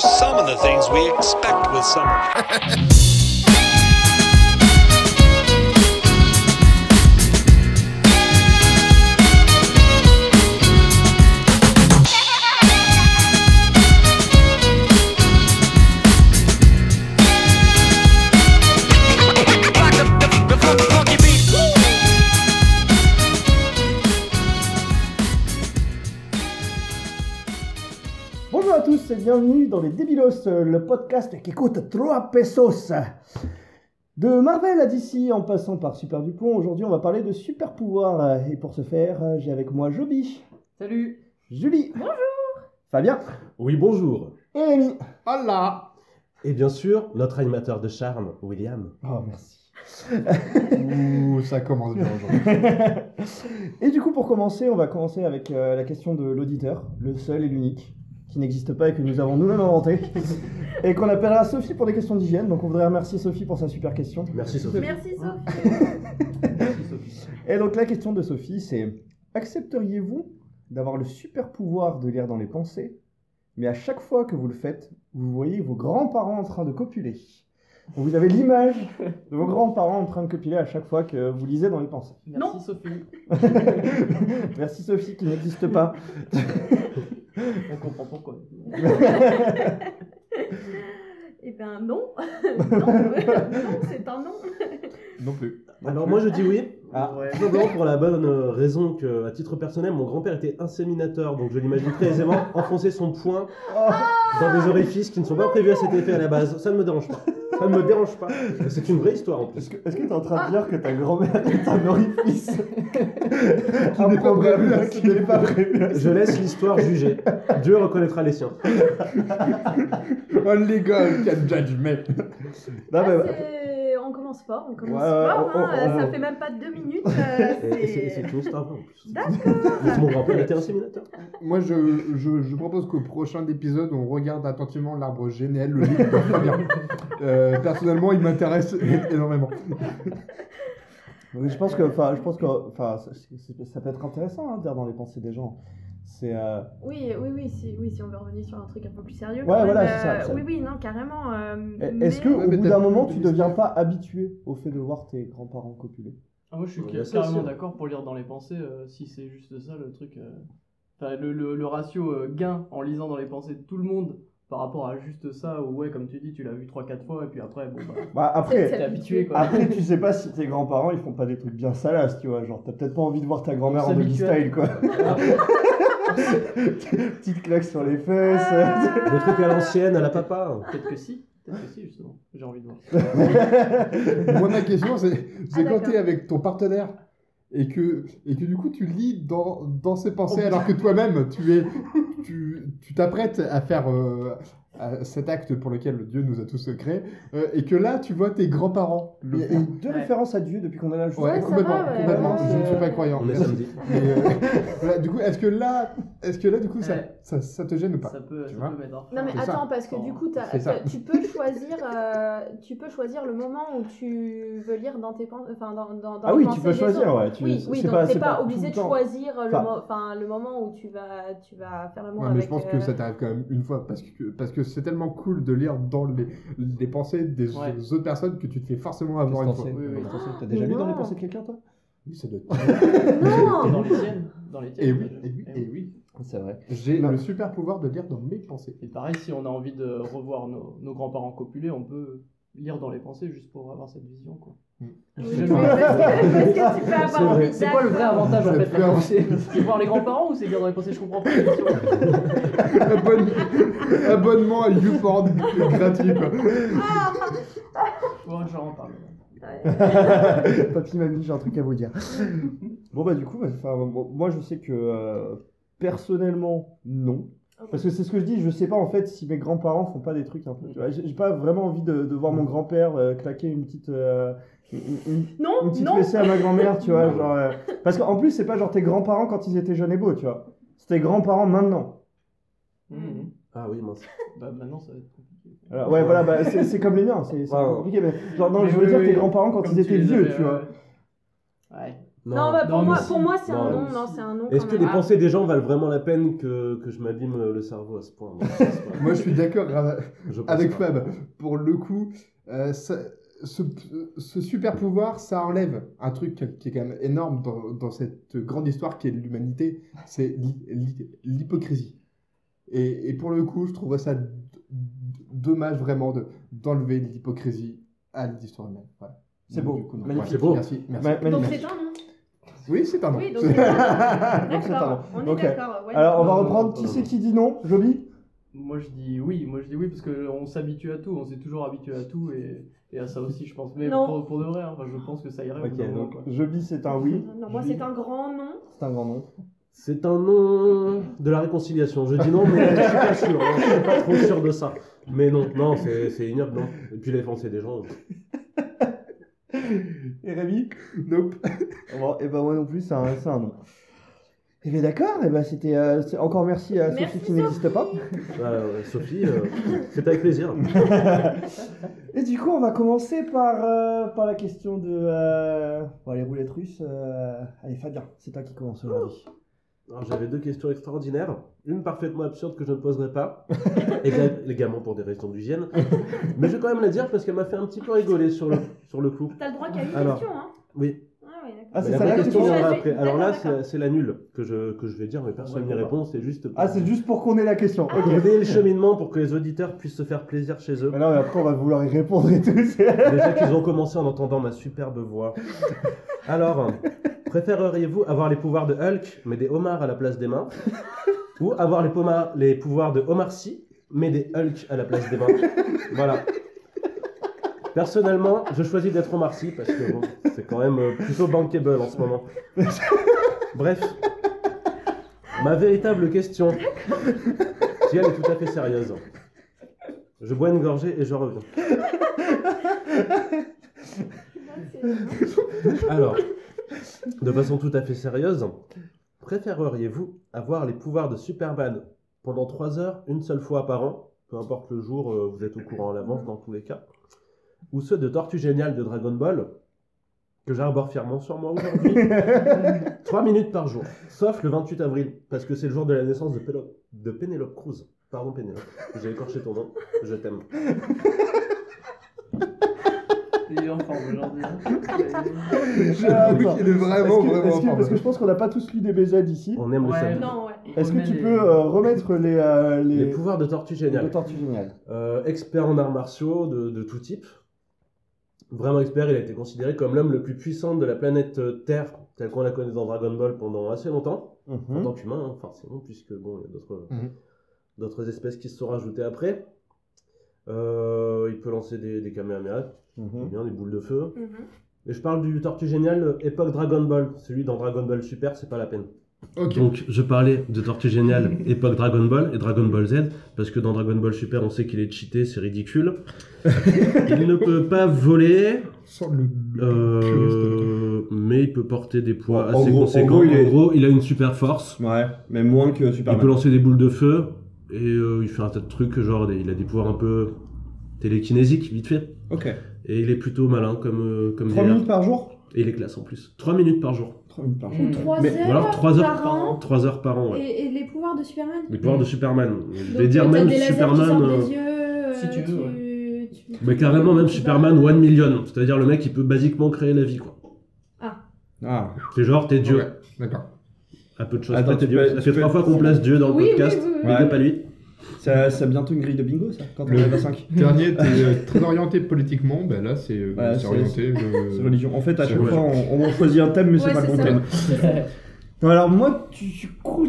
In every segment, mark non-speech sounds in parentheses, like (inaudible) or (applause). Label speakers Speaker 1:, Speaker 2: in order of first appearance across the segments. Speaker 1: some of the things we expect with summer.
Speaker 2: Bonjour à tous et bienvenue dans les Débilos, euh, le podcast qui coûte 3 pesos. De Marvel à DC en passant par Super Dupont, aujourd'hui on va parler de super pouvoirs. Et pour ce faire, euh, j'ai avec moi Joby,
Speaker 3: Salut
Speaker 2: Julie, bonjour, Fabien
Speaker 4: Oui, bonjour.
Speaker 2: et Rémi.
Speaker 4: Hola. Et bien sûr, notre animateur de charme, William.
Speaker 2: Oh merci.
Speaker 5: Ouh, ça commence bien aujourd'hui.
Speaker 2: et du coup, pour commencer, on va commencer avec euh, la question de l'auditeur, le seul et l'unique, qui n'existe pas et que nous avons nous-mêmes inventé, et qu'on appellera Sophie pour des questions d'hygiène. Donc, on voudrait remercier Sophie pour sa super question.
Speaker 4: Merci Sophie.
Speaker 3: Merci
Speaker 2: Hein
Speaker 3: Sophie
Speaker 2: Et donc, la question de Sophie, c'est accepteriez-vous d'avoir le super pouvoir de lire dans les pensées, mais à chaque fois que vous le faites, vous voyez vos grands-parents en train de copuler Donc, Vous avez l'image de vos grands-parents en train de copuler à chaque fois que vous lisez dans les pensées. (laughs)
Speaker 3: Merci Sophie
Speaker 2: Merci Sophie qui n'existe pas.
Speaker 3: On comprend pourquoi.
Speaker 5: Ah.
Speaker 6: Eh ben non, (laughs) non, non c'est un non.
Speaker 5: (laughs) Non plus.
Speaker 4: Alors moi je dis oui.
Speaker 2: Ah.
Speaker 4: Tout simplement pour la bonne euh, raison que, à titre personnel, mon grand-père était inséminateur, donc je l'imagine très aisément enfoncer son poing
Speaker 2: Oh.
Speaker 4: dans des orifices qui ne sont pas prévus à cet effet à la base. Ça ne me dérange pas. Ça ne me dérange pas. C'est une vraie histoire en plus.
Speaker 2: Est-ce que est-ce que t'es en train de dire que ta grand-mère est un orifice Qui
Speaker 5: n'est pas prévu,
Speaker 2: Qui n'est pas prévu.
Speaker 4: Je laisse l'histoire juger. Dieu reconnaîtra les siens.
Speaker 5: Oh les gars, quel judgment
Speaker 2: Non, mais-
Speaker 6: Ah, c'est- on commence fort, on commence
Speaker 2: Ouais, bah, ouais,
Speaker 6: fort.
Speaker 2: on-
Speaker 6: hein,
Speaker 2: on- on-
Speaker 6: ça fait même pas
Speaker 2: (laughs)
Speaker 6: deux minutes. euh,
Speaker 4: Et- et C'est
Speaker 6: c'est-
Speaker 4: c'est une histoire vraie en plus.
Speaker 6: D'accord.
Speaker 4: Mon grand-père était inséminateur.
Speaker 5: Moi, je, je, je propose qu'au prochain épisode, on regarde attentivement l'arbre généalogique de (laughs) Fabien. Euh, personnellement, il m'intéresse é- énormément.
Speaker 2: Oui, bah, je pense que, enfin, je pense que, enfin, c'est- c'est- ça peut être intéressant hein, de dire dans les pensées des gens. C'est, euh,
Speaker 6: Oui, oui, oui si, oui, si on veut revenir sur un truc un peu plus sérieux.
Speaker 2: Ouais,
Speaker 6: quand même,
Speaker 2: voilà, c'est ça,
Speaker 6: euh,
Speaker 2: c'est ça.
Speaker 6: Oui, oui, non, carrément. euh,
Speaker 2: est-ce que,
Speaker 6: mais-
Speaker 2: au
Speaker 5: mais
Speaker 2: bout
Speaker 5: t'as
Speaker 2: d'un
Speaker 5: plus
Speaker 2: moment,
Speaker 5: de
Speaker 2: tu
Speaker 5: mystère.
Speaker 2: deviens pas habitué au fait de voir tes grands-parents copuler
Speaker 3: Ah, moi je suis
Speaker 4: Ouais,
Speaker 3: ca-
Speaker 4: bah ça,
Speaker 3: carrément
Speaker 4: c'est-
Speaker 3: d'accord pour lire dans les pensées, euh, si c'est juste ça le truc. euh, Enfin, le, le- le ratio euh, gain en lisant dans les pensées de tout le monde par rapport à juste ça, ou ouais, comme tu dis, tu l'as vu 3-4 fois, et puis après, bon bah,
Speaker 2: Bah,
Speaker 3: t'es
Speaker 6: (laughs)
Speaker 2: après,
Speaker 6: C'est-
Speaker 3: habitué
Speaker 5: Ah.
Speaker 3: quoi.
Speaker 2: après, tu sais pas si tes grands-parents ils font pas des trucs bien salaces, tu vois. Genre, t'as peut-être pas envie de voir ta grand-mère en doggy style,
Speaker 3: s'habitue
Speaker 2: quoi. (laughs) Petite claque sur les fesses.
Speaker 6: Ah.
Speaker 4: Le truc à l'ancienne, à la papa.
Speaker 3: Peut-être que si, peut-être que si justement, j'ai envie de voir.
Speaker 5: Moi, ma question, c'est c'est
Speaker 6: Ah,
Speaker 5: quand
Speaker 6: d'accord.
Speaker 5: t'es avec ton partenaire et que, et que du coup, tu lis dans, dans ses pensées
Speaker 6: Oh,
Speaker 5: alors que toi-même, tu es, tu tu t'apprêtes à faire euh, à cet acte pour lequel Dieu nous a tous créés euh, et que là, tu vois tes grands-parents
Speaker 2: Il
Speaker 5: le
Speaker 2: y a il y a eu deux
Speaker 3: Ouais.
Speaker 2: références à Dieu depuis qu'on est là. je
Speaker 5: Ouais,
Speaker 6: Ouais,
Speaker 2: crois.
Speaker 6: ça
Speaker 5: complètement,
Speaker 6: va, ouais,
Speaker 5: complètement.
Speaker 6: ouais,
Speaker 5: je ne suis
Speaker 6: ouais.
Speaker 5: pas croyant.
Speaker 4: On est
Speaker 5: Merci.
Speaker 4: samedi.
Speaker 5: Et, euh, (laughs) voilà, du coup, est-ce que là, est-ce que là, du coup, ça,
Speaker 3: Ouais.
Speaker 5: ça, ça te gêne ou pas
Speaker 3: Ça peut,
Speaker 5: Tu
Speaker 3: ça
Speaker 5: vois
Speaker 3: peut mettre un frein.
Speaker 6: Non mais
Speaker 5: C'est ça.
Speaker 6: attends parce que du coup t'as-
Speaker 5: C'est ça.
Speaker 6: t'as- tu peux choisir euh, tu peux choisir le moment où tu veux lire dans tes pensées enfin dans, dans, dans
Speaker 2: Ah
Speaker 6: les
Speaker 2: oui, tu
Speaker 6: pensées
Speaker 2: peux
Speaker 6: des autres.
Speaker 2: choisir, ouais. tu-
Speaker 6: hein. Oui, oui,
Speaker 2: c'est
Speaker 6: donc t'es
Speaker 2: c'est
Speaker 6: pas,
Speaker 2: tout
Speaker 6: obligé
Speaker 2: le
Speaker 6: de
Speaker 2: temps.
Speaker 6: choisir le,
Speaker 2: Enfin-
Speaker 6: mo- enfin, le moment où tu vas, tu vas faire l'amour
Speaker 5: Ouais,
Speaker 6: avec...
Speaker 5: mais je pense que
Speaker 6: euh,
Speaker 5: ça t'arrive quand même une fois parce que parce que c'est tellement cool de lire dans les, les pensées des
Speaker 3: Ouais.
Speaker 5: autres personnes que tu te fais forcément
Speaker 2: Qu'est-ce
Speaker 5: avoir
Speaker 2: que
Speaker 5: une
Speaker 2: t'en
Speaker 5: fois.
Speaker 2: sais
Speaker 3: Oui, oui.
Speaker 2: Qu'est-ce que t'en sais T'as déjà lu dans les
Speaker 6: Non.
Speaker 2: pensées de quelqu'un, toi
Speaker 5: Oui, ça doit.
Speaker 3: Dans
Speaker 6: Non
Speaker 3: les tiennes, dans
Speaker 5: (laughs)
Speaker 3: les tiennes.
Speaker 5: Et oui,
Speaker 3: déjà.
Speaker 5: et oui,
Speaker 3: Eh
Speaker 5: et oui.
Speaker 2: C'est (laughs) vrai.
Speaker 5: J'ai
Speaker 2: Non.
Speaker 5: le super pouvoir de lire dans mes pensées. (laughs)
Speaker 3: Et pareil, si on a envie de revoir nos, nos grands-parents copulés, on peut lire dans les pensées juste pour avoir cette vision. quoi.
Speaker 5: Mm.
Speaker 6: Oui,
Speaker 3: Je-
Speaker 6: mais parce que- parce que tu peux
Speaker 4: C'est
Speaker 6: avoir
Speaker 4: vrai.
Speaker 6: envie
Speaker 3: C'est quoi le vrai avantage en
Speaker 5: Ça
Speaker 3: fait
Speaker 5: fait
Speaker 3: la
Speaker 5: un-
Speaker 3: pensée C'est voir les grands-parents ou c'est lire dans les pensées Je comprends pas. la (laughs) question.
Speaker 5: Abonne- Abonnement à YouPorn (laughs) gratuit quoi.
Speaker 3: Bon, j'en reparle.
Speaker 6: d'accroche
Speaker 2: Papy, mamie, j'ai un truc à vous dire. bon, bah, du coup, bah, enfin, bon, moi, je sais que euh, personnellement, non. Parce que c'est ce que je dis, je sais pas en fait si mes grands-parents font pas des trucs un peu. tu vois. J'ai j'ai pas vraiment envie de, de voir mon grand-père euh, claquer une petite. euh, une, une-
Speaker 6: Non,
Speaker 2: une petite
Speaker 6: non
Speaker 2: fessée à ma grand-mère, tu vois. genre, euh, parce qu'en plus, c'est pas genre tes grands-parents quand ils étaient jeunes et beaux, tu vois. C'est tes grands-parents maintenant.
Speaker 3: Mhm.
Speaker 4: Ah oui, mince.
Speaker 3: Bah maintenant ça va être compliqué.
Speaker 2: Alors, ouais, voilà, bah, c'est c'est comme les miens, c'est c'est
Speaker 4: Ouais, ouais.
Speaker 2: compliqué. Mais genre, non,
Speaker 3: Mais
Speaker 2: je veux
Speaker 3: oui,
Speaker 2: dire
Speaker 3: oui,
Speaker 2: tes
Speaker 3: oui.
Speaker 2: grands-parents quand
Speaker 3: Comme
Speaker 2: ils étaient
Speaker 3: les
Speaker 2: vieux,
Speaker 3: avais,
Speaker 2: tu vois.
Speaker 3: Ouais. Ouais.
Speaker 6: Non, bah, pour,
Speaker 3: Non,
Speaker 6: moi,
Speaker 3: mais si.
Speaker 6: pour moi, c'est un
Speaker 4: Non,
Speaker 6: non.
Speaker 3: mais
Speaker 6: Non,
Speaker 3: si.
Speaker 6: c'est un non.
Speaker 4: Est-ce
Speaker 6: quand
Speaker 4: que les
Speaker 6: même. Ah,
Speaker 4: pensées des gens valent vraiment la peine que, que je m'abîme le cerveau à ce point Moi, je pense pas.
Speaker 5: Moi, je suis d'accord ra-
Speaker 4: Je pense
Speaker 5: avec
Speaker 4: pas.
Speaker 5: Fab. Pour le coup, euh, ça- ce, ce super pouvoir, ça enlève un truc qui est quand même énorme dans, dans cette grande histoire qui est l'humanité, c'est l'hy- l'hy- l'hypocrisie. Et, et pour le coup, je trouve ça d- d- dommage vraiment de- d'enlever l'hypocrisie à l'histoire humaine. Voilà.
Speaker 2: C'est
Speaker 5: Donc,
Speaker 2: beau. Bah,
Speaker 5: du coup, non.
Speaker 2: Magnifique.
Speaker 4: C'est beau.
Speaker 5: Merci. merci.
Speaker 2: Ma-
Speaker 6: Ah, Donc
Speaker 2: magnifique.
Speaker 6: c'est un non.
Speaker 5: Oui, c'est un nom.
Speaker 6: Oui,
Speaker 5: (laughs)
Speaker 6: donc
Speaker 2: euh,
Speaker 6: c'est un non.
Speaker 2: Donc, c'est un
Speaker 6: D'accord,
Speaker 2: non.
Speaker 6: on est
Speaker 2: Ok.
Speaker 6: d'accord. ouais.
Speaker 2: Alors, on va
Speaker 3: Non, non,
Speaker 2: reprendre.
Speaker 3: non,
Speaker 2: qui
Speaker 3: non,
Speaker 2: c'est
Speaker 3: non.
Speaker 2: qui dit non Joby
Speaker 3: Moi je dis oui, moi je dis oui parce qu'on s'habitue à tout, on s'est toujours habitué à tout et, et à ça aussi je pense. Mais
Speaker 6: Non.
Speaker 3: pour, pour de vrai, hein, enfin, je pense que ça irait. au bout
Speaker 2: Ok,
Speaker 3: d'un moment,
Speaker 2: donc
Speaker 3: quoi.
Speaker 2: Joby, c'est un Ah oui.
Speaker 6: Non, moi,
Speaker 2: Julie,
Speaker 6: c'est un grand non.
Speaker 2: C'est un grand non.
Speaker 4: C'est un nom de la réconciliation. Je dis non, mais je suis pas sûr. hein. Je suis pas trop sûr de ça. Mais non, non, c'est c'est ignoble, non. Et puis les pensées des gens. euh,
Speaker 2: Et Rémi
Speaker 5: Nope.
Speaker 2: (laughs) Bon, et ben moi non plus, c'est un, c'est un non. Et bien d'accord, et ben c'était euh, c'est- encore merci à
Speaker 6: Merci,
Speaker 2: Sophie qui n'existe pas.
Speaker 4: euh, Sophie, euh, c'est avec plaisir.
Speaker 2: (laughs) Et du coup, on va commencer par, euh, par la question de euh, bon, les roulettes russes. euh, Allez, Fabien, c'est toi qui commence aujourd'hui.
Speaker 4: Alors, j'avais deux questions extraordinaires. Une parfaitement absurde que je ne poserai pas, éga- également pour des raisons d'hygiène. Mais je vais quand même la dire parce qu'elle m'a fait un petit peu rigoler sur le, sur le coup.
Speaker 6: T'as le droit qu'à une
Speaker 4: Alors.
Speaker 6: question, hein.
Speaker 4: Oui,
Speaker 6: Ah oui, d'accord.
Speaker 2: Ah, c'est
Speaker 4: mais la
Speaker 2: ça
Speaker 4: vraie
Speaker 2: là que tu
Speaker 4: question
Speaker 6: penses
Speaker 4: viendra
Speaker 6: Vas-y,
Speaker 4: après. Alors là,
Speaker 6: d'accord, (laughs) d'accord.
Speaker 4: c'est c'est la nulle que je, que je vais dire, mais personne n'y
Speaker 3: Ouais,
Speaker 4: répond. C'est juste pour
Speaker 2: Ah, c'est juste pour qu'on ait la question.
Speaker 4: pour
Speaker 2: (laughs) Ok.
Speaker 4: donner le cheminement pour que les auditeurs puissent se faire plaisir chez eux.
Speaker 2: Mais non, mais après, on va vouloir y répondre et tout. c'est-
Speaker 4: Déjà qu'ils ont commencé en entendant ma superbe voix. Alors, préféreriez-vous avoir les pouvoirs de Hulk, mais des homards à la place des mains Ou avoir les, pommards- les pouvoirs de Omar Sy, mais des Hulk à la place des mains Voilà. Personnellement, je choisis d'être Omar Sy parce que bon, c'est quand même euh, plutôt bankable en ce moment. Bref, ma véritable question, si elle est tout à fait sérieuse. Je bois une gorgée et je reviens. Alors, de façon tout à fait sérieuse, préféreriez-vous avoir les pouvoirs de Superman pendant 3 heures, une seule fois par an, peu importe le jour, euh, vous êtes au courant à l'avance dans tous les cas, ou ceux de Tortue Géniale de Dragon Ball, que j'arbore fièrement sur moi aujourd'hui, 3 minutes par jour, sauf le 28 avril, parce que c'est le jour de la naissance de, Pélo- de Pénélope Cruz. Pardon Pénélope, j'ai écorché ton nom, je t'aime.
Speaker 3: Il est en forme aujourd'hui. hein. (laughs)
Speaker 2: attends.
Speaker 5: J'avoue qu'il est vraiment,
Speaker 2: Est-ce euh, que-
Speaker 5: vraiment
Speaker 2: est-ce que-
Speaker 5: en
Speaker 2: Parce que
Speaker 5: forme.
Speaker 2: je pense qu'on n'a pas tous lu des BZ ici.
Speaker 4: On aime
Speaker 3: Ouais,
Speaker 4: le salut.
Speaker 6: Non, ouais.
Speaker 2: Est-ce que
Speaker 3: Remet
Speaker 2: tu
Speaker 3: les-
Speaker 2: peux euh, remettre les, euh, les...
Speaker 4: Les pouvoirs de Tortue Géniale.
Speaker 2: de Tortue Géniale
Speaker 4: Euh, expert en arts martiaux de, de tout type. Vraiment expert, il a été considéré comme l'homme le plus puissant de la planète euh, Terre, tel qu'on la connaît dans Dragon Ball pendant assez longtemps, en
Speaker 2: Mhm.
Speaker 4: tant qu'humain, hein, forcément, puisque bon, il y a d'autres,
Speaker 5: Mhm.
Speaker 4: d'autres espèces qui se sont rajoutées après. Euh, il peut lancer des, des kamehameha,
Speaker 2: Mhm.
Speaker 4: bien, des boules de feu.
Speaker 6: Mhm.
Speaker 4: Et je parle du Tortue Génial euh, époque Dragon Ball. Celui dans Dragon Ball Super, c'est pas la peine.
Speaker 5: Ok.
Speaker 4: Donc, je parlais de Tortue Géniale,
Speaker 2: (laughs)
Speaker 4: époque Dragon Ball et Dragon Ball Z, parce que dans Dragon Ball Super, on sait qu'il est cheaté, c'est ridicule.
Speaker 2: (laughs)
Speaker 4: il ne peut pas voler,
Speaker 5: Sans le.
Speaker 4: euh, mais il peut porter des poids
Speaker 2: En
Speaker 4: assez
Speaker 2: gros- en
Speaker 4: conséquents. En
Speaker 2: gros,
Speaker 4: gros,
Speaker 2: il
Speaker 4: il
Speaker 2: est-
Speaker 4: a une super force,
Speaker 2: Ouais, mais moins que
Speaker 4: il peut
Speaker 2: Superman.
Speaker 4: lancer des boules de feu, et euh, il fait un tas de trucs, genre des- il a des pouvoirs un peu télékinésiques, vite fait.
Speaker 2: Ok.
Speaker 4: Et il est plutôt malin comme, euh, comme
Speaker 2: 3
Speaker 4: délire.
Speaker 2: minutes par jour
Speaker 4: Et il est classe en plus. 3 minutes par jour.
Speaker 2: 3 minutes par jour.
Speaker 3: Mm.
Speaker 6: Trois
Speaker 2: Mais-
Speaker 6: heures,
Speaker 4: Ou alors 3 heures
Speaker 6: par
Speaker 7: hein.
Speaker 6: an.
Speaker 4: 3 heures par an, ouais.
Speaker 6: Et, et les pouvoirs de Superman
Speaker 4: Les pouvoirs de Superman. Je vais
Speaker 6: Donc,
Speaker 4: dire
Speaker 6: t'as
Speaker 4: même
Speaker 6: des lasers qui
Speaker 4: Superman.
Speaker 6: sortent
Speaker 4: euh,
Speaker 6: des yeux, euh,
Speaker 3: si tu veux,
Speaker 6: tu-
Speaker 4: Mais carrément, même Superman One Million. C'est-à-dire, le mec, il peut basiquement créer la vie, quoi.
Speaker 2: Ah.
Speaker 4: C'est genre, t'es Dieu.
Speaker 5: Ouais, D'accord.
Speaker 4: À peu de choses.
Speaker 2: Attends,
Speaker 4: près, t'es
Speaker 2: tu
Speaker 4: Dieu.
Speaker 2: peux-
Speaker 4: Ça
Speaker 2: tu
Speaker 4: fait
Speaker 2: peux-
Speaker 4: trois fois qu'on place Dieu dans le
Speaker 6: Oui, oui,
Speaker 4: podcast.
Speaker 6: oui, oui.
Speaker 4: Big
Speaker 2: Ouais.
Speaker 4: up à lui.
Speaker 2: Ça, ça a bientôt une grille de bingo, ça, quand on
Speaker 5: Le-
Speaker 2: arrive à 5.
Speaker 5: Dernier, t'es euh, très orienté politiquement, bah là c'est euh,
Speaker 2: Voilà,
Speaker 5: c'est
Speaker 2: c'est-
Speaker 5: orienté. euh,
Speaker 2: C'est religion. En fait, à
Speaker 5: C'est
Speaker 2: chaque
Speaker 5: vrai.
Speaker 2: fois, on, on choisit un thème, mais c'est
Speaker 6: Ouais,
Speaker 2: pas le
Speaker 6: c'est
Speaker 2: bon
Speaker 6: ça.
Speaker 2: thème. Non, (laughs) alors, moi, tu, tu crois-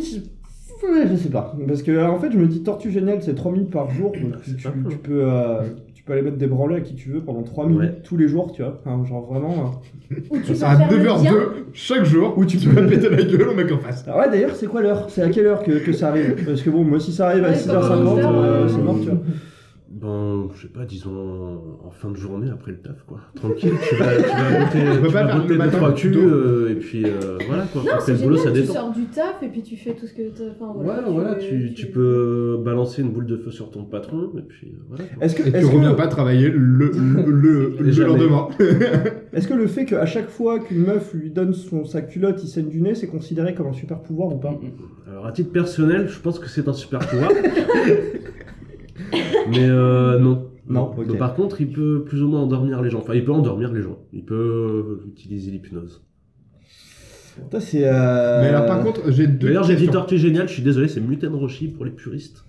Speaker 2: Ouais, Je sais pas. Parce que, en fait, je me dis, Tortue Géniale, c'est 3 minutes par jour. donc tu,
Speaker 4: c'est pas
Speaker 2: tu-
Speaker 4: faux.
Speaker 2: tu peux, euh, tu peux aller mettre des branlés à qui tu veux pendant 3 minutes
Speaker 4: Ouais.
Speaker 2: tous les jours, tu vois. Enfin, genre vraiment. euh.
Speaker 6: Ou tu peux
Speaker 5: C'est
Speaker 6: faire
Speaker 5: à
Speaker 6: le bien.
Speaker 5: 9h02 chaque jour où tu te vas péter la gueule au mec en face.
Speaker 2: Ah ouais, d'ailleurs,
Speaker 5: (laughs)
Speaker 2: c'est quoi l'heure C'est à quelle heure que, que ça arrive Parce que bon, moi, si ça arrive à
Speaker 6: Ouais, bah,
Speaker 2: 6h50,
Speaker 6: comme
Speaker 2: euh,
Speaker 6: un
Speaker 2: c'est mort,
Speaker 4: heure,
Speaker 2: tu vois.
Speaker 4: Bon, Ben, je sais pas, disons en fin de journée après le taf, quoi. Tranquille, tu vas, tu vas botter,
Speaker 5: On
Speaker 4: tu
Speaker 5: peut pas
Speaker 4: vas
Speaker 5: faire le
Speaker 4: botter deux,
Speaker 5: matin
Speaker 4: trois culs,
Speaker 5: plus tôt.
Speaker 4: euh, et puis euh, voilà, quoi.
Speaker 7: Non,
Speaker 4: après
Speaker 7: c'est
Speaker 4: le boulot, ça
Speaker 7: génial, tu
Speaker 4: détend.
Speaker 7: sors du taf et puis tu fais tout ce que t'as. Enfin,
Speaker 4: Ouais, voilà, tu, tu peux balancer une boule de feu sur ton patron, et puis euh, voilà. quoi.
Speaker 2: Est-ce que,
Speaker 5: Et tu
Speaker 2: est-ce que-
Speaker 5: reviens pas travailler le, le, le,
Speaker 4: (laughs)
Speaker 5: le
Speaker 4: Jamais. Euh,
Speaker 5: lendemain.
Speaker 2: est-ce que le fait qu'à chaque fois qu'une meuf lui donne son, sa culotte, il saigne du nez, c'est considéré comme un super pouvoir ou pas
Speaker 4: Alors, à titre personnel, je pense que c'est un super pouvoir. (laughs) Mais euh, non.
Speaker 2: Non, ok.
Speaker 4: Mais par contre, il peut plus ou moins endormir les gens. Enfin, il peut endormir les gens. Il peut euh, utiliser l'hypnose.
Speaker 2: Putain, c'est. euh,
Speaker 5: Mais alors, par contre, j'ai deux
Speaker 4: D'ailleurs, j'ai dit
Speaker 5: questions.
Speaker 4: Tortue Géniale, je suis désolé, c'est Muten Roshi pour les puristes.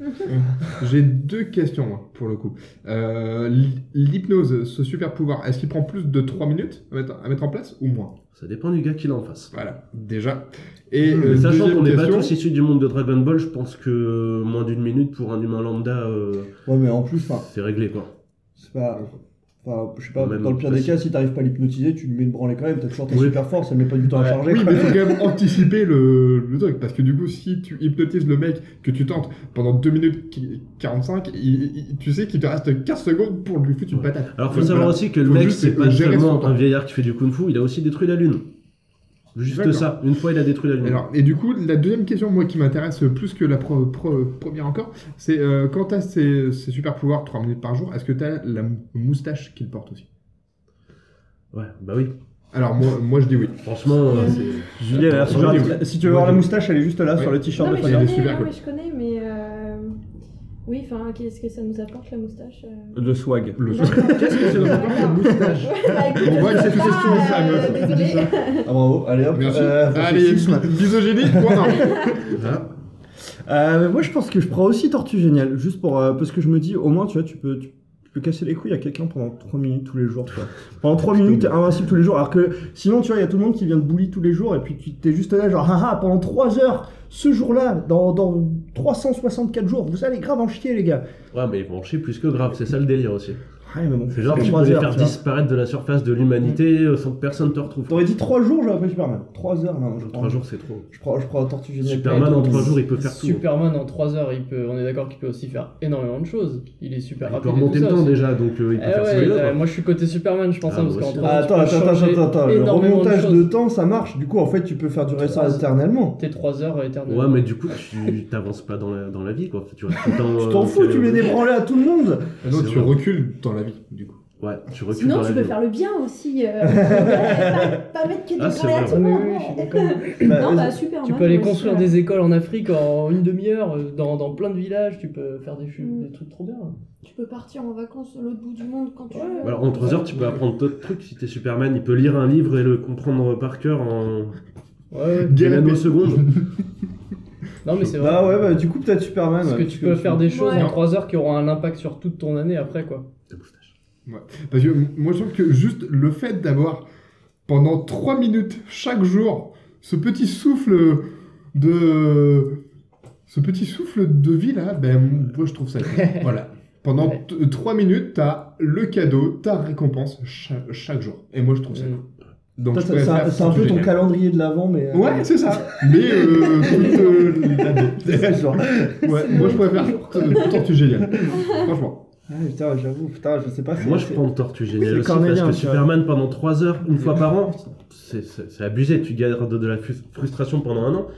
Speaker 5: J'ai deux questions, moi, pour le coup. Euh, l- L'hypnose, ce super pouvoir, est-ce qu'il prend plus de 3 minutes à mettre, à mettre en place ou moins
Speaker 4: Ça dépend du gars qui l'a en face.
Speaker 5: Voilà, déjà. Et
Speaker 4: Hmm, Mais
Speaker 5: euh,
Speaker 4: sachant
Speaker 5: deuxième
Speaker 4: qu'on n'est pas
Speaker 5: question,
Speaker 4: tous issus du monde de Dragon Ball, je pense que moins d'une minute pour un humain lambda, euh,
Speaker 2: Ouais, mais en plus, enfin,
Speaker 4: c'est réglé quoi.
Speaker 2: c'est pas. Enfin, je sais pas,
Speaker 4: Même
Speaker 2: dans le pire des
Speaker 4: facile.
Speaker 2: cas, si t'arrives pas à l'hypnotiser, tu lui mets une branlée quand même, t'as toujours ta
Speaker 4: Oui.
Speaker 2: super force, elle met pas du temps à charger.
Speaker 5: Oui,
Speaker 2: quoi.
Speaker 5: mais faut quand même anticiper le, le truc, parce que du coup, si tu hypnotises le mec que tu tentes pendant 2 minutes qui- 45, il- il- tu sais qu'il te reste 15 secondes pour lui foutre une
Speaker 4: Ouais.
Speaker 5: patate.
Speaker 4: Alors faut
Speaker 5: Donc,
Speaker 4: savoir
Speaker 5: voilà.
Speaker 4: aussi que le
Speaker 5: Faut
Speaker 4: mec,
Speaker 5: juste
Speaker 4: c'est pas
Speaker 5: gérer son
Speaker 4: seulement
Speaker 5: temps.
Speaker 4: un vieillard qui fait du kung fu, il a aussi détruit la lune. Juste
Speaker 5: D'accord.
Speaker 4: ça, une fois il a détruit la lune.
Speaker 5: Alors, et du coup, la deuxième question, moi, qui m'intéresse plus que la pre- pre- première encore, c'est euh, quand t'as ces, ces super pouvoirs 3 minutes par jour, est-ce que t'as la mou- moustache qu'il porte aussi
Speaker 4: Ouais, bah oui.
Speaker 5: Alors, moi, moi, je dis oui.
Speaker 4: Franchement, euh, c'est-
Speaker 2: Mmh. Julie, elle (laughs) a l'air
Speaker 5: Attends,
Speaker 2: super-
Speaker 5: oui,
Speaker 2: Si tu veux voir
Speaker 5: Ouais.
Speaker 2: la moustache, elle est juste là sur le t-shirt
Speaker 7: Non,
Speaker 2: de
Speaker 7: mais je
Speaker 5: Fabien.
Speaker 2: Fabien.
Speaker 5: Elle est
Speaker 7: connais,
Speaker 5: super
Speaker 7: non,
Speaker 5: cool.
Speaker 7: mais je connais, mais. euh, Oui, enfin, qu'est-ce que ça nous apporte la moustache euh,
Speaker 2: Le swag.
Speaker 5: Le
Speaker 4: (laughs) qu'est-ce que c'est dans
Speaker 7: (laughs)
Speaker 4: la moustache
Speaker 7: Ouais, bah, écoute,
Speaker 5: On voit que
Speaker 7: je
Speaker 5: c'est
Speaker 7: sais
Speaker 5: tout
Speaker 7: pas,
Speaker 5: estimé, ça,
Speaker 7: euh,
Speaker 5: meuf.
Speaker 7: désolée.
Speaker 5: Dis ça.
Speaker 2: Ah bravo, allez hop.
Speaker 5: Merci.
Speaker 2: euh,
Speaker 5: Allez,
Speaker 2: racisme.
Speaker 5: bi- misogynie, point non.
Speaker 4: (laughs) Voilà.
Speaker 2: Euh, moi, je pense que je prends aussi Tortue Géniale, juste pour euh, parce que je me dis, au moins, tu vois, tu peux, tu peux casser les couilles à quelqu'un pendant 3 minutes tous les jours. Tu vois. Pendant 3 minutes, t'es invincible tous les jours. Alors que sinon, tu vois, il y a tout le monde qui vient de bully tous les jours et puis tu t'es juste là, genre, haha, pendant 3 heures, ce jour-là, dans, dans 364 jours, vous allez grave en chier, les gars.
Speaker 4: Ouais, mais ils vont en chier plus que grave, c'est ça le délire aussi.
Speaker 2: Ouais, mais bon,
Speaker 4: C'est genre, tu peux
Speaker 2: Mmh. trois
Speaker 4: les
Speaker 2: heures,
Speaker 4: faire
Speaker 2: tu vois. Mmh.
Speaker 4: disparaître de la surface de l'humanité euh, sans que personne te retrouve.
Speaker 2: T'aurais dit 3 jours, j'aurais pas Superman. 3 heures, non, je prends,
Speaker 4: 3 jours, c'est trop.
Speaker 2: Je prends, je prends Tortue Géniale.
Speaker 4: Superman en 3 jours, il peut faire tout. hein.
Speaker 3: Superman en 3 heures, il peut, on est d'accord qu'il peut aussi faire énormément de choses. Il est super
Speaker 4: Il peut
Speaker 3: rapide. et
Speaker 4: remonter le
Speaker 3: tout ça
Speaker 4: temps
Speaker 3: aussi.
Speaker 4: déjà, donc euh, il peut
Speaker 3: Eh
Speaker 4: faire
Speaker 3: ouais,
Speaker 4: ce qu'il veut,
Speaker 3: euh,
Speaker 4: quoi.
Speaker 3: moi je suis côté Superman, je pense,
Speaker 4: Ah,
Speaker 3: hein, parce
Speaker 4: moi
Speaker 3: qu'en
Speaker 4: aussi.
Speaker 3: 3
Speaker 2: Ah,
Speaker 3: heures,
Speaker 2: attends,
Speaker 3: tu peux
Speaker 2: attends,
Speaker 3: changer
Speaker 2: attends, attends, le
Speaker 3: énormément
Speaker 2: remontage de
Speaker 3: choses.
Speaker 2: temps, ça marche. Du coup, en fait, tu peux faire durer ça
Speaker 3: Trois-
Speaker 2: éternellement.
Speaker 3: T'es 3 heures éternellement.
Speaker 4: Ouais, mais du coup, tu (laughs) t'avances pas dans la, dans la vie, quoi. Tu restes tout le temps,
Speaker 2: (laughs) Tu
Speaker 4: euh,
Speaker 2: t'en fous, tu mets des
Speaker 4: euh,
Speaker 2: branlées à tout le monde
Speaker 5: Ah Non,
Speaker 4: C'est
Speaker 5: tu
Speaker 4: vrai.
Speaker 5: recules dans la vie, du coup.
Speaker 4: Ouais, tu recules dans
Speaker 7: Sinon,
Speaker 4: la
Speaker 7: tu peux
Speaker 4: vie.
Speaker 7: faire le bien aussi. euh, (laughs) pas, pas mettre que des
Speaker 4: Ah, c'est
Speaker 7: branlées à
Speaker 4: vrai.
Speaker 7: tout
Speaker 3: Ah,
Speaker 7: le
Speaker 3: mais
Speaker 7: monde.
Speaker 3: oui,
Speaker 7: (laughs)
Speaker 3: oui, je suis d'accord.
Speaker 7: Non, bah hein. super.
Speaker 3: Tu peux aller construire des écoles en Afrique en une demi-heure, euh, dans, dans plein de villages, tu peux faire des, chu-
Speaker 7: Mm.
Speaker 3: des trucs trop bien.
Speaker 7: Tu peux partir en vacances à l'autre bout du monde quand tu
Speaker 3: Ouais.
Speaker 7: veux.
Speaker 4: Voilà, en 3 heures, tu peux apprendre d'autres trucs. Si t'es Superman, il peut lire un livre et le comprendre par cœur en
Speaker 3: Ouais, ouais.
Speaker 4: des
Speaker 5: Galapé-
Speaker 2: (laughs)
Speaker 4: nanosecondes.
Speaker 3: Non, mais c'est vrai.
Speaker 2: Bah ouais, bah du coup, peut-être Superman.
Speaker 3: Parce que
Speaker 2: ouais,
Speaker 3: tu peux faire des choses
Speaker 7: Ouais.
Speaker 3: en 3 heures qui auront un impact sur toute ton année après, quoi.
Speaker 4: Ta moustache.
Speaker 5: Parce que m- moi, je trouve que juste le fait d'avoir pendant 3 minutes chaque jour ce petit souffle de. Ce petit souffle de vie là, ben moi je trouve ça cool.
Speaker 2: (laughs)
Speaker 5: Voilà. Pendant
Speaker 3: Ouais.
Speaker 5: 3 minutes, t'as le cadeau, ta récompense cha- chaque, jour. Et moi je trouve ça cool.
Speaker 3: Mm.
Speaker 5: Donc
Speaker 2: Toi,
Speaker 5: je
Speaker 2: ça-
Speaker 5: préfère
Speaker 2: ça- C'est un peu ton
Speaker 5: génial.
Speaker 2: calendrier de l'avant, mais. euh,
Speaker 5: Ouais, c'est ça. Mais euh, toute, euh, l'année.
Speaker 2: (laughs) c'est genre.
Speaker 5: Ouais, moi je préfère t- Tortue Géniale. Franchement.
Speaker 2: Ah, putain, ouais, j'avoue, putain, je sais pas. c'est-
Speaker 4: Moi, je
Speaker 2: c'est-
Speaker 4: prends Tortue
Speaker 2: C'est
Speaker 4: Géniale aussi parce
Speaker 2: cornélien,
Speaker 4: que
Speaker 2: tu vois.
Speaker 4: Superman, pendant 3 heures, une fois par an, c'est- c'est c'est abusé. Tu gardes de la frus- frustration pendant un an.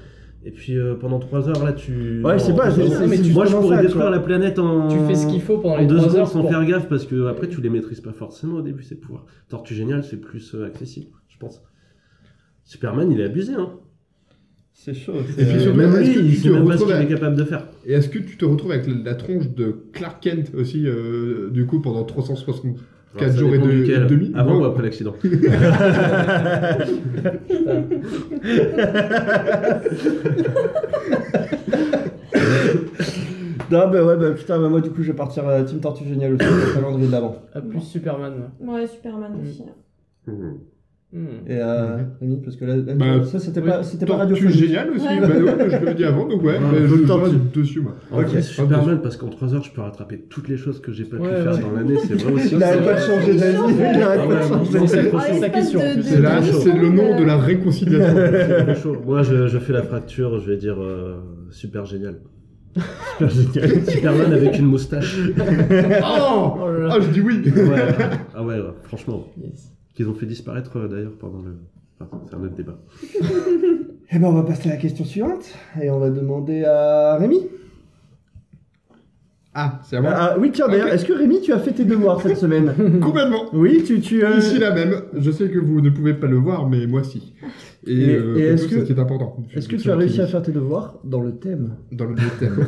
Speaker 4: Et puis euh, pendant 3 heures, là, tu.
Speaker 2: Ouais, c'est
Speaker 4: en-
Speaker 2: pas.
Speaker 4: en-
Speaker 2: c'est-
Speaker 3: Non,
Speaker 2: c'est-
Speaker 3: mais
Speaker 2: c'est
Speaker 3: tu-
Speaker 4: Moi, je
Speaker 2: justement
Speaker 4: pourrais
Speaker 2: ça, tu
Speaker 4: détruire
Speaker 2: vois.
Speaker 4: la planète en.
Speaker 3: Tu fais ce qu'il faut pendant
Speaker 4: En
Speaker 3: les
Speaker 4: deux
Speaker 3: 3
Speaker 4: secondes
Speaker 3: heures
Speaker 4: sans
Speaker 3: pour-
Speaker 4: faire gaffe parce que après tu les maîtrises pas forcément au début ces pouvoirs. Tortue Géniale c'est plus euh, accessible, je pense. Superman il est abusé hein. Euh,
Speaker 2: C'est chaud.
Speaker 5: Et puis
Speaker 2: c'est- euh,
Speaker 5: surtout,
Speaker 4: même
Speaker 5: est-ce
Speaker 4: lui
Speaker 5: que
Speaker 4: il
Speaker 5: tu
Speaker 4: sait
Speaker 5: te
Speaker 4: même pas ce
Speaker 5: retrouves
Speaker 4: qu'il
Speaker 5: à-
Speaker 4: est capable de faire.
Speaker 5: Et est-ce que tu te retrouves avec la, la tronche de Clark Kent aussi euh, du coup pendant 360
Speaker 4: Alors,
Speaker 5: Quatre
Speaker 4: ça
Speaker 5: jours et
Speaker 4: dépend
Speaker 5: deux-
Speaker 4: duquel.
Speaker 5: et demi,
Speaker 4: Avant
Speaker 5: non
Speaker 4: ou après l'accident.
Speaker 2: Non, bah ouais, bah putain, bah moi, du coup, je vais partir à Team Tortue Géniale aussi, le calendrier de l'avant.
Speaker 3: Ah, plus Superman.
Speaker 7: Ouais,
Speaker 4: Mm.
Speaker 7: Superman aussi. hein.
Speaker 5: Mmh.
Speaker 3: ouais. Mm.
Speaker 2: Et euh. Ami, parce que là, là,
Speaker 5: Bah,
Speaker 2: ça, c'était
Speaker 3: oui.
Speaker 2: pas, c'était pas
Speaker 5: Tortue
Speaker 2: radiophonique.
Speaker 5: Géniale aussi
Speaker 7: Ouais.
Speaker 5: Bah ouais, je te l'ai dit avant, donc ouais,
Speaker 4: Ouais,
Speaker 5: bah,
Speaker 4: je
Speaker 5: je
Speaker 4: tente.
Speaker 5: reste dessus moi.
Speaker 4: En
Speaker 2: Ok.
Speaker 4: plus, Superman parce qu'en 3 heures je peux rattraper toutes les choses que j'ai pas pu
Speaker 3: Ouais,
Speaker 4: faire
Speaker 3: ouais.
Speaker 4: dans l'année, c'est vrai aussi.
Speaker 2: Il
Speaker 5: Bah,
Speaker 2: arrête pas de changer d'avis, il arrête pas de
Speaker 4: Ah ouais,
Speaker 2: changer
Speaker 4: non,
Speaker 2: d'avis.
Speaker 4: c'est-
Speaker 3: C'est sa
Speaker 7: espèce
Speaker 3: question,
Speaker 7: de-
Speaker 3: en plus.
Speaker 7: de-
Speaker 5: C'est là,
Speaker 7: de-
Speaker 5: c'est le nom de
Speaker 2: (laughs)
Speaker 5: la réconciliation.
Speaker 4: C'est trop chaud. Moi je, je fais la fracture, je vais dire euh, super génial. Super génial. Superman avec une moustache.
Speaker 5: Oh
Speaker 3: Oh là
Speaker 5: Ah,
Speaker 3: là.
Speaker 5: je dis oui
Speaker 4: Ouais. Ah ouais, ouais, franchement.
Speaker 3: Yes.
Speaker 4: Qu'ils ont fait disparaître euh, d'ailleurs pendant le. Enfin, c'est un autre débat.
Speaker 2: Eh ben, on va passer à la question suivante et on va demander à Rémi.
Speaker 5: Ah, c'est à moi
Speaker 2: Ah, oui, tiens, d'ailleurs,
Speaker 5: Ok.
Speaker 2: est-ce que Rémi, tu as fait tes devoirs cette
Speaker 5: (laughs)
Speaker 2: semaine
Speaker 5: Complètement
Speaker 2: Oui, tu. tu euh,
Speaker 5: Ici la même, je sais que vous ne pouvez pas le voir, mais moi si. Et,
Speaker 2: Et-
Speaker 5: euh,
Speaker 2: et
Speaker 5: pour
Speaker 2: est-ce
Speaker 5: nous,
Speaker 2: que-
Speaker 5: c'est ce qui est important.
Speaker 2: Est-ce que
Speaker 5: C'est
Speaker 2: tu as
Speaker 5: ce qui-
Speaker 2: réussi à faire tes devoirs dans le thème
Speaker 5: Dans le même thème.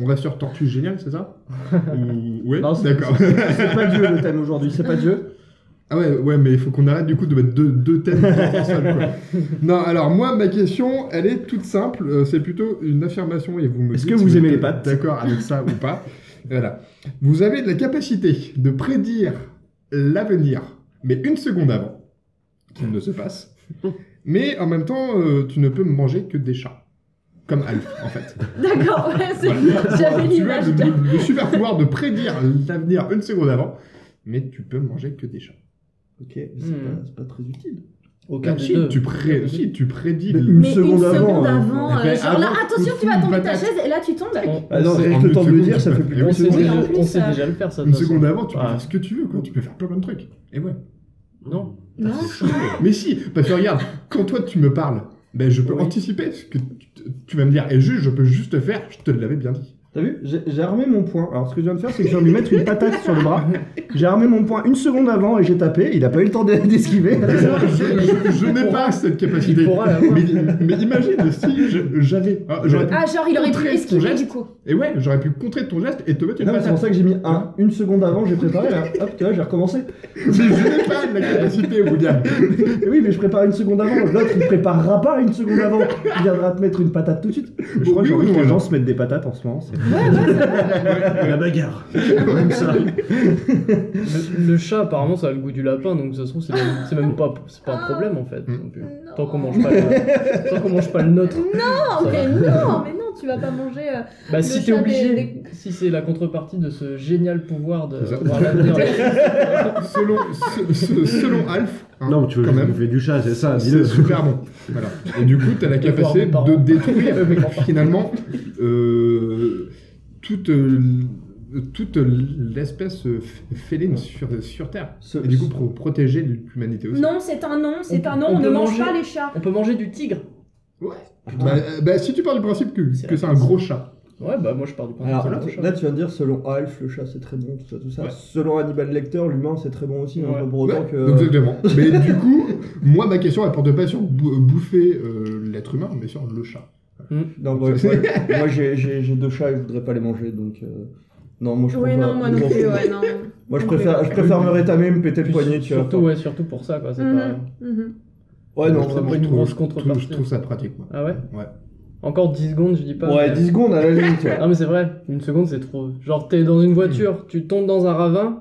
Speaker 5: On reste sur Tortue Géniale,
Speaker 2: (laughs)
Speaker 5: c'est ça Ou- Ouais,
Speaker 2: Non, c'est-
Speaker 5: d'accord.
Speaker 2: C'est pas Dieu le thème aujourd'hui, c'est pas Dieu.
Speaker 5: Ah ouais, ouais, mais il faut qu'on arrête du coup de mettre deux, deux thèmes dans un seul, quoi.
Speaker 2: (laughs)
Speaker 5: Non, alors moi, ma question, elle est toute simple. euh, C'est plutôt une affirmation et vous me
Speaker 2: Est-ce
Speaker 5: dites
Speaker 2: que
Speaker 5: si
Speaker 2: vous aimez
Speaker 5: êtes
Speaker 2: les pâtes
Speaker 5: D'accord avec ça ou
Speaker 2: (laughs)
Speaker 5: pas. Voilà. Vous avez de la capacité de prédire l'avenir, mais une seconde avant qu'il ne
Speaker 2: (laughs)
Speaker 5: se passe. Mais en même temps, euh, tu ne peux manger que des chats. Comme Alf, en fait.
Speaker 7: (laughs) D'accord, ouais, c'est... (laughs) j'avais
Speaker 5: Tu as
Speaker 7: l'image.
Speaker 5: le, le- le super pouvoir de prédire l'avenir une seconde avant, mais tu peux manger que des chats.
Speaker 2: Ok, mais
Speaker 3: c'est
Speaker 7: Hmm.
Speaker 3: pas-
Speaker 2: très utile.
Speaker 3: Aucun
Speaker 5: Bah,
Speaker 3: des
Speaker 5: si,
Speaker 3: deux.
Speaker 5: tu, pré- si, tu prédis.
Speaker 2: Mais-
Speaker 5: le-
Speaker 7: Mais une seconde avant,
Speaker 5: euh,
Speaker 7: euh, genre là,
Speaker 5: avant,
Speaker 7: attention,
Speaker 5: tu
Speaker 7: tu vas
Speaker 5: fous
Speaker 7: tomber de ta
Speaker 5: patate.
Speaker 7: chaise et là tu tombes.
Speaker 3: On-
Speaker 2: Ah non,
Speaker 5: C'est
Speaker 2: rien
Speaker 5: en
Speaker 2: que le
Speaker 5: deux
Speaker 2: temps de le
Speaker 5: secondes,
Speaker 2: dire,
Speaker 5: tu
Speaker 2: ça
Speaker 5: peux-
Speaker 2: fait plus
Speaker 5: Et
Speaker 3: On
Speaker 5: oui,
Speaker 3: sait,
Speaker 5: c'est
Speaker 7: Oui,
Speaker 3: déjà,
Speaker 5: vrai.
Speaker 7: en plus,
Speaker 3: on sait
Speaker 7: euh,
Speaker 3: déjà le faire, ça. de
Speaker 5: Une
Speaker 3: toute façon.
Speaker 5: seconde avant, tu peux
Speaker 3: Ouais.
Speaker 5: faire ce que tu veux, quoi. Tu peux faire plein plein de trucs. Et ouais.
Speaker 3: Non.
Speaker 7: Non.
Speaker 5: Mais si, parce que regarde, quand toi tu me parles, ben je peux
Speaker 3: Oui.
Speaker 5: anticiper ce que tu, tu vas me dire. Et juste, je peux juste te faire, je te l'avais bien dit.
Speaker 2: T'as vu J'ai j'ai armé mon point. Alors, ce que je viens de faire, c'est que je viens de lui mettre une patate sur le bras. J'ai armé mon point une seconde avant et j'ai tapé. Il a pas eu le temps d'e- d'esquiver.
Speaker 5: je je- je n'ai pas cette capacité.
Speaker 3: Il pourra l'avoir.
Speaker 5: Mais, mais imagine si je- j'avais. ah, j'aurais pu-
Speaker 7: Ah, genre il aurait pu
Speaker 5: Contrer ton
Speaker 7: esquiver
Speaker 5: geste.
Speaker 7: du coup.
Speaker 5: Et ouais, j'aurais pu contrer ton geste et te mettre une
Speaker 2: Non, mais c'est pour
Speaker 5: patate.
Speaker 2: ça que j'ai mis un. Une seconde avant, j'ai préparé là. Hop, tu vois, j'ai recommencé.
Speaker 5: Mais je n'ai pas la capacité, William.
Speaker 2: Et oui, mais je prépare une seconde avant. L'autre, il préparera pas une seconde avant. Il viendra te mettre une patate tout de suite. Je crois que
Speaker 5: Oui
Speaker 2: j'ai
Speaker 5: ou
Speaker 2: envie que
Speaker 5: non,
Speaker 2: les gens
Speaker 5: alors
Speaker 2: se mettent des patates en ce moment. c'est-
Speaker 7: Ouais, ouais, ça va.
Speaker 4: La bagarre. Comme ça.
Speaker 3: Le, le chat, apparemment, ça a le goût du lapin, donc ça se trouve, c'est même, c'est même pas, c'est pas un problème en fait.
Speaker 2: Hmm.
Speaker 5: Mm.
Speaker 3: non plus.
Speaker 7: Non.
Speaker 3: Tant qu'on mange pas le, tant qu'on mange pas le nôtre.
Speaker 7: Non,
Speaker 3: Ça
Speaker 7: mais non, mais non, tu vas pas manger. euh,
Speaker 3: Bah,
Speaker 7: Le
Speaker 3: si t'es
Speaker 7: chat
Speaker 3: obligé,
Speaker 7: des-
Speaker 3: si c'est la contrepartie de ce génial pouvoir de
Speaker 5: C'est ça.
Speaker 3: voir l'avenir.
Speaker 2: (laughs)
Speaker 5: Selon, se- se- selon Alf, hein,
Speaker 4: Non, mais tu veux
Speaker 5: quand
Speaker 4: juste
Speaker 5: même.
Speaker 4: bouffer du chat, c'est ça,
Speaker 5: C'est
Speaker 4: Ah, dis-le.
Speaker 5: super bon. Voilà. Et du coup, tu as la
Speaker 3: Et voir
Speaker 5: capacité
Speaker 3: mes parents.
Speaker 5: de détruire
Speaker 3: Mes grands-parents.
Speaker 5: finalement euh, toute, euh, toute l'espèce euh, f- féline sur, sur Terre.
Speaker 2: Ce-
Speaker 5: Et du coup, pour protéger l'humanité aussi.
Speaker 7: Non, c'est un non, c'est
Speaker 3: On-
Speaker 7: un non,
Speaker 3: on
Speaker 7: on, ne
Speaker 3: peut
Speaker 7: mange
Speaker 3: manger.
Speaker 7: pas les chats.
Speaker 3: On peut manger du tigre.
Speaker 5: Bah, euh, bah, si tu pars du principe que
Speaker 3: C'est
Speaker 5: que c'est
Speaker 3: la
Speaker 5: un
Speaker 3: base.
Speaker 5: gros chat.
Speaker 3: Ouais, bah moi je pars du principe
Speaker 2: Alors
Speaker 3: que
Speaker 2: là,
Speaker 3: c'est
Speaker 2: tu-
Speaker 3: un
Speaker 2: là,
Speaker 3: chat.
Speaker 2: tu viens de dire selon Alf, le chat c'est très bon, tout ça, tout ça.
Speaker 5: Ouais.
Speaker 2: Selon Hannibal Lecter, l'humain c'est très bon aussi, hein,
Speaker 3: Ouais.
Speaker 2: pas pour autant
Speaker 5: Ouais,
Speaker 2: que.
Speaker 5: Exactement. Mais du coup, moi, ma question, elle porte pas sur bou- bouffer euh, l'être humain, mais sur le chat.
Speaker 2: Non, moi,
Speaker 5: (laughs)
Speaker 2: moi- moi, j'ai- j'ai j'ai deux chats et je voudrais pas les manger donc. euh, Non, moi je prends
Speaker 7: Oui,
Speaker 2: pas-
Speaker 7: non, moi non
Speaker 2: j'en
Speaker 7: plus,
Speaker 2: fous.
Speaker 7: ouais, non.
Speaker 2: Moi je
Speaker 7: Non plus.
Speaker 2: préfère, je préfère me rétamer, me péter le
Speaker 3: Puis
Speaker 2: poignet, tu vois.
Speaker 3: surtout, ouais, surtout pour ça, quoi. c'est pas-
Speaker 7: Mhm, mhm.
Speaker 2: Enfin, Ouais, non,
Speaker 5: Je
Speaker 3: c'est
Speaker 2: vraiment.
Speaker 5: trouve-
Speaker 3: pas une
Speaker 5: je trouve-
Speaker 3: grosse
Speaker 5: je trouve-
Speaker 3: contrepartie.
Speaker 5: Je trouve ça pratique, moi.
Speaker 3: Ah ouais
Speaker 5: Ouais.
Speaker 3: Encore 10 secondes, je dis pas.
Speaker 2: Ouais,
Speaker 3: mais-
Speaker 2: 10 secondes à la limite, ouais.
Speaker 3: Non, mais c'est vrai, une seconde c'est trop. Genre, t'es dans une voiture, tu tombes dans un ravin,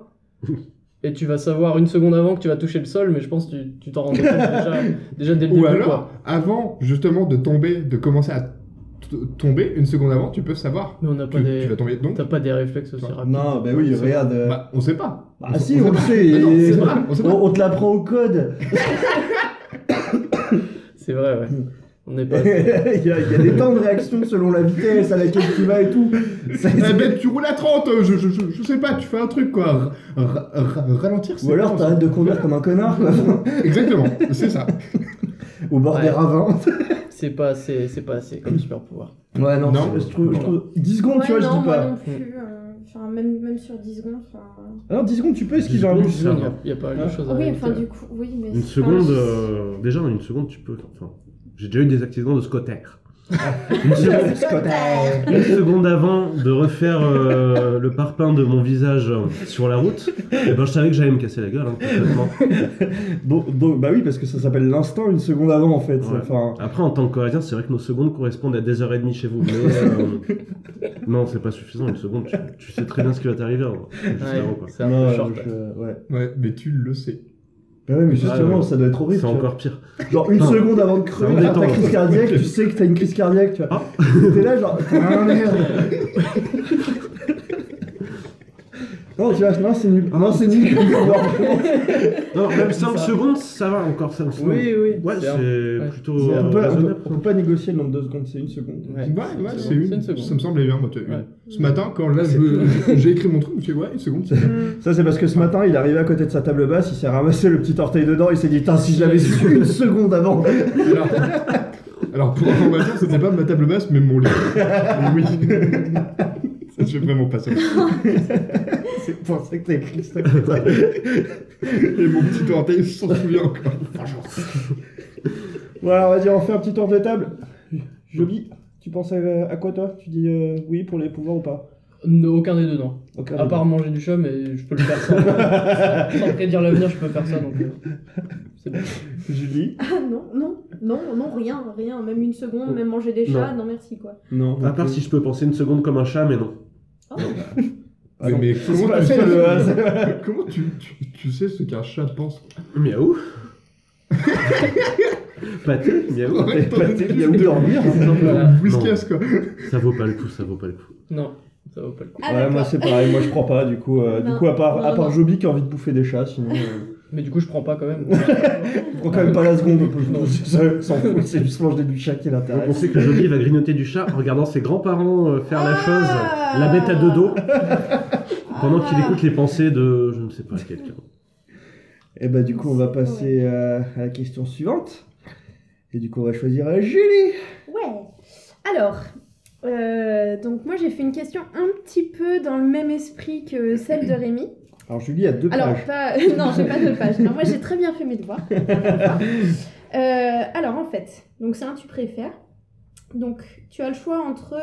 Speaker 3: et tu vas savoir une seconde avant que tu vas toucher le sol, mais je pense que tu- tu t'en rends compte déjà, déjà dès le
Speaker 5: Ou
Speaker 3: début.
Speaker 5: alors,
Speaker 3: quoi.
Speaker 5: avant justement de tomber, de commencer à t- tomber, une seconde avant, tu peux savoir.
Speaker 3: Mais on n'a pas
Speaker 5: Tu, tu vas
Speaker 3: des.
Speaker 5: tomber. Donc,
Speaker 3: T'as pas des réflexes aussi
Speaker 5: Non,
Speaker 3: rapides.
Speaker 2: Non, bah oui,
Speaker 3: C'est-
Speaker 2: regarde. euh,
Speaker 5: bah, on sait pas. (laughs)
Speaker 2: Ah si, on le sait,
Speaker 5: Mais (laughs) non,
Speaker 2: et-
Speaker 5: on sait pas, on sait
Speaker 2: on,
Speaker 5: pas.
Speaker 2: on te l'apprend au code.
Speaker 3: C'est vrai, ouais. On
Speaker 2: (laughs)
Speaker 3: n'est
Speaker 5: Bah,
Speaker 3: pas.
Speaker 2: il, y a, il y a des temps de réaction selon la vitesse à laquelle tu vas et tout. Ça-
Speaker 5: Eh ben, tu roules à 30, euh, je, je, je, je sais pas, tu fais un truc quoi. R- r- r- ralentir, c'est
Speaker 2: Ou alors
Speaker 5: pas-
Speaker 2: t'arrêtes de conduire comme un connard, quoi.
Speaker 5: Exactement, c'est ça.
Speaker 2: Au bord des
Speaker 3: Ouais.
Speaker 2: ravins.
Speaker 3: C'est pas assez, c'est pas assez comme super pouvoir.
Speaker 2: (laughs) Ouais, non,
Speaker 5: Non.
Speaker 2: je- je, trouve, je trouve- 10 secondes, tu vois,
Speaker 7: Ouais,
Speaker 2: je
Speaker 7: non,
Speaker 2: dis
Speaker 7: moi
Speaker 2: pas.
Speaker 7: non plus. euh, Enfin, même, même sur 10 secondes, enfin.
Speaker 2: Ah Non, 10 secondes, tu peux esquiver un
Speaker 4: Dix
Speaker 2: bus.
Speaker 4: secondes. Ça va.
Speaker 3: Il n'y a, pas grand chose à
Speaker 7: Ah. Oui,
Speaker 3: rajouter.
Speaker 7: enfin, du coup, oui, mais.
Speaker 4: Une
Speaker 7: enfin,
Speaker 4: seconde,
Speaker 7: je-
Speaker 4: euh, déjà en une seconde, tu peux. Enfin, j'ai déjà eu des accidents de scotter. une,
Speaker 2: (laughs)
Speaker 4: seconde, une seconde avant de refaire euh, le parpaing de mon visage euh, sur la route, eh ben, je savais que j'allais me casser la gueule, hein, complètement.
Speaker 2: Bon, donc, bah oui, parce que ça s'appelle l'instant une seconde avant, en fait.
Speaker 4: Ouais.
Speaker 2: Enfin,
Speaker 4: Après, en tant que coréen, c'est vrai que nos secondes correspondent à des heures et demie chez vous. Mais euh, non, c'est pas suffisant. Une seconde, tu, tu sais très bien ce qui va t'arriver. hein, juste
Speaker 3: Ouais,
Speaker 4: avant, quoi.
Speaker 3: c'est un
Speaker 2: non,
Speaker 3: peu short.
Speaker 2: je- ouais.
Speaker 5: Ouais, mais tu le sais.
Speaker 2: Bah ouais, mais justement,
Speaker 4: Ah, ouais.
Speaker 2: ça doit être horrible.
Speaker 4: C'est
Speaker 2: tu vois.
Speaker 4: encore pire.
Speaker 2: Genre une
Speaker 4: Non.
Speaker 2: seconde avant de crever,
Speaker 4: Ça
Speaker 2: t'as
Speaker 4: détend,
Speaker 2: ta
Speaker 4: quoi.
Speaker 2: crise
Speaker 4: (laughs)
Speaker 2: cardiaque, tu sais que t'as une crise cardiaque, tu vois.
Speaker 4: Ah.
Speaker 2: (laughs)
Speaker 4: (laughs)
Speaker 2: T'es là, genre, ah merde. Non, tu vois, non, c'est nul.
Speaker 4: Ah non, c'est nul.
Speaker 2: C'est
Speaker 4: Non, même 5
Speaker 3: Ça-
Speaker 4: secondes, ça va encore 5 secondes.
Speaker 3: Oui, oui.
Speaker 4: Ouais,
Speaker 3: c'est un-
Speaker 4: c'est
Speaker 3: ouais.
Speaker 4: plutôt
Speaker 2: un peu- On
Speaker 4: raisonnable.
Speaker 2: peut- on peut pas négocier le nombre de secondes, c'est une seconde.
Speaker 3: Ouais,
Speaker 5: Ouais, ouais, c'est
Speaker 3: C'est
Speaker 5: une.
Speaker 3: une seconde.
Speaker 5: Ça me semblait bien, moi, t'as une.
Speaker 3: Ouais.
Speaker 5: Ce matin, quand là, je- j'ai écrit mon truc, je me suis dit, ouais, une seconde, c'est bien.
Speaker 2: Ça, c'est parce que ce matin, il est arrivé à côté de sa table basse, il s'est ramassé le petit orteil dedans, il s'est dit, putain, si je l'avais su une seconde avant. (laughs)
Speaker 5: Alors, alors, pour information, c'était pas ma table basse, mais mon lit. Oui. (laughs) Ça, je fais vraiment pas ça.
Speaker 2: C'est pour ça que t'as écrit ça. putain.
Speaker 5: Et mon petit orteil, je s'en souviens encore.
Speaker 2: Voilà, vas-y, on fait un petit tour de table. Joby, tu penses à, à quoi toi Tu dis euh, oui pour les pouvoirs ou pas
Speaker 3: Non, aucun des deux, non.
Speaker 2: Ok,
Speaker 3: À part manger du chat, mais je peux le
Speaker 2: (laughs)
Speaker 3: faire sans, sans prédire l'avenir, je peux faire ça. Donc, euh, c'est bon.
Speaker 2: (laughs) Julie
Speaker 7: Ah non, non, non, non, rien, rien. Même une seconde, même manger des chats, non, merci quoi.
Speaker 2: Non.
Speaker 4: À
Speaker 3: euh,
Speaker 4: part si je peux penser une seconde comme un chat, mais non.
Speaker 5: Mais, mais comment,
Speaker 2: pas
Speaker 5: tu sais,
Speaker 2: ça, le
Speaker 5: comment tu, tu- tu sais ce qu'un chat pense
Speaker 4: Miaou Pâté Miaou
Speaker 5: Ouais, t'en es-
Speaker 2: Il y a où dormir
Speaker 3: Voilà.
Speaker 5: Whiskas, quoi.
Speaker 4: Ça vaut pas le coup, ça vaut pas le coup.
Speaker 3: Non, ça vaut pas le coup.
Speaker 7: Ah
Speaker 2: Ouais, moi
Speaker 7: d'accord.
Speaker 2: c'est pareil, moi je prends pas du coup. euh, du
Speaker 7: Non,
Speaker 2: coup, à part, à
Speaker 7: non,
Speaker 2: part
Speaker 7: non.
Speaker 2: Joby qui a envie de bouffer des chats, sinon. euh,
Speaker 3: Mais du coup, je prends pas quand
Speaker 2: (laughs)
Speaker 3: même.
Speaker 2: je prends quand même pas la seconde. (laughs) Ça s'en fout, c'est juste manger du chat qui
Speaker 4: Donc on
Speaker 2: l'intéresse.
Speaker 4: sait que Joby va grignoter du chat en regardant ses grands-parents euh, faire la
Speaker 7: Ah
Speaker 4: chose, la bête à deux dos, pendant qu'il
Speaker 7: Ah.
Speaker 4: écoute les pensées de je ne sais pas quelqu'un.
Speaker 2: Et bah, du coup, on va passer euh, à la question suivante. Et du coup, on va choisir euh, Julie
Speaker 7: Ouais. Alors, euh, donc moi j'ai fait une question un petit peu dans le même esprit que celle de Rémi.
Speaker 2: Alors, Julie a deux
Speaker 7: Alors,
Speaker 2: pages.
Speaker 7: pas... (laughs) non, j'ai pas de page. Non, moi j'ai très bien fait
Speaker 2: (laughs)
Speaker 7: mes devoirs. Euh, alors en fait, donc c'est un tu préfères. Donc tu as le choix entre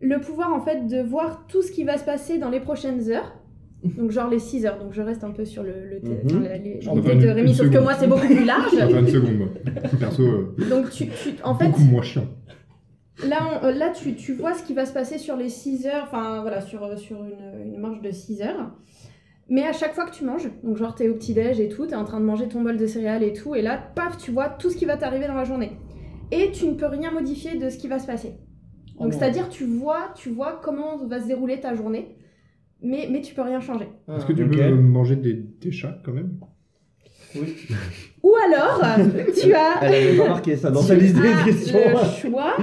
Speaker 7: le pouvoir en fait de voir tout ce qui va se passer dans les prochaines heures. Donc genre les 6 heures. Donc je reste un peu sur le, le thé-
Speaker 2: Mhm.
Speaker 7: enfin, la- les-
Speaker 5: J'en
Speaker 7: l'idée
Speaker 5: ai pas
Speaker 7: de
Speaker 5: une-
Speaker 7: Rémi,
Speaker 5: une
Speaker 7: sauf que
Speaker 5: seconde.
Speaker 7: moi c'est beaucoup plus large.
Speaker 5: Enfin, (laughs) une seconde, moi. Perso, euh,
Speaker 7: Donc tu, tu- en fait,
Speaker 5: beaucoup moins chiant.
Speaker 7: Là, on- euh, là tu, tu vois ce qui va se passer sur les 6 heures, enfin voilà, sur, euh, sur une, une marche de 6 heures. Mais à chaque fois que tu manges, donc genre t'es au petit-déj et tout, t'es en train de manger ton bol de céréales et tout, et là, paf, tu vois tout ce qui va t'arriver dans la journée. Et tu ne peux rien modifier de ce qui va se passer.
Speaker 3: Oh non.
Speaker 7: Donc c'est-à-dire tu vois, tu vois comment va se dérouler ta journée, mais, mais tu peux rien changer.
Speaker 3: Ah,
Speaker 5: Est-ce que tu
Speaker 2: Ok.
Speaker 5: peux euh, manger des, des chats, quand même
Speaker 3: oui.
Speaker 7: Ou
Speaker 3: (laughs)
Speaker 7: alors, tu as...
Speaker 2: Elle avait pas marqué ça dans sa
Speaker 7: Tu
Speaker 2: liste des
Speaker 7: as
Speaker 2: questions.
Speaker 7: Ah,
Speaker 2: (laughs)
Speaker 7: Le choix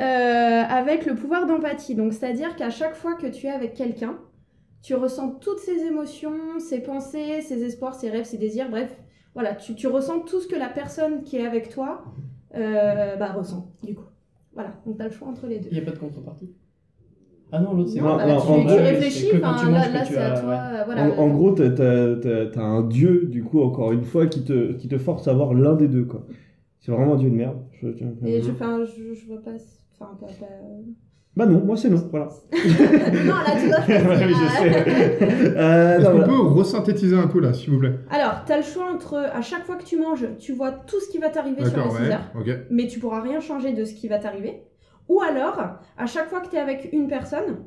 Speaker 7: euh, avec le pouvoir d'empathie. Donc, c'est-à-dire qu'à chaque fois que tu es avec quelqu'un, tu ressens toutes ses émotions, ses pensées, ses espoirs, ses rêves, ses désirs, bref. Voilà, tu, tu ressens tout ce que la personne qui est avec toi euh, bah, ressent, du coup. Voilà, donc t'as le choix entre les deux.
Speaker 3: Il n'y a pas de contrepartie. Ah non, l'autre c'est.
Speaker 2: Non,
Speaker 7: bah,
Speaker 2: non,
Speaker 7: tu,
Speaker 2: en
Speaker 7: tu
Speaker 2: gros,
Speaker 7: réfléchis,
Speaker 3: c'est que quand
Speaker 7: enfin,
Speaker 3: tu manges
Speaker 7: là,
Speaker 3: que
Speaker 7: là,
Speaker 3: tu
Speaker 7: c'est à
Speaker 3: as-
Speaker 7: toi. euh, voilà.
Speaker 2: En, en gros, t'as- t'as t'as- t'as un dieu, du coup, encore une fois, qui te, qui te force à avoir l'un des deux, quoi. C'est vraiment un dieu de merde. Je- tiens,
Speaker 7: Et je,
Speaker 2: euh,
Speaker 7: enfin, je, je vois pas. Enfin, pas- pas-
Speaker 2: Bah non, moi c'est non, voilà.
Speaker 7: non, là, tu dois
Speaker 2: (laughs) Oui,
Speaker 7: choisir.
Speaker 2: je sais.
Speaker 3: Ah,
Speaker 2: Euh,
Speaker 5: Est-ce
Speaker 2: non,
Speaker 5: qu'on
Speaker 2: voilà.
Speaker 5: peut resynthétiser un coup, là, s'il vous plaît
Speaker 7: Alors, t'as le choix entre à chaque fois que tu manges, tu vois tout ce qui va t'arriver sur les
Speaker 5: D'accord,
Speaker 7: 6
Speaker 5: ouais.
Speaker 7: heures,
Speaker 5: Ok.
Speaker 7: mais tu pourras rien changer de ce qui va t'arriver. Ou alors, à chaque fois que tu es avec une personne,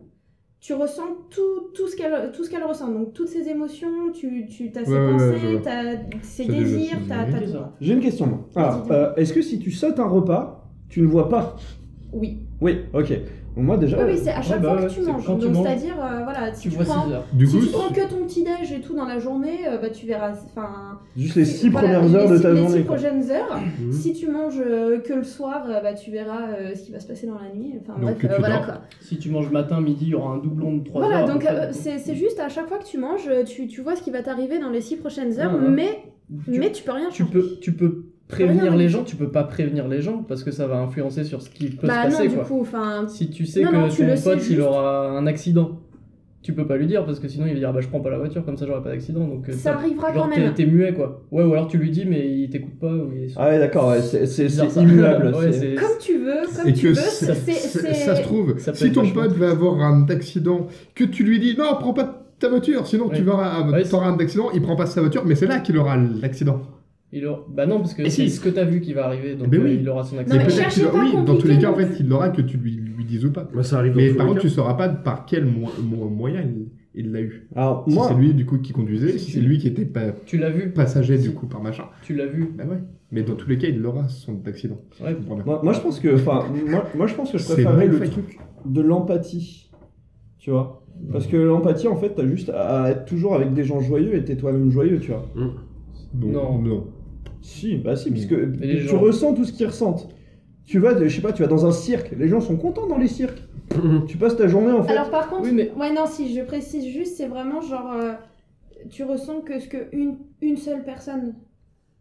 Speaker 7: tu ressens tout, tout ce qu'elle tout ce qu'elle ressent, donc toutes ses émotions, tu, tu as ses
Speaker 5: Ouais, ouais, ouais, je
Speaker 7: pensées,
Speaker 5: vois.
Speaker 7: t'as ses
Speaker 5: J'ai déjà
Speaker 7: désirs,
Speaker 5: saisi.
Speaker 7: t'as t'as tout.
Speaker 2: J'ai une question, moi. Alors,
Speaker 7: Vas-y, dis-moi.
Speaker 2: euh, est-ce que si tu sautes un repas, tu ne vois pas
Speaker 7: Oui.
Speaker 2: Oui, ok. Bon, moi déjà.
Speaker 7: Oui, oui, c'est à chaque
Speaker 3: ouais, bah
Speaker 7: fois
Speaker 3: ouais,
Speaker 7: que tu
Speaker 3: c'est
Speaker 7: manges.
Speaker 3: quand tu
Speaker 7: Donc,
Speaker 3: manges.
Speaker 7: c'est-à-dire, euh, voilà, si
Speaker 3: Tu
Speaker 7: tu,
Speaker 3: vois
Speaker 7: prends.
Speaker 3: 6 heures.
Speaker 5: Du
Speaker 7: si
Speaker 5: coup,
Speaker 7: tu prends que ton petit déj et tout dans la journée, euh, bah tu verras. Enfin,
Speaker 2: Juste les six
Speaker 7: voilà,
Speaker 2: premières heures
Speaker 7: les
Speaker 2: de
Speaker 7: six-
Speaker 2: ta
Speaker 7: les six
Speaker 2: journée. quoi.
Speaker 7: prochaines heures,
Speaker 4: Mhm.
Speaker 7: Si tu manges euh, que le soir, euh, bah, tu verras euh, ce qui va se passer dans la nuit. Enfin,
Speaker 5: Donc,
Speaker 7: bref,
Speaker 5: que
Speaker 7: euh,
Speaker 5: tu
Speaker 7: voilà
Speaker 5: dors.
Speaker 7: quoi.
Speaker 3: Si tu manges matin, midi, il y aura un doublon de 3
Speaker 7: Voilà,
Speaker 3: heures.
Speaker 7: donc
Speaker 3: après,
Speaker 7: euh, c'est c'est juste à chaque fois que tu manges, euh, tu, tu vois ce qui va t'arriver dans les six prochaines heures,
Speaker 3: Ouais, ouais.
Speaker 7: mais,
Speaker 3: Tu,
Speaker 7: mais tu peux rien
Speaker 3: tu
Speaker 7: changer.
Speaker 3: peux, tu peux prévenir
Speaker 7: Rien.
Speaker 3: les gens, tu peux pas prévenir les gens parce que ça va influencer sur ce qui peut se
Speaker 7: bah
Speaker 3: passer
Speaker 7: non,
Speaker 3: quoi.
Speaker 7: du coup, enfin.
Speaker 3: Si tu sais
Speaker 7: Non,
Speaker 3: que
Speaker 7: non, tu
Speaker 3: ton
Speaker 7: le
Speaker 3: pote
Speaker 7: sais
Speaker 3: il
Speaker 7: juste.
Speaker 3: aura un accident, tu peux pas lui dire parce que sinon il va dire Ah bah je prends pas la voiture comme ça j'aurai pas d'accident donc euh,
Speaker 7: Ça
Speaker 3: t'as-
Speaker 7: arrivera
Speaker 3: genre,
Speaker 7: quand
Speaker 3: t'es-
Speaker 7: même.
Speaker 3: T'es muet quoi. Ouais ou alors tu lui dis mais il t'écoute pas ou il est
Speaker 2: Ah ouais, d'accord, ouais, c'est c'est-
Speaker 3: bizarre,
Speaker 2: c'est
Speaker 3: ça.
Speaker 2: immuable.
Speaker 3: (laughs) Ouais,
Speaker 2: c'est-
Speaker 3: c'est-
Speaker 7: Comme tu veux, comme
Speaker 5: et
Speaker 7: tu
Speaker 5: que
Speaker 7: veux.
Speaker 5: ça,
Speaker 7: c'est-
Speaker 5: ça-
Speaker 7: c'est-
Speaker 5: ça se
Speaker 7: c'est-
Speaker 5: trouve,
Speaker 3: Ça peut
Speaker 5: si
Speaker 3: être
Speaker 5: ton
Speaker 3: vachement
Speaker 5: pote va avoir un accident, que tu lui dis non, prends pas ta voiture, sinon
Speaker 3: Ouais.
Speaker 5: tu vas,
Speaker 3: Ouais, c'est-
Speaker 5: t'auras un accident, il prend pas sa voiture, mais c'est là qu'il aura l'accident.
Speaker 3: Il aura- Bah non parce que
Speaker 5: Et
Speaker 3: c'est
Speaker 5: si.
Speaker 3: ce que t'as vu qui va arriver
Speaker 4: Eh
Speaker 3: donc
Speaker 5: Ben
Speaker 3: euh,
Speaker 5: oui.
Speaker 3: il aura son
Speaker 5: Mais
Speaker 7: mais
Speaker 3: accident.
Speaker 5: peut-être
Speaker 7: cherchez
Speaker 5: qu'il aura-
Speaker 7: pas
Speaker 5: oui, dans tous les
Speaker 7: compliqué,
Speaker 5: cas, en
Speaker 7: non.
Speaker 5: fait, il l'aura que tu lui, lui dises ou pas.
Speaker 4: Bah, ça arrive dans
Speaker 5: mais
Speaker 4: tous
Speaker 5: par
Speaker 4: les
Speaker 5: contre,
Speaker 4: cas.
Speaker 5: tu sauras pas par quel mo- mo- moyen il- il l'a eu.
Speaker 2: Alors,
Speaker 5: Si
Speaker 2: moi,
Speaker 5: c'est lui du coup qui conduisait,
Speaker 3: Si
Speaker 5: si
Speaker 3: tu-
Speaker 5: c'est lui qui était pa-
Speaker 3: Tu l'as vu,
Speaker 5: passager du coup par machin.
Speaker 3: tu l'as vu.
Speaker 5: Bah ouais. Mais dans tous les cas, il aura son accident.
Speaker 3: Ouais.
Speaker 5: Je comprends bien.
Speaker 2: Moi, moi, je pense que, enfin, moi, moi, je pense que je
Speaker 5: C'est
Speaker 2: préférerais
Speaker 5: vrai,
Speaker 2: le
Speaker 5: fait.
Speaker 2: truc de l'empathie, tu vois. Parce que l'empathie, en fait, t'as juste à à être toujours avec des gens joyeux et t'es toi-même joyeux, tu vois.
Speaker 8: Non.
Speaker 5: non.
Speaker 2: Si, bah si,
Speaker 5: Mm.
Speaker 2: puisque
Speaker 8: les
Speaker 2: tu
Speaker 8: gens-
Speaker 2: ressens tout ce qu'ils ressentent. Tu vas, je sais pas, tu vas dans un cirque, les gens sont contents dans les cirques. Tu passes ta journée en fait.
Speaker 7: Alors par contre,
Speaker 3: Oui, mais-
Speaker 7: ouais non, si je précise juste, c'est vraiment genre euh, tu ressens que ce que une, une seule personne.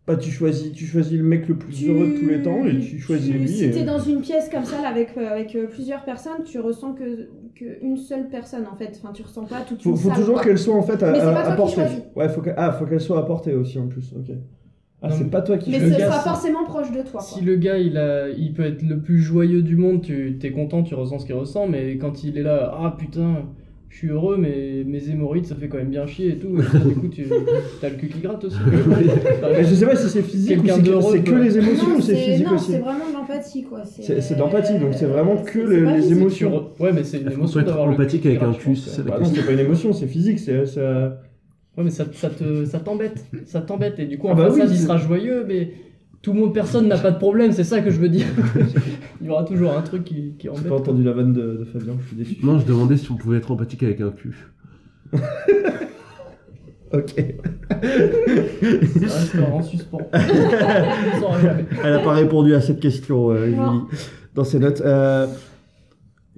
Speaker 2: Bah, tu choisis, tu choisis le mec le plus
Speaker 7: Tu-
Speaker 2: heureux de tous les temps et tu choisis
Speaker 7: tu-
Speaker 2: lui.
Speaker 7: Si
Speaker 2: et-
Speaker 7: t'es dans une pièce comme ça là, avec euh, avec euh, plusieurs personnes, tu ressens que, que une seule personne en fait. Enfin, tu ressens pas toute
Speaker 2: Faut,
Speaker 7: une
Speaker 2: faut
Speaker 7: salle,
Speaker 2: toujours
Speaker 7: quoi.
Speaker 2: qu'elle soit en fait à,
Speaker 7: Mais c'est
Speaker 2: à-
Speaker 7: pas toi
Speaker 2: à
Speaker 7: qui
Speaker 2: portée.
Speaker 7: choisis.
Speaker 2: Ouais, faut que, ah, faut qu'elle soit à portée aussi en plus. Ok. Ah,
Speaker 8: Non,
Speaker 2: c'est
Speaker 8: mais-
Speaker 2: pas toi qui.
Speaker 7: Mais
Speaker 8: le
Speaker 7: ce
Speaker 8: gars,
Speaker 7: sera
Speaker 8: si-
Speaker 7: forcément proche de toi.
Speaker 3: Si
Speaker 7: quoi.
Speaker 3: le gars il, a, il peut être le plus joyeux du monde, tu t'es content, tu ressens ce qu'il ressent, mais quand il est là, ah putain, je suis heureux, mais mes hémorroïdes ça fait quand même bien chier
Speaker 4: (laughs)
Speaker 3: et tout, et ça, du coup tu as le cul qui gratte aussi.
Speaker 2: Mais je sais pas si c'est physique ou
Speaker 3: Quelqu'un
Speaker 2: c'est que,
Speaker 3: d'heureux,
Speaker 2: c'est que
Speaker 3: quoi.
Speaker 2: les émotions
Speaker 7: Non,
Speaker 2: ou c'est physique
Speaker 7: non,
Speaker 2: aussi.
Speaker 7: c'est vraiment de l'empathie quoi.
Speaker 2: C'est- c'est de l'empathie, donc c'est vraiment que
Speaker 7: C'est
Speaker 2: le-
Speaker 7: pas
Speaker 2: les
Speaker 7: physique.
Speaker 2: émotions.
Speaker 3: Tu re- Ouais, mais c'est une
Speaker 4: Est-ce qu'on
Speaker 3: émotion
Speaker 4: peut être
Speaker 3: d'avoir le cul
Speaker 4: empathique
Speaker 3: qui
Speaker 4: avec
Speaker 3: gratte,
Speaker 4: un
Speaker 3: je
Speaker 4: cul,
Speaker 3: pense,
Speaker 4: c'est
Speaker 3: ouais.
Speaker 4: ça la
Speaker 2: Bah non, c'est pas une émotion, c'est physique, c'est ça.
Speaker 3: Ouais, mais ça, ça te- ça t'embête, ça t'embête, et du coup, en
Speaker 2: Ah bah oui,
Speaker 3: façade, il
Speaker 2: c'est-
Speaker 3: sera joyeux, mais tout le monde, personne n'a pas de problème, c'est ça que je veux
Speaker 5: (laughs)
Speaker 3: dire. il y aura toujours un truc qui, qui
Speaker 2: J'ai
Speaker 3: embête.
Speaker 2: pas entendu la vanne de, de Fabien, je suis déçu.
Speaker 4: Non, je demandais si on pouvait être empathique avec un cul.
Speaker 2: Ok.
Speaker 3: Ça restera en
Speaker 5: (laughs)
Speaker 3: suspens. On saura jamais.
Speaker 2: Elle n'a pas répondu à cette question, euh,
Speaker 7: Non.
Speaker 2: Julie, dans ses notes. Euh,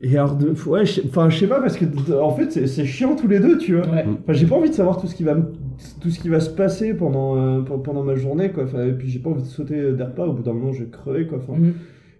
Speaker 2: et alors, de- ouais, je sais- enfin, je sais pas, parce que d- en fait, c'est- c'est chiant tous les deux, tu vois.
Speaker 3: Ouais.
Speaker 2: Enfin, j'ai pas envie de savoir tout ce qui va, me- tout ce qui va se passer pendant, euh, pe- pendant ma journée, quoi. Enfin, et puis, j'ai pas envie de sauter des repas, au bout d'un moment, je vais crever, quoi. Enfin,
Speaker 3: Mhm.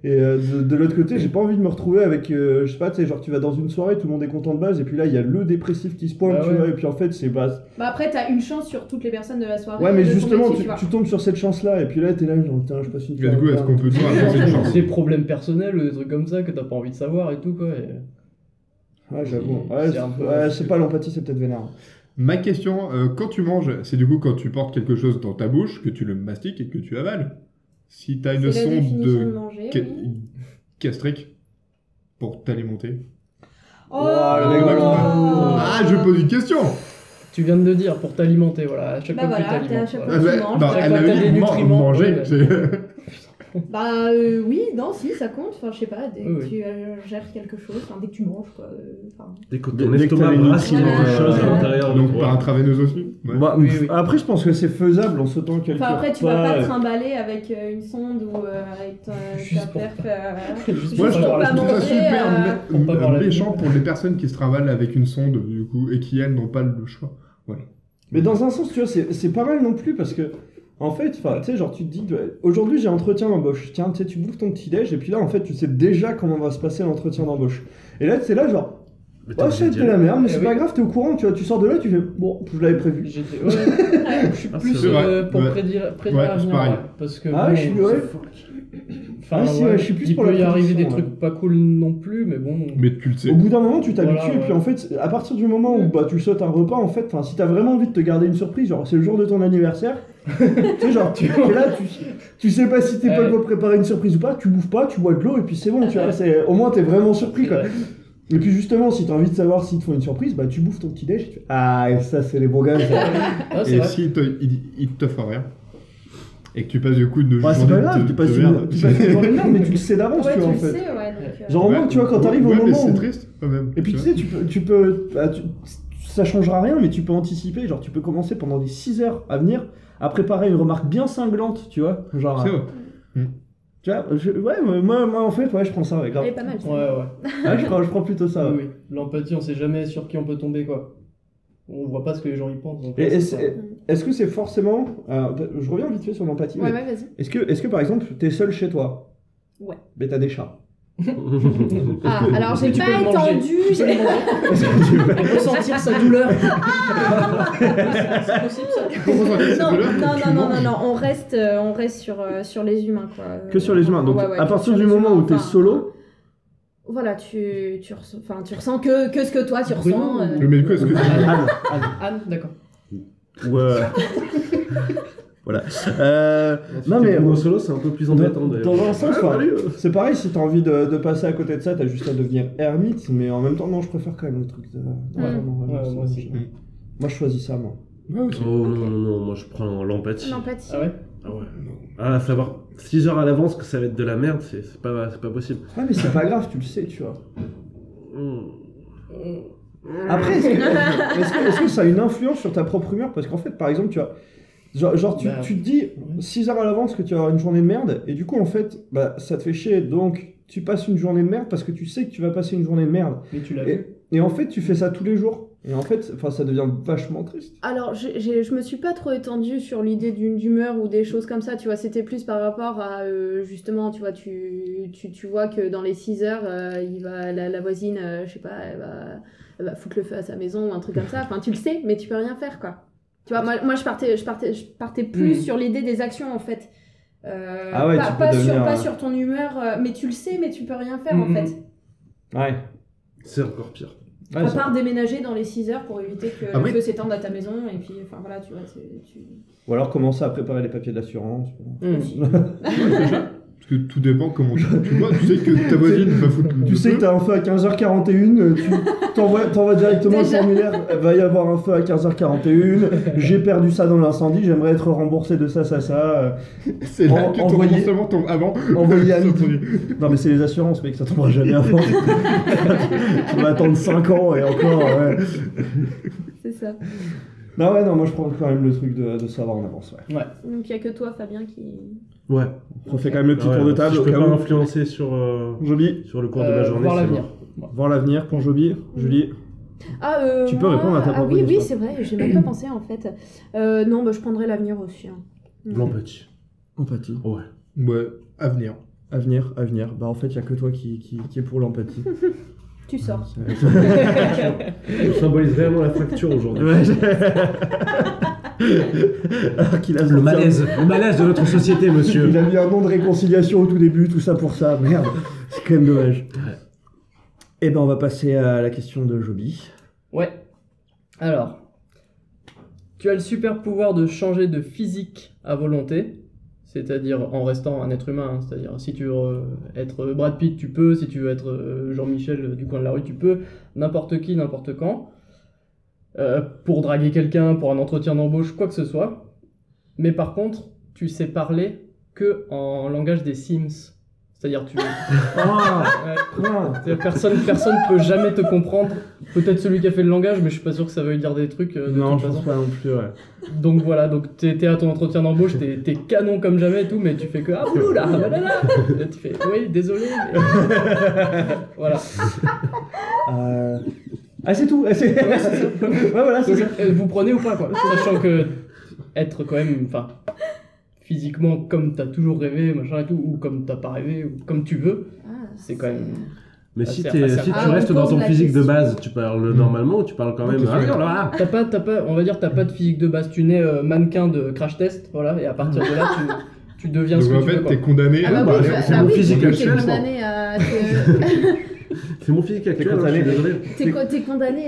Speaker 2: et euh, de, de l'autre côté, j'ai pas envie de me retrouver avec, euh, je sais pas, tu sais, genre, tu vas dans une soirée, tout le monde est content de base, et puis là, il y a le dépressif qui se pointe,
Speaker 3: Bah
Speaker 2: tu
Speaker 3: ouais.
Speaker 2: vois, et puis en fait, c'est bah,
Speaker 7: Bah après, t'as une chance sur toutes les personnes de la soirée.
Speaker 2: Ouais, mais
Speaker 7: de tomber
Speaker 2: justement,
Speaker 7: dessus,
Speaker 2: tu,
Speaker 7: vois.
Speaker 2: tu tombes sur cette chance-là, et puis là, t'es là, genre, putain, je passe une
Speaker 5: Du coup,
Speaker 2: soirée
Speaker 5: est-ce qu'on
Speaker 2: de
Speaker 3: (laughs)
Speaker 5: peut dire
Speaker 3: Ouais,
Speaker 5: que Ah, c'est une chance
Speaker 3: des problèmes personnels, des trucs comme ça que t'as pas envie de savoir et tout quoi. et-
Speaker 2: Ouais, j'avoue.
Speaker 3: C'est-
Speaker 2: Ouais,
Speaker 3: c'est un
Speaker 2: c'est
Speaker 3: peu-
Speaker 2: ouais, c'est pas l'empathie, c'est peut-être vénère.
Speaker 5: Ma question, euh, quand tu manges, c'est du coup quand tu portes quelque chose dans ta bouche, que tu le mastiques et que tu avales. Si t'as une
Speaker 7: C'est la
Speaker 5: sonde
Speaker 7: définition de
Speaker 5: de
Speaker 7: manger,
Speaker 5: ca-
Speaker 7: oui.
Speaker 5: gastrique pour t'alimenter.
Speaker 7: Oh,
Speaker 2: Ouah, le
Speaker 5: mec de l'eau.
Speaker 7: Ah,
Speaker 5: Ah, je pose une question
Speaker 3: Tu viens de le dire pour t'alimenter, voilà. À chaque
Speaker 7: Bah
Speaker 3: fois que
Speaker 7: voilà,
Speaker 3: tu
Speaker 7: t'as à
Speaker 3: t'alimentes.
Speaker 7: chaque
Speaker 3: voilà.
Speaker 7: fois
Speaker 5: Ah
Speaker 7: que
Speaker 5: bah,
Speaker 7: tu manges.
Speaker 5: bah,
Speaker 3: chaque
Speaker 5: elle
Speaker 3: fois que
Speaker 5: avait
Speaker 3: t'as
Speaker 5: dit
Speaker 3: des
Speaker 5: man-
Speaker 3: nutriments,
Speaker 5: manger,
Speaker 2: euh,
Speaker 3: ouais.
Speaker 5: c'est-
Speaker 7: Bah euh, oui, non, si, ça compte. Enfin, je sais pas, dès que
Speaker 3: Oui, oui.
Speaker 7: tu euh, gères quelque chose, enfin, dès que tu manges, quoi. euh, enfin.
Speaker 4: Dès que
Speaker 2: Dès-
Speaker 4: ton
Speaker 2: dès que t'as
Speaker 4: estomac
Speaker 2: une
Speaker 4: brasse
Speaker 7: nutrition,
Speaker 4: quelque
Speaker 7: euh,
Speaker 4: chose à
Speaker 7: voilà.
Speaker 4: l'intérieur de
Speaker 5: donc par
Speaker 4: toi.
Speaker 5: intraveineuse aussi. ouais.
Speaker 2: Bah,
Speaker 3: Oui,
Speaker 2: pff,
Speaker 3: oui.
Speaker 2: Après, je pense que c'est faisable en sautant quelque
Speaker 7: Enfin, après, tu vas
Speaker 2: part,
Speaker 7: pas
Speaker 2: euh,
Speaker 7: te trimballer avec euh, une sonde ou euh, avec ta,
Speaker 3: Juste
Speaker 7: ta
Speaker 3: pour-
Speaker 7: perf. euh,
Speaker 3: Juste
Speaker 5: Moi,
Speaker 3: pour
Speaker 5: je trouve
Speaker 7: Faut
Speaker 3: savoir
Speaker 7: pas
Speaker 5: je trouve ça
Speaker 7: manger,
Speaker 5: super
Speaker 7: euh,
Speaker 5: mé-
Speaker 3: faut pas voir la
Speaker 5: méchant
Speaker 3: vie.
Speaker 5: pour les personnes qui se travaillent avec une sonde, du coup, et qui, elles, n'ont pas le choix.
Speaker 2: Mais
Speaker 4: Mhm.
Speaker 2: dans un sens, tu vois, c'est c'est pas mal non plus parce que. En fait, enfin, tu sais, genre, tu te dis, ouais, aujourd'hui j'ai entretien d'embauche. Tiens, tu sais, tu bouffes ton petit déj et puis là, en fait, tu sais déjà comment va se passer l'entretien d'embauche. Et là, c'est là, genre,
Speaker 4: Mais t'as
Speaker 2: oh,
Speaker 4: obligé de
Speaker 2: c'est
Speaker 4: dire-
Speaker 2: de la merde, mais
Speaker 3: Eh
Speaker 2: c'est
Speaker 3: oui.
Speaker 2: pas grave, t'es au courant, tu vois, tu sors de là, tu fais, bon, je l'avais prévu.
Speaker 3: J'étais. ouais, ouais, je suis
Speaker 4: Ah,
Speaker 3: plus
Speaker 4: c'est
Speaker 5: vrai.
Speaker 3: euh, pour
Speaker 5: Ouais.
Speaker 3: prédire, prédire
Speaker 5: Ouais, c'est
Speaker 3: l'avenir,
Speaker 5: pareil.
Speaker 3: ouais, parce que.
Speaker 2: Ah,
Speaker 3: bon,
Speaker 2: je suis, ouais.
Speaker 3: enfin,
Speaker 2: Ah, si, ouais, je suis plus
Speaker 3: il
Speaker 2: pour la
Speaker 3: peut y arriver des
Speaker 2: prédiction, ouais.
Speaker 3: trucs pas cool non plus, mais bon.
Speaker 5: Mais tu le sais.
Speaker 2: Au bout d'un moment, tu t'habitues,
Speaker 3: Voilà,
Speaker 2: et puis
Speaker 3: ouais.
Speaker 2: en fait, à partir du moment où bah, tu sautes un repas, en fait, enfin, si t'as vraiment envie de te garder une surprise, genre c'est le jour de ton
Speaker 3: (laughs)
Speaker 2: anniversaire, tu sais, genre, tu, t'es là, tu, tu sais pas si t'es pas
Speaker 3: Ouais.
Speaker 2: quoi préparer une surprise ou pas, tu bouffes pas, tu bois de l'eau, et puis c'est bon, tu vois, c'est- au moins t'es vraiment surpris, quoi. Et puis justement, si t'as envie de savoir s'ils te font une surprise, bah tu bouffes ton petit déj, et tu fais, ah, et ça, c'est les bons gars,
Speaker 5: (laughs)
Speaker 2: ça.
Speaker 3: Ah, c'est
Speaker 5: Et
Speaker 3: vrai.
Speaker 5: s'ils te, ils, ils te font rien, et que tu passes du coup de
Speaker 2: Bah, c'est
Speaker 5: journée
Speaker 2: pas
Speaker 5: de-
Speaker 2: grave,
Speaker 5: de
Speaker 2: tu passes une
Speaker 5: merde.
Speaker 2: tu passes une journée de
Speaker 5: (laughs)
Speaker 2: merde, mais tu le sais d'avance,
Speaker 7: Ouais,
Speaker 2: tu
Speaker 7: tu
Speaker 2: vois, en
Speaker 7: le
Speaker 2: fait.
Speaker 7: sais, ouais. Donc, euh,
Speaker 2: Genre, au moins, tu vois, quand t'arrives au
Speaker 5: Ouais, mais
Speaker 2: moment
Speaker 5: c'est
Speaker 2: où-
Speaker 5: triste quand même.
Speaker 2: Et puis tu sais, tu peux, tu peux, bah, tu- ça changera rien, mais tu peux anticiper. Genre, tu peux commencer pendant les 6 heures à venir à préparer une remarque bien cinglante, tu vois. Genre,
Speaker 5: C'est
Speaker 2: euh,
Speaker 5: vrai.
Speaker 2: tu vois, je- ouais, moi, moi en fait, ouais, je prends ça, ouais, grave. Ah
Speaker 6: Elle est pas mal.
Speaker 3: Ouais, ouais.
Speaker 2: Ouais, je, prends, je prends plutôt ça. ouais.
Speaker 3: Oui, oui. L'empathie, on sait jamais sur qui on peut tomber, quoi. On voit pas ce que les gens y pensent. donc,
Speaker 2: Et
Speaker 3: ouais,
Speaker 2: est-ce
Speaker 3: c'est ça.
Speaker 2: est-ce que c'est forcément. alors, je reviens vite fait sur l'empathie,
Speaker 6: Ouais,
Speaker 2: mais
Speaker 6: ouais, vas-y.
Speaker 2: est-ce que, est que par exemple, t'es seul chez toi
Speaker 6: Ouais.
Speaker 2: Mais t'as des chats.
Speaker 6: Ah, alors
Speaker 3: Est-ce que
Speaker 6: j'ai
Speaker 3: tu peux
Speaker 6: pas
Speaker 3: le manger
Speaker 6: étendu.
Speaker 3: Tu sais
Speaker 6: j'ai-
Speaker 3: le manger
Speaker 2: Est-ce que tu-
Speaker 3: et ressentir sa (laughs) douleur. c'est possible ça.
Speaker 5: Comment ça, c'est
Speaker 6: Non,
Speaker 5: de là
Speaker 6: non,
Speaker 5: que tu
Speaker 6: non, non,
Speaker 5: manges
Speaker 6: non, non, on reste, euh, on reste sur, euh, sur les humains, quoi. Euh,
Speaker 2: que sur les humains. Donc,
Speaker 6: ouais, ouais,
Speaker 2: à
Speaker 6: que
Speaker 2: partir
Speaker 6: sur
Speaker 2: du
Speaker 6: les
Speaker 2: moment
Speaker 6: humains,
Speaker 2: où t'es
Speaker 6: enfin,
Speaker 3: (laughs)
Speaker 2: solo,
Speaker 6: Voilà, tu, tu, ressens, enfin, tu ressens que, que ce que toi tu
Speaker 3: Bruno,
Speaker 6: ressens. euh,
Speaker 5: Mais du coup, est-ce que
Speaker 2: Anne, Anne,
Speaker 3: Anne, Ah, d'accord.
Speaker 2: ou, euh,
Speaker 4: (laughs)
Speaker 2: voilà. Euh, Non, mais-
Speaker 4: Au solo, c'est un peu plus embêtant
Speaker 2: Dans-
Speaker 4: d'ailleurs.
Speaker 2: dans un sens,
Speaker 4: Ah,
Speaker 2: quoi.
Speaker 4: allez, euh.
Speaker 2: C'est pareil, si t'as envie de, de passer à côté de ça, t'as juste à devenir ermite, mais en même temps, non, je préfère quand même le truc de.
Speaker 6: Mm.
Speaker 2: non, vraiment, vraiment,
Speaker 3: Ouais,
Speaker 2: c'est-
Speaker 3: moi aussi.
Speaker 2: je- Moi, je choisis ça, moi.
Speaker 5: Ouais, aussi.
Speaker 4: Oh non, non, non, moi je prends l'empathie.
Speaker 6: L'empathie.
Speaker 3: Ah ouais
Speaker 4: Ah ouais. Ah, savoir 6 heures à l'avance que ça va être de la merde, c'est c'est pas, c'est pas possible.
Speaker 2: Ouais, mais c'est pas grave, tu le sais, tu vois.
Speaker 4: Hmm.
Speaker 2: Après, est-ce que, est-ce que- est-ce que ça a une influence sur ta propre humeur Parce qu'en fait, par exemple, tu vois, genre, genre, tu,
Speaker 3: Bah,
Speaker 2: tu te dis 6 heures à l'avance que tu vas avoir une journée de merde, et du coup, en fait, bah, ça te fait chier. Donc, tu passes une journée de merde parce que tu sais que tu vas passer une journée de merde.
Speaker 3: Mais tu l'as vu.
Speaker 2: Et, et en fait, tu fais ça tous les jours. Et en fait, enfin, ça devient vachement triste.
Speaker 7: Alors, j'ai- j'ai- je me suis pas trop étendue sur l'idée d'une humeur ou des choses comme ça, tu vois. C'était plus par rapport à, euh, justement, tu vois, tu, tu, tu vois que dans les 6 heures, euh, il va, la, la voisine, euh, je sais pas, elle va, elle va foutre le feu à sa maison ou un truc comme ça. Enfin, tu le sais, mais tu peux rien faire, quoi. Tu vois, moi, moi je, partais, je, partais, je partais plus
Speaker 3: Mm.
Speaker 7: sur l'idée des actions, en fait. Euh,
Speaker 2: Hmm. Ah ouais,
Speaker 7: pas,
Speaker 2: tu peux
Speaker 7: pas sur,
Speaker 2: devenir,
Speaker 7: pas
Speaker 2: euh, Hmm.
Speaker 7: sur ton humeur, euh, mais tu le sais, mais tu peux rien faire, en
Speaker 3: Mm,
Speaker 7: fait.
Speaker 2: Ouais.
Speaker 4: C'est encore pire.
Speaker 7: à part déménager dans les 6 heures pour éviter que
Speaker 5: Ah
Speaker 7: le
Speaker 5: oui.
Speaker 7: feu s'étende à ta maison, et puis, enfin, voilà, tu vois, c'est- tu...
Speaker 2: Ou alors commencer à préparer les papiers de l'assurance.
Speaker 3: Hum.
Speaker 5: Parce que tout dépend comment tu, tu vois. Tu sais
Speaker 2: (laughs)
Speaker 5: que ta voisine va foutre le
Speaker 2: Tu sais que
Speaker 5: feu.
Speaker 2: t'as un feu à 15h41, euh, tu t'envoies t'envoies directement
Speaker 7: Déjà.
Speaker 2: le formulaire, il va y avoir un feu à 15h41, j'ai perdu ça dans l'incendie, j'aimerais être remboursé de ça, ça, ça. euh.
Speaker 5: C'est là
Speaker 2: en-
Speaker 5: que ton
Speaker 2: envoyer-
Speaker 5: remboursement tombe avant. (laughs)
Speaker 2: Envoyer à
Speaker 5: Ça
Speaker 2: midi.
Speaker 5: produit.
Speaker 2: Non mais c'est les assurances mec, ça tombera jamais avant. (laughs) tu vas attendre 5 ans et encore. ouais.
Speaker 7: C'est ça.
Speaker 2: Non ouais, non, moi je prends quand même le truc de, de savoir en avance. Ouais.
Speaker 7: Donc il n'y a que toi, Fabien, qui.
Speaker 4: Ouais.
Speaker 2: On fait quand même le petit
Speaker 4: Ah Ouais,
Speaker 2: tour de
Speaker 4: si
Speaker 2: table
Speaker 4: Je
Speaker 2: au
Speaker 4: peux
Speaker 2: cas
Speaker 4: pas
Speaker 2: où.
Speaker 4: influencer sur, euh,
Speaker 2: Joby,
Speaker 4: sur le cours de
Speaker 3: Euh,
Speaker 4: ma journée.
Speaker 3: voir
Speaker 4: c'est
Speaker 3: l'avenir.
Speaker 4: mort.
Speaker 2: voir l'avenir pour Joby. Julie,
Speaker 7: Ah, euh,
Speaker 2: Tu peux
Speaker 7: moi-
Speaker 2: répondre à ta
Speaker 7: Ah
Speaker 2: propre
Speaker 7: oui, oui,
Speaker 2: question.
Speaker 7: c'est vrai, j'ai même pas pensé en fait. Euh, non, bah, je prendrai l'avenir aussi. hein. Mm.
Speaker 4: Blanc petit.
Speaker 2: empathie.
Speaker 4: Ouais.
Speaker 5: Ouais, à venir.
Speaker 2: Avenir, avenir. Bah en fait, il y a que toi qui, qui, qui est pour l'empathie.
Speaker 7: Tu sors.
Speaker 4: Je symbolise vraiment la fracture aujourd'hui. (laughs)
Speaker 2: Ouais, Alors qu'il a
Speaker 4: Le malaise, le malaise de notre société, monsieur.
Speaker 2: Il a mis un nom de réconciliation au tout début, tout ça pour ça. Merde, c'est quand même dommage. Eh ben, on va passer à la question de Joby.
Speaker 3: Ouais. Alors, tu as le super pouvoir de changer de physique à volonté, c'est-à-dire en restant un être humain, hein, c'est-à-dire si tu veux euh, être Brad Pitt, tu peux, si tu veux être euh, Jean-Michel euh, du coin de la rue, tu peux, n'importe qui, n'importe quand, Euh, pour draguer quelqu'un, pour un entretien d'embauche, quoi que ce soit. Mais par contre, tu sais parler que en langage des Sims. C'est-à-dire tu... Ouais.
Speaker 2: Ah,
Speaker 3: C'est-à-dire, Personne, personne peut jamais te comprendre. Peut-être celui qui a fait le langage, mais je suis pas sûr que ça veuille dire des trucs. euh, de
Speaker 2: non,
Speaker 3: toute
Speaker 2: je pense
Speaker 3: façon.
Speaker 2: pas non plus, ouais.
Speaker 3: Donc voilà, donc t'es t'es à ton entretien d'embauche, t'es t'es canon comme jamais et tout, mais tu fais que ah boulou là, ah, là, là, là. Et tu fais oui désolé. mais- (laughs) voilà.
Speaker 2: Euh, Ah, c'est tout. ah, c'est-
Speaker 3: Ouais, c'est ça.
Speaker 2: (laughs) ouais, voilà, c'est
Speaker 3: Donc,
Speaker 2: ça.
Speaker 3: euh, vous prenez ou pas quoi, sachant que être quand même, enfin physiquement comme t'as toujours rêvé machin et tout, ou comme t'as pas rêvé, ou comme tu veux, c'est quand même.
Speaker 4: Mais
Speaker 3: Ah,
Speaker 4: si,
Speaker 3: c'est-
Speaker 4: t'es-
Speaker 3: ah, c'est-
Speaker 4: si
Speaker 7: ah,
Speaker 4: tu
Speaker 7: on
Speaker 4: restes
Speaker 7: pose
Speaker 4: dans ton
Speaker 7: la
Speaker 4: physique de
Speaker 7: question.
Speaker 4: base, tu parles normalement ou tu parles quand même.
Speaker 5: Ok,
Speaker 4: Ah,
Speaker 5: d'accord.
Speaker 4: voilà.
Speaker 3: T'as pas, t'as pas, on va dire, t'as pas de physique de base. Tu nais euh, mannequin de crash test, voilà, et à partir de là, tu, tu deviens ce que
Speaker 5: Donc en
Speaker 3: tu veux.
Speaker 5: fait,
Speaker 3: quoi.
Speaker 5: t'es condamné.
Speaker 7: Ah bah,
Speaker 4: bah,
Speaker 7: oui,
Speaker 4: c'est-
Speaker 7: bah,
Speaker 4: c'est
Speaker 7: bah
Speaker 4: mon
Speaker 7: oui,
Speaker 4: physique
Speaker 5: Ah,
Speaker 7: t'es
Speaker 4: actuel,
Speaker 7: condamné à te-
Speaker 4: C'est mon physique actuel, hein, je
Speaker 2: condamné.
Speaker 4: suis désolé.
Speaker 7: t'es co- t'es condamné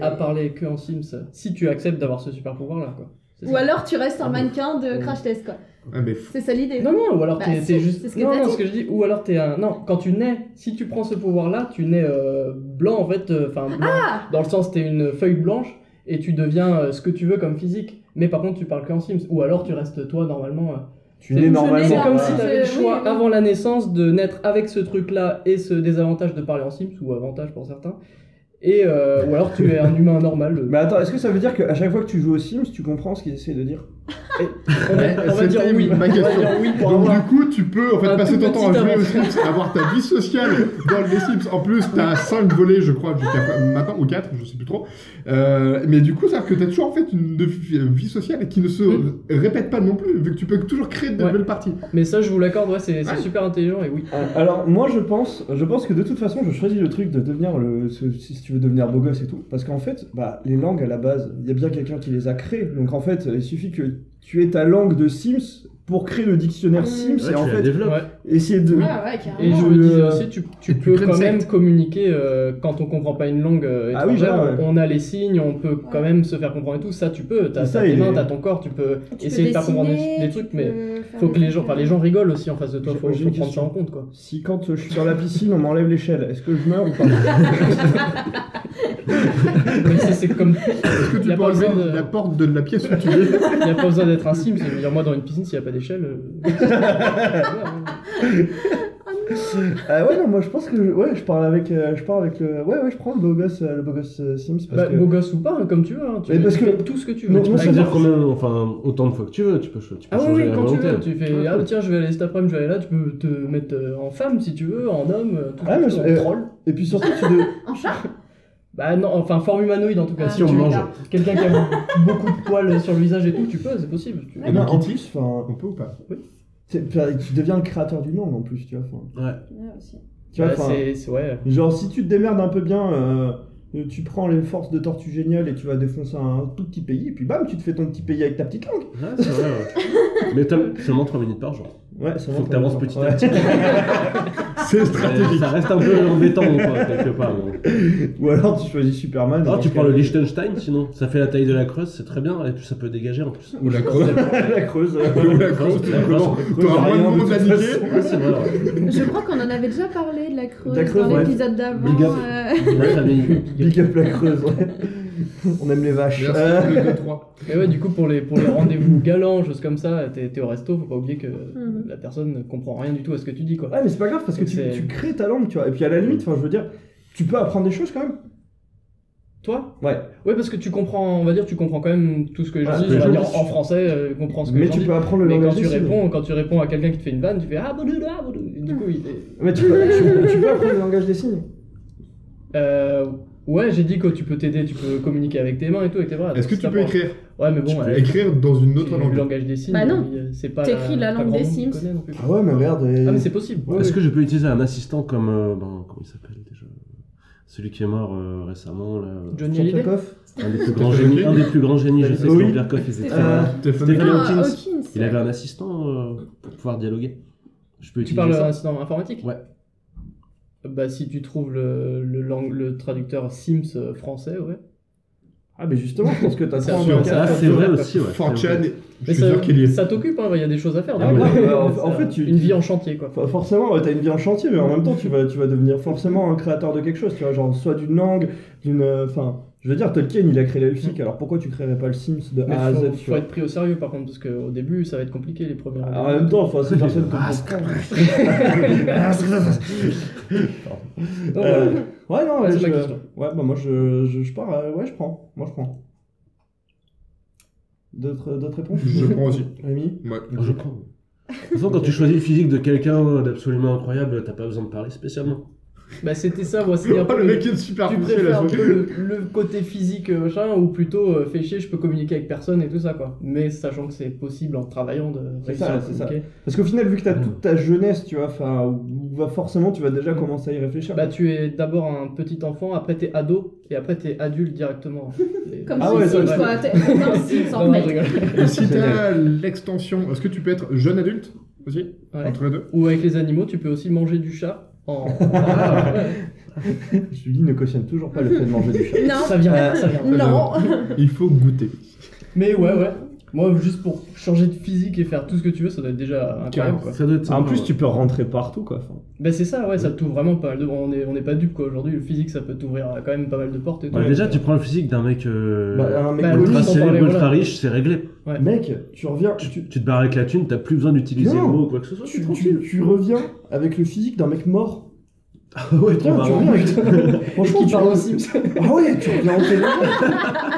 Speaker 7: à.
Speaker 3: À parler que en Sims, si tu acceptes d'avoir ce super pouvoir là, quoi. C'est
Speaker 7: Ou
Speaker 3: ça. Ah
Speaker 7: alors tu restes un mannequin de crash test quoi.
Speaker 5: Ah, mais f-
Speaker 7: C'est ça l'idée.
Speaker 3: Non, non, ou alors
Speaker 7: Bah,
Speaker 3: t'es
Speaker 7: si,
Speaker 3: t'es juste.
Speaker 7: c'est ce que
Speaker 3: non,
Speaker 7: t'as
Speaker 3: non,
Speaker 7: dit.
Speaker 3: ce que je dis. Ou alors t'es un. Non, quand tu nais, si tu prends ce pouvoir là, tu nais euh, blanc en fait, euh, enfin blanc.
Speaker 7: Ah
Speaker 3: Dans le sens, t'es une feuille blanche et tu deviens euh, ce que tu veux comme physique. Mais par contre, tu parles que en Sims. Ou alors tu restes toi normalement. euh,
Speaker 2: Tu nais
Speaker 3: C'est
Speaker 2: normalement.
Speaker 7: Voilà.
Speaker 3: comme si tu avais le
Speaker 7: Je- oui,
Speaker 3: choix
Speaker 7: oui.
Speaker 3: avant la naissance de naître avec ce truc-là et ce désavantage de parler en Sims, ou avantage pour certains. Et euh, ou alors tu es un humain normal. euh.
Speaker 2: Mais attends, est-ce que ça veut dire qu'à chaque fois que tu joues aux Sims, tu comprends ce qu'ils essaient de dire
Speaker 3: on va, on va dire
Speaker 5: c'était
Speaker 3: oui.
Speaker 5: ma
Speaker 3: On va
Speaker 5: question.
Speaker 3: dire oui pour
Speaker 5: Donc
Speaker 3: avoir.
Speaker 5: du coup, tu peux en fait
Speaker 3: Un
Speaker 5: passer
Speaker 3: tout
Speaker 5: ton temps à
Speaker 3: petit
Speaker 5: jouer aux
Speaker 3: avantage.
Speaker 5: Sims, avoir ta vie sociale dans les Sims. En plus, t'as 5 volets, je crois, jusqu'à maintenant, ou 4, je sais plus trop. Euh, mais du coup, ça veut dire que t'as toujours en fait une de- vie sociale qui ne se
Speaker 3: Mm.
Speaker 5: répète pas non plus, vu que tu peux toujours créer de
Speaker 3: Ouais.
Speaker 5: nouvelles parties.
Speaker 3: Mais ça, je vous l'accorde, ouais, c'est c'est super intelligent et oui.
Speaker 2: Euh, Alors moi je pense, je pense que de toute façon je choisis le truc de devenir le, ce- si tu veux devenir beau gosse et tout, parce qu'en fait bah les langues à la base, il y a bien quelqu'un qui les a créées, donc en fait il suffit que tu aies ta langue de Sims pour créer le dictionnaire
Speaker 7: Mmh.
Speaker 2: Sims
Speaker 4: Ouais,
Speaker 2: et en
Speaker 4: tu la
Speaker 2: fait
Speaker 4: développes.
Speaker 3: Ouais.
Speaker 2: essayer de,
Speaker 7: Ah ouais,
Speaker 3: Et
Speaker 7: carrément.
Speaker 3: je
Speaker 2: Non,
Speaker 3: me
Speaker 2: le-
Speaker 3: disais aussi, tu, tu
Speaker 5: Et tu
Speaker 3: peux
Speaker 5: crées une
Speaker 3: quand même
Speaker 5: secte.
Speaker 3: communiquer euh, quand on comprend pas une langue euh,
Speaker 2: Ah oui,
Speaker 3: étrangère.
Speaker 2: voilà, ouais.
Speaker 3: On a les signes, on peut quand
Speaker 7: Ouais.
Speaker 3: même se faire comprendre et tout. Ça, tu peux. T'as
Speaker 2: C'est ça,
Speaker 3: t'as tes
Speaker 2: il
Speaker 3: mains,
Speaker 2: est-
Speaker 3: t'as ton corps, tu peux
Speaker 7: Tu peux
Speaker 3: essayer de faire comprendre des,
Speaker 7: dessiner,
Speaker 3: des
Speaker 7: tu
Speaker 3: trucs, mais
Speaker 7: peux faire
Speaker 3: faut que
Speaker 7: des
Speaker 3: les gens,
Speaker 7: trucs,
Speaker 3: enfin les gens rigolent aussi en face de toi.
Speaker 2: J'ai-
Speaker 3: Faut,
Speaker 2: j'ai
Speaker 3: faut
Speaker 2: une
Speaker 3: prendre ça
Speaker 2: question.
Speaker 3: en compte, quoi.
Speaker 2: si quand euh, je suis dans la piscine on m'enlève l'échelle, est-ce que je meurs
Speaker 3: (laughs)
Speaker 2: ou pas
Speaker 3: Mais c'est- c'est comme
Speaker 5: Est-ce que
Speaker 3: Y
Speaker 5: tu
Speaker 3: a
Speaker 5: peux
Speaker 3: pas
Speaker 5: enlever
Speaker 3: besoin de-
Speaker 5: la porte de la pièce où
Speaker 3: (laughs)
Speaker 5: tu es
Speaker 3: Il n'y a pas besoin (laughs) d'être un sim, c'est-à-dire moi dans une piscine, s'il n'y a pas d'échelle. euh,
Speaker 2: Ah ouais, non, moi je pense que je- ouais, je parle avec, euh, je parle avec le, ouais, ouais, je prends le beau gosse, euh, le beau gosse euh, Sims (laughs) parce
Speaker 3: Bah,
Speaker 2: que.
Speaker 3: Beau gosse ou pas, hein, comme tu veux. hein, tu
Speaker 2: Mais
Speaker 3: fais
Speaker 2: parce que-
Speaker 3: tout ce que tu veux.
Speaker 2: Non,
Speaker 3: Tu
Speaker 2: non,
Speaker 3: peux
Speaker 2: c'est-
Speaker 4: Tu peux
Speaker 3: faire-
Speaker 4: dire combien, enfin, autant de fois que tu veux, tu peux, ch- tu peux
Speaker 3: Ah oui,
Speaker 4: changer
Speaker 3: oui,
Speaker 4: à
Speaker 3: quand tu veux,
Speaker 4: volonté.
Speaker 3: tu fais ah tiens je vais aller cet après-midi, je vais aller là, tu peux te mettre euh, en femme si tu veux, en homme, euh, tout ce
Speaker 2: Ah,
Speaker 3: que
Speaker 2: mais
Speaker 3: tu
Speaker 2: c'est-
Speaker 3: veux, en
Speaker 2: euh,
Speaker 3: troll.
Speaker 2: Et puis surtout, tu de...
Speaker 7: En chat
Speaker 3: Bah non, enfin forme humanoïde en tout cas.
Speaker 7: Ah,
Speaker 3: si
Speaker 4: Si on
Speaker 3: tu
Speaker 4: mange,
Speaker 7: là.
Speaker 3: quelqu'un qui a (laughs) beaucoup de poils sur le visage et tout, tu peux, c'est possible. Tu-
Speaker 2: non, en
Speaker 5: Kitty
Speaker 2: plus, enfin,
Speaker 5: On peut ou pas
Speaker 2: c'est- enfin, tu deviens le créateur du langue en plus, tu vois. enfin.
Speaker 7: Ouais, Ah, aussi.
Speaker 2: Tu vois,
Speaker 3: Bah,
Speaker 2: enfin,
Speaker 3: c'est c'est- ouais.
Speaker 2: genre si tu te démerdes un peu bien, euh, tu prends les forces de Tortue Géniale et tu vas défoncer un tout petit pays et puis bam, tu te fais ton petit pays avec ta petite langue.
Speaker 4: Ouais, c'est vrai, ouais. Mais t'as- seulement 3 minutes par jour.
Speaker 2: Ouais, ça
Speaker 4: Faut que t'avances petit à
Speaker 2: Ouais.
Speaker 4: petit. (laughs)
Speaker 5: C'est
Speaker 4: Mais Ça reste un peu embêtant, quoi, quelque part. hein.
Speaker 2: (laughs) Ou alors tu choisis Superman.
Speaker 4: Ah,
Speaker 2: dans
Speaker 4: tu
Speaker 2: ce
Speaker 4: prends
Speaker 2: cas-
Speaker 4: le Liechtenstein, sinon. Ça fait la taille de la Creuse, c'est très bien, et puis ça peut dégager en plus.
Speaker 5: Ou la creuse.
Speaker 2: (laughs)
Speaker 4: (laughs)
Speaker 2: la Creuse.
Speaker 5: Ou la creuse, tout
Speaker 4: La Creuse,
Speaker 5: simplement.
Speaker 4: la
Speaker 5: T'auras moins de
Speaker 2: rien, de
Speaker 5: monde à
Speaker 2: toute
Speaker 5: niquer.
Speaker 4: Ouais, c'est vrai, ouais.
Speaker 7: Je crois qu'on en avait déjà parlé de la creuse,
Speaker 2: La Creuse,
Speaker 7: dans
Speaker 2: ouais.
Speaker 7: l'épisode d'avant.
Speaker 4: Big up.
Speaker 7: euh, (laughs)
Speaker 4: La famille.
Speaker 2: Big up la Creuse. ouais. On aime les vaches. Euh,
Speaker 5: Merci, le 3
Speaker 3: Mais ouais, du coup, pour les, pour les rendez-vous galants, choses comme ça, t'es t'es au resto, faut pas oublier que
Speaker 7: Mm. Hmm.
Speaker 3: la personne ne comprend rien du tout à ce que tu dis, quoi.
Speaker 2: Ouais, mais c'est pas grave parce que
Speaker 3: Donc
Speaker 2: tu,
Speaker 3: c'est-
Speaker 2: tu crées ta langue, tu vois. Et puis à la limite, enfin, je veux dire, tu peux apprendre des choses quand même.
Speaker 3: Toi
Speaker 2: Ouais.
Speaker 3: Ouais, parce que tu comprends, on va dire, tu comprends quand même tout ce que les gens
Speaker 2: Ah,
Speaker 3: disent,
Speaker 2: les
Speaker 3: on va
Speaker 2: gens
Speaker 3: dire
Speaker 2: disent-
Speaker 3: en français, euh, comprends ce que
Speaker 2: Mais
Speaker 3: les gens
Speaker 2: tu
Speaker 3: disent.
Speaker 2: peux apprendre le
Speaker 3: Mais quand
Speaker 2: langage
Speaker 3: tu
Speaker 2: des signes.
Speaker 3: réponds, quand tu réponds à quelqu'un qui te fait une vanne, tu fais ah boudou, ah, boudou. Et Du coup, il est...
Speaker 2: Mais tu peux, tu- tu peux apprendre le langage des signes.
Speaker 3: Euh, ouais, j'ai dit que tu peux t'aider, tu peux communiquer avec tes mains et tout, avec tes bras.
Speaker 5: Est-ce que
Speaker 3: Ça,
Speaker 5: tu
Speaker 3: ça
Speaker 5: peux
Speaker 3: prend.
Speaker 5: écrire
Speaker 3: Ouais, mais
Speaker 5: Tu
Speaker 3: bon,
Speaker 5: peux
Speaker 3: euh,
Speaker 5: écrire dans une
Speaker 3: c'est
Speaker 5: autre
Speaker 3: le
Speaker 5: langue.
Speaker 3: langage des signes.
Speaker 7: Bah non.
Speaker 3: mais, euh, c'est pas
Speaker 7: T'écris la
Speaker 3: pas
Speaker 7: langue
Speaker 3: grand
Speaker 7: des
Speaker 3: monde qui
Speaker 7: Sims.
Speaker 3: connaît non plus.
Speaker 2: Ah ouais, mais regarde.
Speaker 3: Ah, mais c'est possible.
Speaker 2: Ouais,
Speaker 4: Est-ce que je peux utiliser un assistant comme. euh, ben, comment il s'appelle déjà Celui qui est mort euh, récemment, là. euh,
Speaker 3: Johnny Hallyday
Speaker 4: Un des plus grands
Speaker 5: Stephen
Speaker 4: génies, un des plus grands génies, je sais,
Speaker 2: Oui.
Speaker 4: Stephen Berkoff, il était
Speaker 7: Stephen.
Speaker 4: très
Speaker 2: Euh,
Speaker 4: malin.
Speaker 5: Stéphane
Speaker 4: Stéphane
Speaker 7: Ah,
Speaker 4: Hawkins.
Speaker 7: Hawkins.
Speaker 4: Il avait un assistant euh, pour pouvoir dialoguer. Je peux
Speaker 3: Tu
Speaker 4: utiliser
Speaker 3: parles
Speaker 4: ça.
Speaker 3: d'incident informatique
Speaker 4: Ouais.
Speaker 3: Bah, si tu trouves le, le, langue- le traducteur Sims euh, français, ouais.
Speaker 2: Ah, mais justement, je pense que t'as
Speaker 3: C'est
Speaker 2: trop
Speaker 3: sûr,
Speaker 2: un
Speaker 4: Ça,
Speaker 2: cas-
Speaker 4: Ah, c'est vrai aussi, ouais.
Speaker 5: Fortune, je
Speaker 3: Mais
Speaker 5: suis
Speaker 3: ça,
Speaker 5: sûr qu'il y est. (laughs)
Speaker 3: ça t'occupe, hein, il y a des choses à faire.
Speaker 4: Ah,
Speaker 3: donc,
Speaker 4: ouais,
Speaker 2: bah, en- en
Speaker 3: ça-
Speaker 2: fait, tu-
Speaker 3: Une vie en chantier, quoi.
Speaker 2: Enfin, forcément, ouais, t'as une vie en chantier, mais en même temps, tu vas, tu vas devenir forcément un créateur de quelque chose, tu vois, genre soit d'une langue, d'une. euh, Enfin, je veux dire, Tolkien, il a créé la musique, alors pourquoi tu créerais pas le Sims de
Speaker 3: Mais
Speaker 2: A à
Speaker 3: faut,
Speaker 2: Z, tu
Speaker 3: faut
Speaker 2: vois
Speaker 3: être pris au sérieux, par contre, parce qu'au début, ça va être compliqué les premiers.
Speaker 2: Alors, Ah, en même temps, enfin, c'est personne
Speaker 4: Ah,
Speaker 2: comprend.
Speaker 3: Non,
Speaker 2: Euh,
Speaker 3: ouais.
Speaker 2: Ouais, non, (laughs)
Speaker 3: Ouais,
Speaker 2: ouais,
Speaker 3: c'est ma
Speaker 2: je-
Speaker 3: question.
Speaker 2: ouais, bah moi je, je, je pars, euh, ouais, je prends. Moi je prends. D'autres d'autres réponses
Speaker 5: Je prends aussi.
Speaker 2: Rémi
Speaker 5: Ouais.
Speaker 4: Ah, Je prends. De toute façon, quand tu choisis le physique de quelqu'un d'absolument incroyable, t'as pas besoin de parler spécialement.
Speaker 3: Bah, c'était ça, voici un
Speaker 5: (laughs) Oh,
Speaker 3: peu.
Speaker 5: le
Speaker 3: le-
Speaker 5: mec est super
Speaker 3: Tu
Speaker 5: poussé,
Speaker 3: préfères
Speaker 5: là.
Speaker 3: un peu le, le côté physique euh, machin ou plutôt euh, fait chier, je peux communiquer avec personne et tout ça quoi. Mais sachant que c'est possible en travaillant de
Speaker 2: C'est ça,
Speaker 3: réussir à
Speaker 2: c'est ça.
Speaker 3: communiquer.
Speaker 2: Parce qu'au final, vu que t'as
Speaker 4: Mm.
Speaker 2: toute ta jeunesse, tu vois, enfin, où- où va- forcément tu vas déjà commencer à y réfléchir.
Speaker 3: Bah tu es d'abord un petit enfant, après t'es ado et après t'es adulte directement. Et-
Speaker 7: Comme
Speaker 2: Ah
Speaker 7: Sims,
Speaker 2: ouais, ça,
Speaker 7: Sims,
Speaker 2: ouais.
Speaker 7: quoi. T'es- t'es un Sims,
Speaker 3: Non,
Speaker 7: en
Speaker 3: non, je
Speaker 7: fait.
Speaker 3: rigole.
Speaker 5: Et si t'as l'extension, est-ce que tu peux être jeune adulte aussi
Speaker 3: Ouais.
Speaker 5: Entre les deux
Speaker 3: Ou avec les animaux, tu peux aussi manger du chat. En... Ah, ouais.
Speaker 2: Julie ne cautionne toujours pas le fait de manger du chat.
Speaker 7: Non,
Speaker 3: Ça vient,
Speaker 2: Euh,
Speaker 3: ça vient.
Speaker 7: non.
Speaker 5: Il faut goûter.
Speaker 3: Mais ouais ouais. Moi juste pour changer de physique et faire tout ce que tu veux, ça doit être déjà incroyable quoi.
Speaker 4: Ça doit être
Speaker 2: Ah,
Speaker 4: sympa,
Speaker 2: (laughs) en plus,
Speaker 4: ouais.
Speaker 2: tu peux rentrer partout, quoi. enfin.
Speaker 3: Bah c'est ça ouais, ça t'ouvre vraiment pas mal de. On est on n'est pas dupe quoi. Aujourd'hui le physique ça peut t'ouvrir euh, quand même pas mal de portes. Et tout.
Speaker 4: Bah, déjà, tu prends le physique d'un mec euh,
Speaker 2: Bah, un mec,
Speaker 3: bah,
Speaker 2: connu-
Speaker 3: oui.
Speaker 4: ultra
Speaker 3: on
Speaker 4: célèbre,
Speaker 3: parlait,
Speaker 4: ultra
Speaker 3: voilà.
Speaker 4: riche, c'est réglé.
Speaker 2: mec, tu reviens,
Speaker 4: Tu,
Speaker 2: tu,
Speaker 4: tu te barres avec la thune, t'as plus besoin d'utiliser
Speaker 2: Non.
Speaker 4: le mot ou quoi que ce soit.
Speaker 2: tu, tu- tu reviens avec le physique d'un mec mort.
Speaker 4: (laughs) ouais,
Speaker 2: Putain,
Speaker 4: trop
Speaker 2: tu
Speaker 4: marrant.
Speaker 2: reviens avec. Bah, (laughs) Franchement, tu reviens aussi. Ah ouais, tu reviens en téléphone.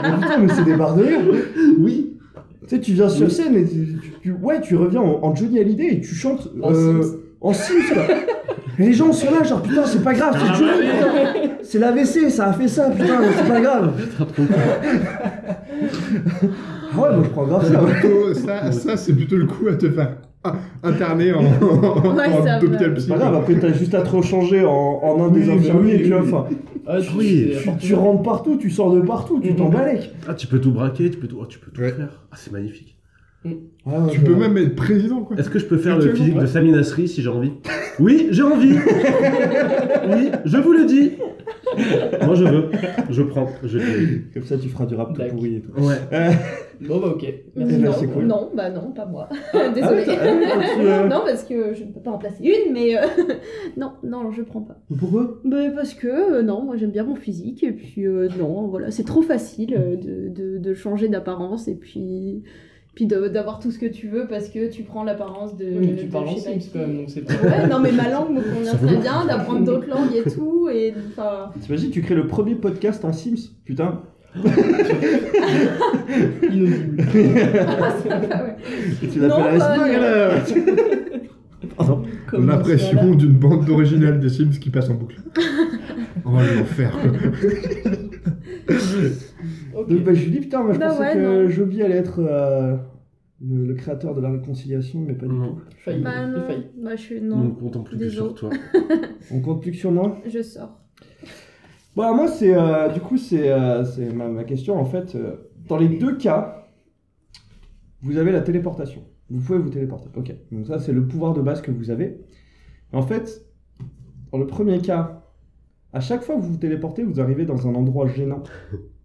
Speaker 2: mais putain, mais c'est des barres de rire.
Speaker 4: Oui.
Speaker 2: Tu sais, tu viens sur scène et tu, tu- tu- ouais, tu reviens en, en Johnny Hallyday et tu chantes
Speaker 3: En
Speaker 2: euh, en Sims, quoi. Et les gens sont là, genre putain, c'est pas grave, c'est Johnny, putain. C'est l'AVC, ça a fait ça, putain, mais c'est pas grave.
Speaker 4: Putain, trop cool.
Speaker 2: Ah ouais, moi je prends grave ça. ouais.
Speaker 5: Plutôt, ça, ça c'est plutôt le coup à te faire ah, interner en, en,
Speaker 7: Ouais,
Speaker 5: en
Speaker 7: ça
Speaker 5: hôpital
Speaker 2: C'est
Speaker 5: psy.
Speaker 2: pas grave, après t'as juste à te rechanger en, en un des
Speaker 5: Oui,
Speaker 2: infirmiers,
Speaker 5: oui,
Speaker 2: tu vois.
Speaker 5: oui.
Speaker 2: enfin,
Speaker 3: Ah, tu-
Speaker 4: Oui,
Speaker 3: c'est-
Speaker 2: tu, tu rentres partout, tu sors de partout, tu
Speaker 3: Mhm.
Speaker 2: t'en balèques.
Speaker 4: Ah, tu peux tout braquer, tu peux tout, oh, tu peux tout
Speaker 5: Ouais.
Speaker 4: faire. Ah, c'est magnifique.
Speaker 2: Ouais, ouais,
Speaker 5: Tu
Speaker 2: je-
Speaker 5: peux même être président, quoi.
Speaker 4: Est-ce que je peux faire le
Speaker 5: Actuellement,
Speaker 4: physique
Speaker 5: ouais.
Speaker 4: de Sami Nasri si j'ai envie Oui, j'ai
Speaker 7: (laughs)
Speaker 4: envie Oui, je vous le dis Moi je veux, je prends, je dis.
Speaker 2: Comme ça, tu feras du rap tout
Speaker 3: D'accord.
Speaker 2: pourri et tout.
Speaker 4: Ouais.
Speaker 2: Euh,
Speaker 3: Bon bah ok.
Speaker 2: Eh ben, c'est
Speaker 7: Non,
Speaker 2: cool.
Speaker 7: non, bah non, pas moi.
Speaker 2: ah ouais,
Speaker 7: (laughs) Désolée.
Speaker 2: t'as- ah ouais, toi, tu,
Speaker 3: hein.
Speaker 2: euh,
Speaker 7: (laughs) Non, parce que je ne peux pas en placer une, mais euh, (laughs) non, non, je prends pas.
Speaker 2: Pourquoi
Speaker 7: Bah, parce que euh, non, moi j'aime bien mon physique et puis euh, non, voilà, c'est trop facile euh, de, de, de changer d'apparence et puis Puis de- d'avoir tout ce que tu veux parce que tu prends l'apparence de.
Speaker 3: Oui, mais tu
Speaker 7: de
Speaker 3: parles
Speaker 7: je
Speaker 3: en
Speaker 7: sais pas
Speaker 3: Sims
Speaker 7: qui.
Speaker 3: quand même, donc c'est pas.
Speaker 7: Ouais, non, mais ma langue me convient très bien, d'apprendre d'autres langues et tout. Et, enfin,
Speaker 2: T'imagines, tu crées le premier podcast en Sims Putain,
Speaker 3: Inaudible.
Speaker 7: ouais.
Speaker 2: tu
Speaker 7: Non,
Speaker 2: l'appelles
Speaker 7: bah,
Speaker 2: Smug
Speaker 7: non.
Speaker 2: alors
Speaker 3: Comme dans ce cas-là.
Speaker 5: d'une bande originale des Sims qui passe en boucle. Oh l'enfer.
Speaker 3: (laughs)
Speaker 2: (laughs)
Speaker 3: Ok.
Speaker 2: Donc, bah, je lui dis putain, moi je
Speaker 7: Bah
Speaker 2: pensais
Speaker 7: ouais,
Speaker 2: que
Speaker 7: non.
Speaker 2: Joby allait être euh, le, le créateur de la réconciliation, mais pas du
Speaker 4: Non.
Speaker 2: tout.
Speaker 3: Failli.
Speaker 7: (laughs) Bah
Speaker 3: J'ai
Speaker 7: non,
Speaker 3: failli.
Speaker 7: bah, je suis.
Speaker 4: Nous ne
Speaker 5: Mm.
Speaker 7: Non,
Speaker 4: comptons plus que
Speaker 7: Désolé.
Speaker 4: sur
Speaker 7: (laughs)
Speaker 4: toi.
Speaker 2: On compte plus que sur moi.
Speaker 7: je sors.
Speaker 2: Bah moi c'est euh, du coup c'est euh, c'est ma, ma question en fait euh, dans les deux cas vous avez la téléportation vous pouvez vous téléporter ok donc ça c'est le pouvoir de base que vous avez Et en fait dans le premier cas à chaque fois que vous vous téléportez vous arrivez dans un endroit gênant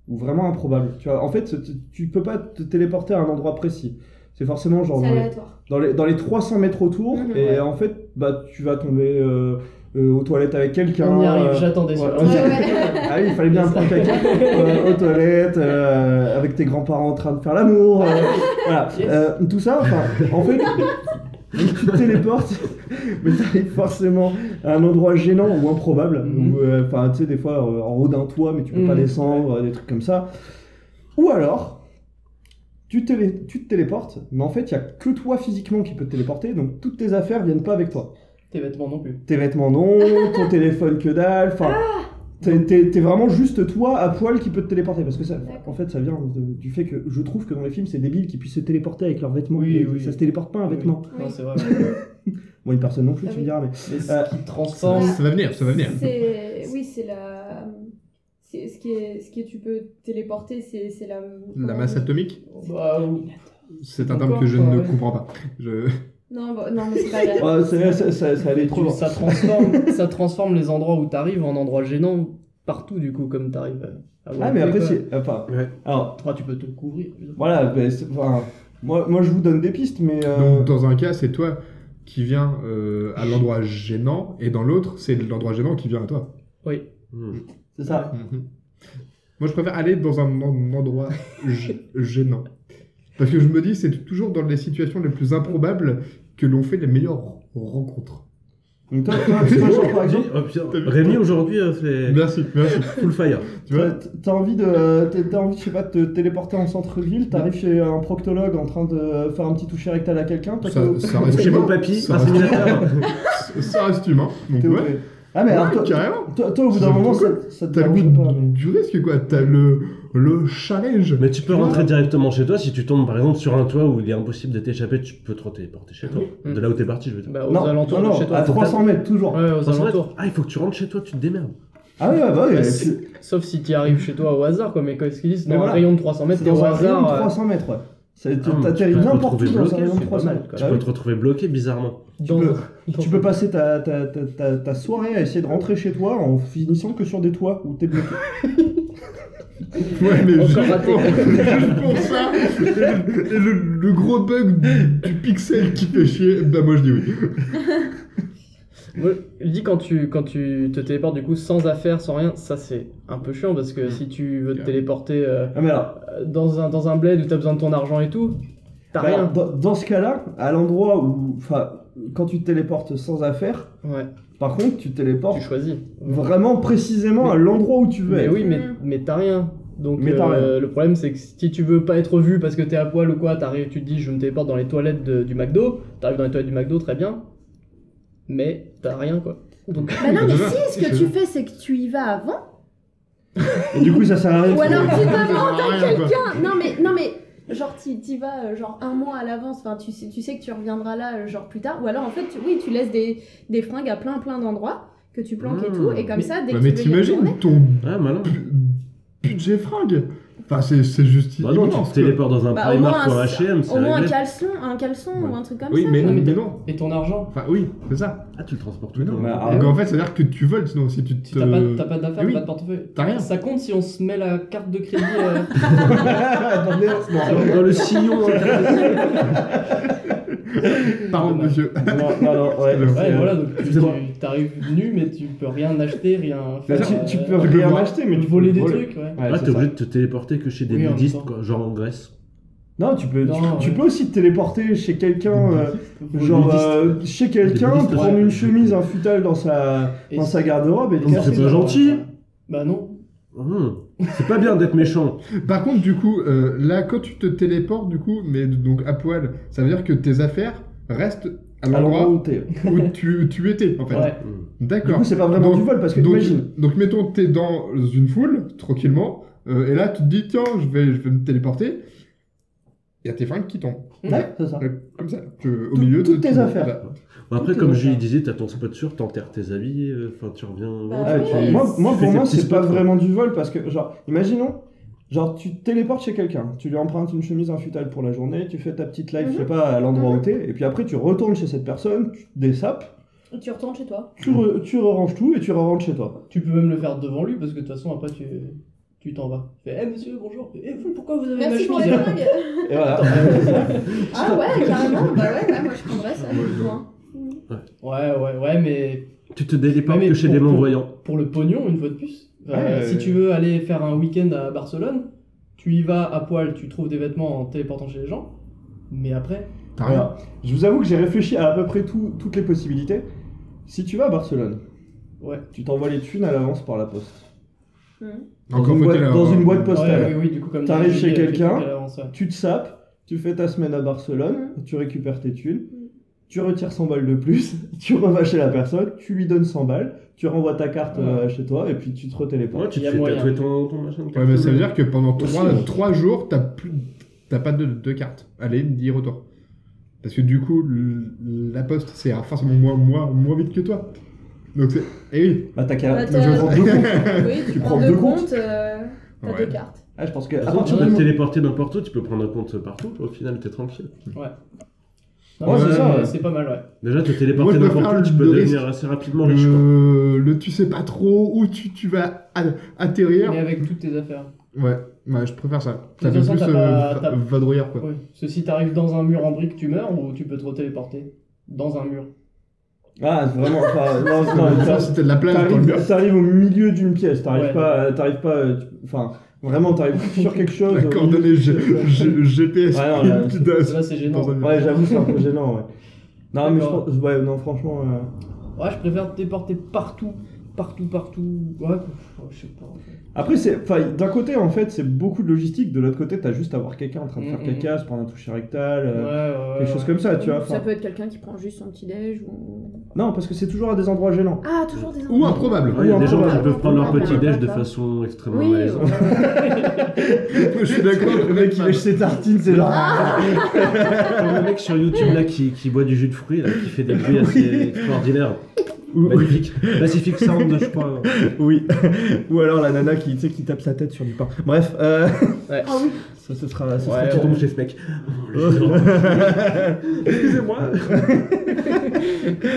Speaker 2: ou vraiment improbable tu vois en fait tu, tu peux pas te téléporter à un endroit précis c'est forcément genre
Speaker 7: C'est
Speaker 2: dans les-
Speaker 7: aléatoire.
Speaker 2: dans les, dans les 300 mètres autour
Speaker 7: Mhm.
Speaker 2: et
Speaker 3: Ouais.
Speaker 2: en fait bah tu vas tomber euh, euh, aux toilettes avec quelqu'un
Speaker 3: On y arrive,
Speaker 2: euh,
Speaker 3: j'attendais ça.
Speaker 2: ouais,
Speaker 7: Ouais,
Speaker 2: on y
Speaker 7: ouais.
Speaker 2: ah oui, il fallait bien un point caca euh, aux toilettes, euh, avec tes grands-parents en train de faire l'amour. euh, voilà.
Speaker 3: Yes.
Speaker 2: Euh, tout ça, enfin, en fait, tu te téléportes, mais t'arrives forcément à un endroit gênant ou improbable.
Speaker 3: Mhm.
Speaker 2: où, euh, Enfin, tu sais, des fois, euh, en haut d'un toit, mais tu peux pas
Speaker 3: Mhm.
Speaker 2: descendre, euh, des trucs comme ça. Ou alors. Tu, télé- tu te téléportes, mais en fait, il n'y a que toi physiquement qui peut te téléporter, donc toutes tes affaires viennent pas avec toi
Speaker 3: Tes vêtements non plus.
Speaker 2: tes vêtements non, ton téléphone que dalle, enfin.
Speaker 7: Ah
Speaker 2: T'es t'es- t'es vraiment juste toi à poil qui peut te téléporter parce que ça,
Speaker 7: D'accord.
Speaker 2: en fait, ça vient de- du fait que je trouve que dans les films, c'est débile qu'ils puissent se téléporter avec leurs vêtements.
Speaker 3: Oui,
Speaker 2: Et
Speaker 3: oui.
Speaker 2: Ça se téléporte pas un vêtement.
Speaker 3: Oui. Non, c'est vrai.
Speaker 2: (laughs) Bon, une personne non plus,
Speaker 7: Ah
Speaker 2: tu
Speaker 7: oui.
Speaker 2: me diras, mais
Speaker 3: Mais
Speaker 2: Euh,
Speaker 3: ce qui te transforme.
Speaker 7: Ouais.
Speaker 5: Ça va venir, ça va venir.
Speaker 7: C'est- Oui, c'est la. c'est Ce qui est, ce que tu peux téléporter, c'est c'est la.
Speaker 5: La masse atomique,
Speaker 3: Bah,
Speaker 5: c'est un terme que je ne comprends pas. Je...
Speaker 7: Non, bon, non, mais c'est pas
Speaker 5: (laughs)
Speaker 7: grave.
Speaker 2: Ouais, c'est- ça, ça- ça allait trop
Speaker 3: tu-
Speaker 2: loin.
Speaker 3: ça, transforme, (laughs) ça transforme les endroits où t'arrives en endroits gênants partout, du coup, comme t'arrives à- à
Speaker 2: Ah, mais
Speaker 3: Guadeloupe,
Speaker 2: après,
Speaker 3: quoi.
Speaker 2: c'est. Enfin,
Speaker 4: Ouais.
Speaker 2: alors,
Speaker 3: Toi, tu peux te couvrir.
Speaker 2: voilà, ben, c'est- enfin, moi, moi je vous donne des pistes, mais. euh,
Speaker 5: Donc dans un cas, c'est toi qui viens euh, à l'endroit gênant, et dans l'autre, c'est l'endroit gênant qui vient à toi.
Speaker 4: Hmm.
Speaker 2: c'est ça.
Speaker 5: Mhm. Moi, je préfère aller dans un en- endroit g- gênant. Parce que je me dis, c'est toujours dans les situations les plus improbables que l'on fait les meilleures rencontres.
Speaker 2: Donc, toi, toi, toi, genre, par exemple,
Speaker 4: Dis, oh, putain,
Speaker 5: T'as vu Bah.
Speaker 4: Rémi aujourd'hui euh, fait
Speaker 5: Merci, merci.
Speaker 4: full fire.
Speaker 5: Tu vois
Speaker 2: t'as- t'as envie de. t'as- T'as envie, je sais pas, de te téléporter en centre-ville, t'arrives chez un proctologue en train de faire un petit toucher rectal à quelqu'un, toi, t'es-
Speaker 5: ça, ça reste
Speaker 4: Chez
Speaker 5: humain.
Speaker 4: mon papy,
Speaker 5: ça
Speaker 4: inséminateur.
Speaker 5: reste, ça reste humain. Donc,
Speaker 2: T'es
Speaker 5: ouais.
Speaker 2: opéré. Ah mais alors,
Speaker 5: Ouais,
Speaker 2: toi,
Speaker 5: carrément.
Speaker 2: toi- toi, au bout
Speaker 5: Ça
Speaker 2: d'un moment
Speaker 5: me
Speaker 2: ça, ça te
Speaker 5: T'as le
Speaker 2: dérange
Speaker 5: goût
Speaker 2: pas mais...
Speaker 5: du risque, quoi. T'as le, le challenge.
Speaker 4: Mais tu peux rentrer directement chez toi si tu tombes par exemple sur un toit où il est impossible de t'échapper, tu peux te téléporter chez toi.
Speaker 5: Hmm.
Speaker 3: Mm.
Speaker 4: De là où t'es parti, je veux dire.
Speaker 3: Bah, aux
Speaker 2: Non,
Speaker 3: alentours
Speaker 2: non,
Speaker 3: de chez
Speaker 2: à
Speaker 3: toi.
Speaker 4: faut
Speaker 2: 300 mètres toujours.
Speaker 3: Ouais, aux
Speaker 4: Parce qu'en fait,
Speaker 3: alentours.
Speaker 4: Ah, il faut que tu rentres chez toi, tu te démerdes.
Speaker 2: Ah ouais, bah oui,
Speaker 3: Ouais,
Speaker 2: et
Speaker 3: c'est-
Speaker 2: puis-
Speaker 3: Sauf si t'y arrives chez toi au hasard, quoi. Mais qu'est-ce qu'ils disent
Speaker 2: Mais
Speaker 3: Dans
Speaker 2: voilà.
Speaker 3: un Hum, rayon de 300 mètres,
Speaker 2: c'est
Speaker 3: t'es
Speaker 2: dans
Speaker 3: au
Speaker 2: un rayon de
Speaker 3: hasard. euh,
Speaker 2: 300 mètres, ouais. Ça-
Speaker 4: Ah, mais
Speaker 2: tu-
Speaker 4: tu
Speaker 2: T'atterris
Speaker 4: peux te
Speaker 2: n'importe où
Speaker 4: retrouver
Speaker 2: dans un
Speaker 4: bloqué,
Speaker 2: rayon de
Speaker 4: c'est
Speaker 2: 300
Speaker 3: pas mal,
Speaker 2: mètres.
Speaker 3: quoi.
Speaker 4: Tu
Speaker 2: Ah
Speaker 4: peux
Speaker 2: oui.
Speaker 4: te retrouver bloqué bizarrement.
Speaker 3: dans-
Speaker 2: peux-
Speaker 3: dans-
Speaker 2: Tu peux
Speaker 3: (laughs)
Speaker 2: passer ta, ta, ta, ta, ta soirée à essayer de rentrer chez toi en finissant que sur des toits où t'es bloqué.
Speaker 5: Ouais, mais
Speaker 3: Encore
Speaker 5: juste
Speaker 3: raté.
Speaker 5: pour, juste pour ça. Et le, et le- le gros bug du, du pixel qui fait chier, bah moi je dis oui.
Speaker 3: Moi, je dis quand tu, quand tu te téléportes du coup sans affaires, sans rien, ça c'est un peu chiant parce que si tu veux te téléporter euh,
Speaker 2: Ah mais alors,
Speaker 3: dans un, dans un bled où t'as besoin de ton argent et tout, t'as
Speaker 2: bah alors,
Speaker 3: rien.
Speaker 2: dans, dans ce cas-là, à l'endroit où, enfin, quand tu te téléportes sans affaire,
Speaker 3: Ouais,
Speaker 2: par contre, tu te
Speaker 3: tu
Speaker 2: téléportes
Speaker 3: choisis.
Speaker 2: (laughs) vraiment précisément à l'endroit où tu veux.
Speaker 3: Mais
Speaker 2: être.
Speaker 3: oui, mais,
Speaker 7: Mm.
Speaker 3: mais t'as rien. Donc
Speaker 2: Mais
Speaker 3: euh,
Speaker 2: t'as rien.
Speaker 3: le problème c'est que si tu veux pas être vu parce que t'es à poil ou quoi, t'arrives, tu te dis je me téléporte dans les toilettes de- du McDo, t'arrives dans les toilettes du McDo, très bien, mais t'as rien quoi. Donc (laughs)
Speaker 7: Bah non, mais
Speaker 5: Déjà,
Speaker 7: si, ce
Speaker 5: c'est
Speaker 7: que tu
Speaker 5: chelou.
Speaker 7: fais, c'est que tu y vas avant.
Speaker 2: Et du coup, ça sert à rien. de
Speaker 7: Ou alors
Speaker 2: trouver-
Speaker 5: Ça
Speaker 7: tu
Speaker 5: sert
Speaker 7: demandes
Speaker 5: à
Speaker 7: à
Speaker 5: rien, quoi.
Speaker 7: quelqu'un. Non, mais, non, mais genre, t'y t'y vas euh, genre un mois à l'avance. Enfin, tu sais, tu sais que tu reviendras là, euh, genre plus tard. Ou alors, en fait, tu- oui, tu laisses des, des fringues à plein, plein d'endroits que tu planques et
Speaker 4: Mmh.
Speaker 7: tout. Et comme
Speaker 3: Mais-
Speaker 7: ça, dès
Speaker 5: Bah,
Speaker 7: que
Speaker 5: mais
Speaker 7: tu veux y retourner.
Speaker 5: t'imagines ton
Speaker 4: Ah, malin.
Speaker 5: bu- budget fringue Enfin, c'est c'est juste
Speaker 4: Bah non, tu
Speaker 5: immense,
Speaker 4: te
Speaker 5: quoi.
Speaker 4: téléportes dans un
Speaker 7: Bah, au
Speaker 4: Primark ou
Speaker 7: moins
Speaker 4: un
Speaker 7: un-
Speaker 4: HM,
Speaker 7: Au
Speaker 4: c'est
Speaker 7: moins un
Speaker 4: réglé.
Speaker 7: caleçon, un caleçon
Speaker 4: Ouais.
Speaker 7: ou un truc comme
Speaker 5: Oui,
Speaker 7: ça.
Speaker 5: mais,
Speaker 7: quoi.
Speaker 5: non,
Speaker 3: mais
Speaker 5: mais
Speaker 3: t'as-
Speaker 5: non.
Speaker 3: Et ton argent
Speaker 5: Enfin, oui, c'est ça.
Speaker 4: Ah, tu le transportes tout
Speaker 5: Mais
Speaker 4: le
Speaker 5: non.
Speaker 4: temps.
Speaker 2: Mais alors,
Speaker 5: Donc en fait, c'est-à-dire que tu voles, sinon, si tu te...
Speaker 3: Si t'as pas,
Speaker 2: Euh,
Speaker 3: t'as pas d'affaires,
Speaker 5: Oui.
Speaker 3: pas de portefeuille.
Speaker 5: T'as rien.
Speaker 3: Ça compte si on se met la carte de crédit.
Speaker 2: (laughs)
Speaker 3: euh,
Speaker 2: Attendez, non.
Speaker 4: Dans le sillon.
Speaker 2: Ah,
Speaker 5: Pardon, monsieur.
Speaker 2: Non, non, non, ouais.
Speaker 5: Ouais,
Speaker 3: Ouais,
Speaker 2: c'est- euh,
Speaker 3: voilà, donc tu-
Speaker 2: Excusez-moi.
Speaker 3: tu t'arrives nu, mais tu peux rien acheter, rien
Speaker 2: Bah, tu,
Speaker 3: faire.
Speaker 2: tu peux
Speaker 3: euh,
Speaker 5: tu peux
Speaker 2: rien
Speaker 5: voir-
Speaker 2: acheter, mais tu peux
Speaker 3: voler des
Speaker 2: voler.
Speaker 3: trucs, ouais.
Speaker 2: Ouais,
Speaker 4: Ah,
Speaker 2: c'est
Speaker 4: t'es
Speaker 2: ça.
Speaker 4: obligé de te téléporter que chez des
Speaker 3: Oui, en même
Speaker 4: nudistes,
Speaker 3: temps.
Speaker 4: quoi, genre en Grèce.
Speaker 2: Non, tu peux, tu-
Speaker 3: Non,
Speaker 2: tu,
Speaker 3: ouais.
Speaker 2: peux aussi te téléporter chez quelqu'un, euh,
Speaker 3: Faut-
Speaker 2: genre
Speaker 4: Des
Speaker 2: euh, chez quelqu'un,
Speaker 4: Des
Speaker 2: prendre
Speaker 3: ouais.
Speaker 2: une chemise, un futal dans sa,
Speaker 3: Et
Speaker 2: dans
Speaker 3: si-
Speaker 2: sa garde-robe et le
Speaker 4: Non, mais
Speaker 2: casser.
Speaker 4: c'est pas gentil.
Speaker 3: Bah non.
Speaker 4: Hum, C'est pas bien d'être méchant.
Speaker 5: Par contre, du coup, euh, là, quand tu te téléportes, du coup, mais donc à poil, ça veut dire que tes affaires restent à
Speaker 2: À l'endroit
Speaker 5: l'endroit
Speaker 2: où t'es.
Speaker 5: où tu, tu étais, en fait.
Speaker 3: Ouais.
Speaker 4: Hum.
Speaker 2: Du
Speaker 5: D'accord.
Speaker 2: coup, c'est pas vraiment
Speaker 5: Donc-
Speaker 2: du vol parce que
Speaker 5: donc,
Speaker 2: imagine.
Speaker 5: donc, mettons, t'es dans une foule, tranquillement, euh, et là, tu te dis, tiens, je vais, je vais me téléporter. Il y a tes fringues qui tombent.
Speaker 2: Ouais, c'est ça.
Speaker 5: Euh, Comme ça, tu- au
Speaker 2: Tout-
Speaker 5: milieu
Speaker 2: toutes
Speaker 5: de
Speaker 2: tes
Speaker 5: tout- Bah,
Speaker 2: affaires.
Speaker 5: là.
Speaker 4: Bon, après,
Speaker 3: Tout est
Speaker 4: comme
Speaker 3: bon,
Speaker 4: Julie
Speaker 3: ça.
Speaker 4: disait, t'as ton spot sûr, t'enterres tes habits, euh, enfin tu reviens.
Speaker 7: Bah,
Speaker 4: Ouais,
Speaker 2: Ah,
Speaker 7: oui.
Speaker 4: tu-
Speaker 2: tu- moi, moi,
Speaker 4: Tu fais
Speaker 2: pour
Speaker 4: tes
Speaker 2: moi,
Speaker 4: petits
Speaker 2: c'est pas
Speaker 4: spots, quoi.
Speaker 2: vraiment du vol parce que, genre, imaginons, genre, tu te téléportes chez quelqu'un, tu lui empruntes une chemise, un futal pour la journée, tu fais ta petite live,
Speaker 7: Mhm.
Speaker 2: je sais pas, à l'endroit où t'es, et puis après, tu retournes chez cette personne, tu te désapes,
Speaker 7: Et Tu retournes chez toi.
Speaker 2: tu, re- tu ranges tout et tu rentres chez toi.
Speaker 3: Tu peux même le faire devant lui parce que de toute façon après tu tu t'en vas. Tu fais Eh monsieur bonjour. Et vous pourquoi vous avez
Speaker 7: Merci
Speaker 3: ma
Speaker 7: pour
Speaker 3: chemise
Speaker 7: les fringues.
Speaker 2: Et
Speaker 4: (laughs)
Speaker 2: voilà.
Speaker 7: Ah ouais, carrément. Bah ouais, ouais, moi je prendrais ça.
Speaker 4: Ouais,
Speaker 7: Loin.
Speaker 3: Ouais ouais ouais mais
Speaker 4: Tu te déléportes
Speaker 3: Ouais, mais
Speaker 4: que chez
Speaker 3: pour-
Speaker 4: des
Speaker 3: pour-
Speaker 4: non-voyants.
Speaker 3: pour le pognon une fois de plus. euh,
Speaker 2: Ouais,
Speaker 3: Si
Speaker 2: ouais.
Speaker 3: tu veux aller faire un week-end à Barcelone, tu y vas à poil, tu trouves des vêtements en téléportant chez les gens. Mais après,
Speaker 5: T'as rien.
Speaker 2: Alors, je vous avoue que j'ai réfléchi à à peu près tout- toutes les possibilités. Si tu vas à Barcelone,
Speaker 3: ouais.
Speaker 2: tu t'envoies les thunes à l'avance par la poste. Dans
Speaker 5: Encore
Speaker 2: une
Speaker 5: faut-il
Speaker 2: boîte-
Speaker 5: avoir-
Speaker 2: dans une boîte postale.
Speaker 3: Ouais, oui, oui, du coup, comme
Speaker 2: T'arrives
Speaker 3: tu dis,
Speaker 2: chez
Speaker 3: avec les
Speaker 2: quelqu'un.
Speaker 3: trucs à l'avance, ouais.
Speaker 2: Tu te sapes, tu fais ta semaine à Barcelone,
Speaker 7: Mm.
Speaker 2: tu récupères tes thunes, tu retires 100 balles de plus, (laughs) tu revas chez la personne, tu lui donnes 100 balles, tu renvoies ta carte
Speaker 3: Ouais.
Speaker 2: euh, chez toi et puis tu te
Speaker 4: Ouais,
Speaker 2: retéléportes.
Speaker 4: tu
Speaker 3: Il
Speaker 4: te
Speaker 3: y a
Speaker 4: fais
Speaker 3: moyen. Ah,
Speaker 4: tatouer ton, ton machin.
Speaker 5: Ouais, mais ça veut dire que pendant
Speaker 2: Aussi,
Speaker 5: 3,
Speaker 2: ouais.
Speaker 5: jours, t'as plus, t'as pas de, de carte. Allez, dis retour. Parce que du coup, le- la poste, c'est forcément moins, moins, moins vite que toi. Donc c'est. Eh oui.
Speaker 2: Bah t'as qu'à
Speaker 7: Bah,
Speaker 2: tu
Speaker 7: t'as-
Speaker 2: prends deux
Speaker 7: (laughs)
Speaker 2: comptes.
Speaker 7: Oui, tu, prends, deux comptes, euh, t'as
Speaker 5: Ouais.
Speaker 7: deux cartes.
Speaker 2: Ah, je pense que
Speaker 4: De toute
Speaker 2: à
Speaker 4: façon, tu
Speaker 2: partir
Speaker 4: peux
Speaker 2: du
Speaker 4: te
Speaker 2: moment-
Speaker 4: téléporter n'importe où, tu peux prendre un compte partout, au final t'es tranquille.
Speaker 3: Non,
Speaker 2: Ouais,
Speaker 3: mais
Speaker 2: c'est
Speaker 3: c'est-
Speaker 2: ça, ouais.
Speaker 3: c'est pas mal, ouais.
Speaker 4: Déjà, te
Speaker 5: Moi,
Speaker 4: téléporter
Speaker 5: je préfère
Speaker 4: n'importe où,
Speaker 5: le-
Speaker 4: tu peux
Speaker 5: le
Speaker 4: devenir
Speaker 5: risque. Euh,
Speaker 4: assez rapidement riche. quoi.
Speaker 5: Le, le tu sais pas trop où tu, tu vas a- atterrir.
Speaker 3: Mais avec toutes tes affaires.
Speaker 5: Ouais, ouais, je préfère ça.
Speaker 3: De
Speaker 5: Ça
Speaker 3: toute
Speaker 5: fait
Speaker 3: façon,
Speaker 5: plus
Speaker 3: t'as
Speaker 5: euh,
Speaker 3: pas-
Speaker 5: va-
Speaker 3: t'as-
Speaker 5: vadrouilleur quoi.
Speaker 3: Ouais. Parce que si t'arrives dans un mur en brique, tu meurs ou tu peux te téléporter dans un mur.
Speaker 2: Ah, vraiment, enfin, non,
Speaker 3: (laughs)
Speaker 2: non,
Speaker 5: Ça, euh,
Speaker 2: t'as-
Speaker 5: C'était de la plage dans le mur.
Speaker 2: t'arrives t'arrives au milieu d'une pièce, t'arrives
Speaker 3: Ouais.
Speaker 2: pas, euh, t'arrives pas, euh, tu- enfin, vraiment,
Speaker 3: (laughs)
Speaker 2: t'arrives sur quelque chose. euh,
Speaker 5: La
Speaker 2: au
Speaker 5: coordonnée
Speaker 2: milieu-
Speaker 5: G- G- GPS.
Speaker 2: Ouais, non,
Speaker 5: (laughs)
Speaker 2: là,
Speaker 5: qui donne-
Speaker 3: Là, c'est gênant.
Speaker 5: dans un mur.
Speaker 2: Ouais, j'avoue, c'est un peu gênant, ouais. Non, mais je
Speaker 3: D'accord.
Speaker 2: pense, ouais, non, franchement. euh,
Speaker 3: Ouais, je préfère te déporter partout, partout, partout. Ouais, pff, ouais, je sais pas. en fait.
Speaker 2: Après, c'est, enfin, d'un côté, en fait, c'est beaucoup de logistique. De l'autre côté, t'as juste à voir quelqu'un en train de faire
Speaker 3: Mhm.
Speaker 2: caca, se prendre un toucher rectal,
Speaker 3: Ouais,
Speaker 2: euh,
Speaker 3: ouais, ouais.
Speaker 2: quelque chose comme ça, Ah, tu vois.
Speaker 7: ça
Speaker 2: enfin.
Speaker 7: peut être quelqu'un qui prend juste son petit-déj ou.
Speaker 2: Non, parce que c'est toujours à des endroits gênants.
Speaker 7: Ah, toujours des
Speaker 5: Ou improbable.
Speaker 4: Ouais, Il y a
Speaker 2: Oui,
Speaker 4: des gens
Speaker 2: encore,
Speaker 4: qui
Speaker 7: ouais.
Speaker 4: peuvent prendre leur
Speaker 7: Ouais,
Speaker 4: petit
Speaker 7: ouais,
Speaker 4: déj
Speaker 7: ouais,
Speaker 4: de
Speaker 7: ouais.
Speaker 4: façon extrêmement
Speaker 7: Oui,
Speaker 4: malaisante.
Speaker 7: ouais.
Speaker 5: (laughs) Je suis d'accord. Ah.
Speaker 2: Le mec, il lèche ses tartines, c'est genre. (laughs)
Speaker 4: Comme le mec sur YouTube là qui, qui boit du jus de fruits, là, qui fait des bruits assez extraordinaires. Magnifique. Pacific Sound, je crois.
Speaker 2: Oui. (laughs) Ou alors la nana qui, tu sais, qui tape sa tête sur du pain. Bref. Euh... (laughs)
Speaker 7: Ah oui.
Speaker 2: Ça, ce sera. ce
Speaker 4: Ouais,
Speaker 2: sera-
Speaker 4: tu tombes chez ce mec. Excusez-moi.
Speaker 2: (laughs)